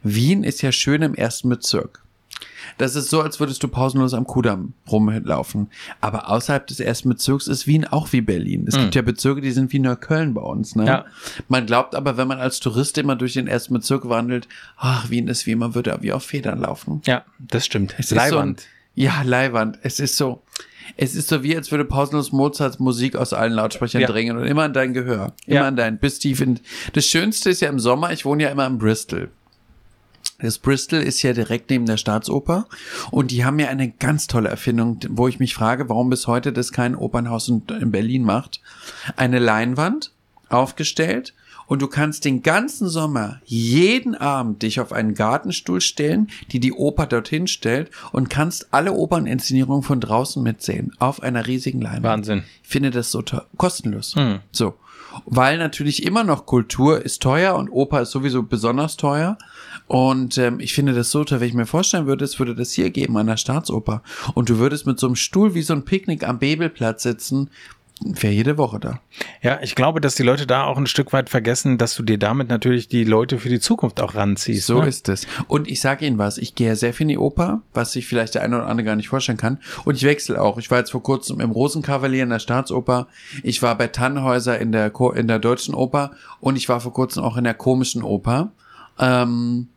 Speaker 2: Wien ist ja schön im ersten Bezirk. Das ist so, als würdest du pausenlos am Kudamm rumlaufen. Aber außerhalb des ersten Bezirks ist Wien auch wie Berlin. Es gibt ja Bezirke, die sind wie Neukölln bei uns. Ne?
Speaker 3: Hm. Ja.
Speaker 2: Man glaubt aber, wenn man als Tourist immer durch den ersten Bezirk wandelt, ach, Wien ist wie, man würde wie auf Federn laufen.
Speaker 3: ja, das stimmt.
Speaker 2: Es ist So ein, ja, Leiwand. Es ist so. Es ist so wie, als würde pausenlos Mozarts Musik aus allen Lautsprechern
Speaker 3: Ja.
Speaker 2: dringen und immer an dein Gehör. Immer
Speaker 3: Ja.
Speaker 2: an dein, bis tief in. Das Schönste ist ja im Sommer, ich wohne ja immer in Bristol. Das Bristol ist ja direkt neben der Staatsoper und die haben ja eine ganz tolle Erfindung, wo ich mich frage, warum bis heute das kein Opernhaus in, in Berlin macht. Eine Leinwand aufgestellt und du kannst den ganzen Sommer jeden Abend dich auf einen Gartenstuhl stellen, die die Oper dorthin stellt und kannst alle Operninszenierungen von draußen mitsehen auf einer riesigen Leinwand.
Speaker 3: Wahnsinn.
Speaker 2: Ich finde das so to- kostenlos. So. Weil natürlich immer noch Kultur ist teuer und Oper ist sowieso besonders teuer. Und ähm, ich finde das so toll, wenn ich mir vorstellen würde, es würde das hier geben an der Staatsoper. Und du würdest mit so einem Stuhl wie so ein Picknick am Bebelplatz sitzen. Wäre jede Woche da.
Speaker 3: Ja, ich glaube, dass die Leute da auch ein Stück weit vergessen, dass du dir damit natürlich die Leute für die Zukunft auch ranziehst.
Speaker 2: So
Speaker 3: ne?
Speaker 2: ist es. Und ich sage Ihnen was, ich gehe ja sehr viel in die Oper, was sich vielleicht der eine oder andere gar nicht vorstellen kann. Und ich wechsle auch. Ich war jetzt vor kurzem im Rosenkavalier in der Staatsoper. Ich war bei Tannhäuser in der, Ko- in der Deutschen Oper. Und ich war vor kurzem auch in der Komischen Oper. Ähm,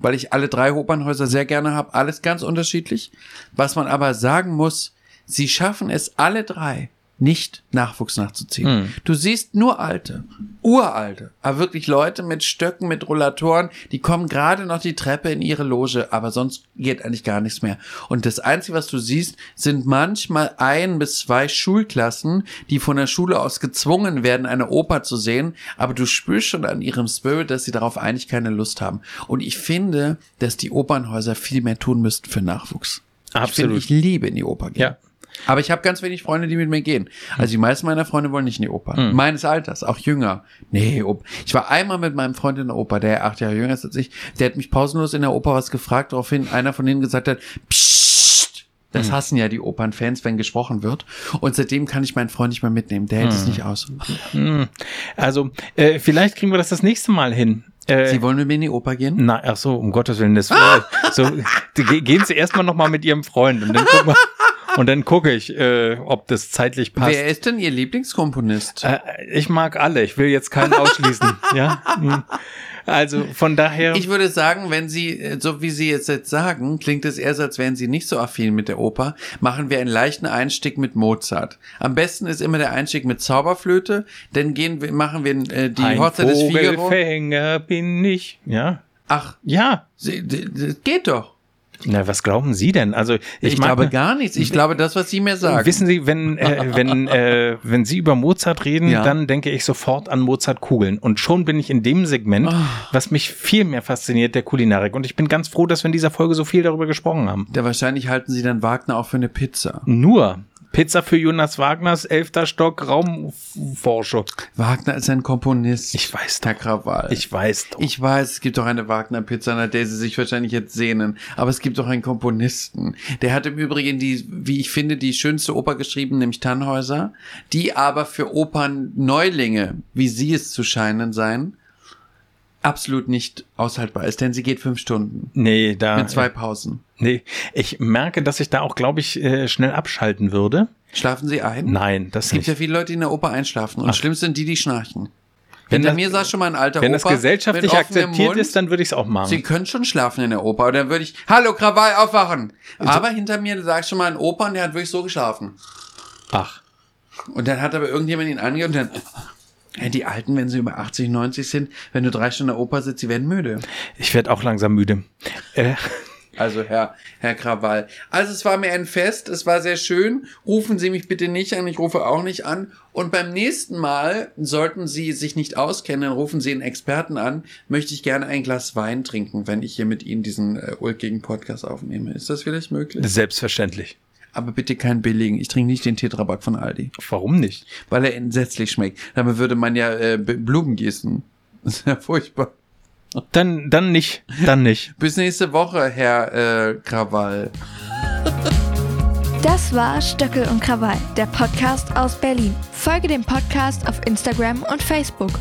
Speaker 2: weil ich alle drei Opernhäuser sehr gerne habe. Alles ganz unterschiedlich. Was man aber sagen muss, sie schaffen es alle drei nicht Nachwuchs nachzuziehen.
Speaker 3: Mhm.
Speaker 2: Du siehst nur alte, uralte, aber wirklich Leute mit Stöcken, mit Rollatoren, die kommen gerade noch die Treppe in ihre Loge, aber sonst geht eigentlich gar nichts mehr. Und das Einzige, was du siehst, sind manchmal ein bis zwei Schulklassen, die von der Schule aus gezwungen werden, eine Oper zu sehen, aber du spürst schon an ihrem Spirit, dass sie darauf eigentlich keine Lust haben. Und ich finde, dass die Opernhäuser viel mehr tun müssten für Nachwuchs.
Speaker 3: Absolut.
Speaker 2: Ich, finde, ich liebe in die Oper gehen.
Speaker 3: Ja.
Speaker 2: Aber ich habe ganz wenig Freunde, die mit mir gehen. Also die meisten meiner Freunde wollen nicht in die Oper.
Speaker 3: Hm.
Speaker 2: Meines Alters, auch jünger. Nee, Op ich war einmal mit meinem Freund in der Oper, der acht Jahre jünger ist als ich. Der hat mich pausenlos in der Oper was gefragt, woraufhin einer von denen gesagt hat, Psst! Das
Speaker 3: Hm.
Speaker 2: hassen ja die Opernfans, wenn gesprochen wird. Und seitdem kann ich meinen Freund nicht mehr mitnehmen. Der hält es
Speaker 3: Hm.
Speaker 2: nicht aus.
Speaker 3: Also, äh, vielleicht kriegen wir das das nächste Mal hin. Äh,
Speaker 2: Sie wollen mit mir in die Oper gehen?
Speaker 3: na, ach so, um Gottes Willen, das so, die ge- gehen Sie erstmal nochmal mit Ihrem Freund und dann guck mal, und dann gucke ich, äh, ob das zeitlich passt.
Speaker 2: Wer ist denn Ihr Lieblingskomponist?
Speaker 3: äh, ich mag alle, ich will jetzt keinen ausschließen, ja. Hm. Also von daher,
Speaker 2: Ich würde sagen, wenn Sie, äh, so wie Sie jetzt, jetzt sagen, klingt es eher so, als wären Sie nicht so affin mit der Oper, machen wir einen leichten Einstieg mit Mozart. Am besten ist immer der Einstieg mit Zauberflöte, dann gehen wir, machen wir äh, die
Speaker 3: ein
Speaker 2: Hochzeit des Figaro.
Speaker 3: Vogelfänger bin ich, ja.
Speaker 2: Ach,
Speaker 3: Ja,
Speaker 2: Sie, d- d- geht doch.
Speaker 3: Na, was glauben Sie denn? Also ich,
Speaker 2: Ich,
Speaker 3: mag-
Speaker 2: glaube gar nichts. Ich glaube das, was Sie mir sagen.
Speaker 3: Wissen Sie, wenn äh, wenn äh, wenn Sie über Mozart reden,
Speaker 2: Ja.
Speaker 3: dann denke ich sofort an Mozartkugeln und schon bin ich in dem Segment,
Speaker 2: Ah.
Speaker 3: was mich viel mehr fasziniert der Kulinarik und ich bin ganz froh, dass wir in dieser Folge so viel darüber gesprochen haben.
Speaker 2: ja, wahrscheinlich halten Sie dann Wagner auch für eine Pizza.
Speaker 3: Nur Pizza für Jonas Wagners, elfter Stock, Raumforscher.
Speaker 2: Wagner ist ein Komponist.
Speaker 3: Ich weiß
Speaker 2: Herr
Speaker 3: doch.
Speaker 2: Krawall.
Speaker 3: Ich weiß doch.
Speaker 2: Ich weiß, es gibt auch eine Wagner-Pizza, nach der sie sich wahrscheinlich jetzt sehnen. Aber es gibt auch einen Komponisten. Der hat im Übrigen die, wie ich finde, die schönste Oper geschrieben, nämlich Tannhäuser, die aber für Opern Neulinge, wie sie es zu scheinen sein, absolut nicht aushaltbar ist, denn sie geht fünf Stunden
Speaker 3: Nee, da. äh,
Speaker 2: mit zwei Pausen.
Speaker 3: Nee, ich merke, dass ich da auch, glaube ich, äh, schnell abschalten würde.
Speaker 2: Schlafen sie ein?
Speaker 3: Nein, das
Speaker 2: Es gibt
Speaker 3: nicht.
Speaker 2: ja viele Leute, die in der Oper einschlafen und schlimm sind die, die schnarchen.
Speaker 3: Wenn
Speaker 2: Hinter
Speaker 3: das-
Speaker 2: mir saß schon mal ein alter
Speaker 3: Wenn das
Speaker 2: Opa
Speaker 3: gesellschaftlich
Speaker 2: mit offenem
Speaker 3: akzeptiert
Speaker 2: Mund.
Speaker 3: ist, dann würde ich es auch machen.
Speaker 2: Sie können schon schlafen in der Oper, aber dann würde ich, hallo Krawall, aufwachen. Aber hinter mir saß schon mal ein Opa und der hat wirklich so geschlafen.
Speaker 3: Ach.
Speaker 2: Und dann hat aber irgendjemand ihn angehört und dann, Ey, die Alten, wenn sie über 80, 90 sind, wenn du drei Stunden in der Oper sitzt, sie werden müde.
Speaker 3: Ich werde auch langsam müde. Äh,
Speaker 2: Also Herr, Herr Krawall. Also es war mir ein Fest, es war sehr schön. Rufen Sie mich bitte nicht an, ich rufe auch nicht an. Und beim nächsten Mal, sollten Sie sich nicht auskennen, dann rufen Sie einen Experten an, möchte ich gerne ein Glas Wein trinken, wenn ich hier mit Ihnen diesen äh, ulkigen Podcast aufnehme. Ist das vielleicht möglich?
Speaker 3: selbstverständlich.
Speaker 2: Aber bitte keinen billigen. Ich trinke nicht den Tetraback von Aldi,
Speaker 3: Warum nicht?
Speaker 2: weil er entsetzlich schmeckt. Damit würde man ja äh, B- Blumen gießen. Das ist ja furchtbar.
Speaker 3: Dann, dann nicht. Dann nicht.
Speaker 2: Bis nächste Woche, Herr äh, Krawall.
Speaker 1: Das war Stöckel und Krawall, der Podcast aus Berlin. Folge dem Podcast auf Instagram und Facebook.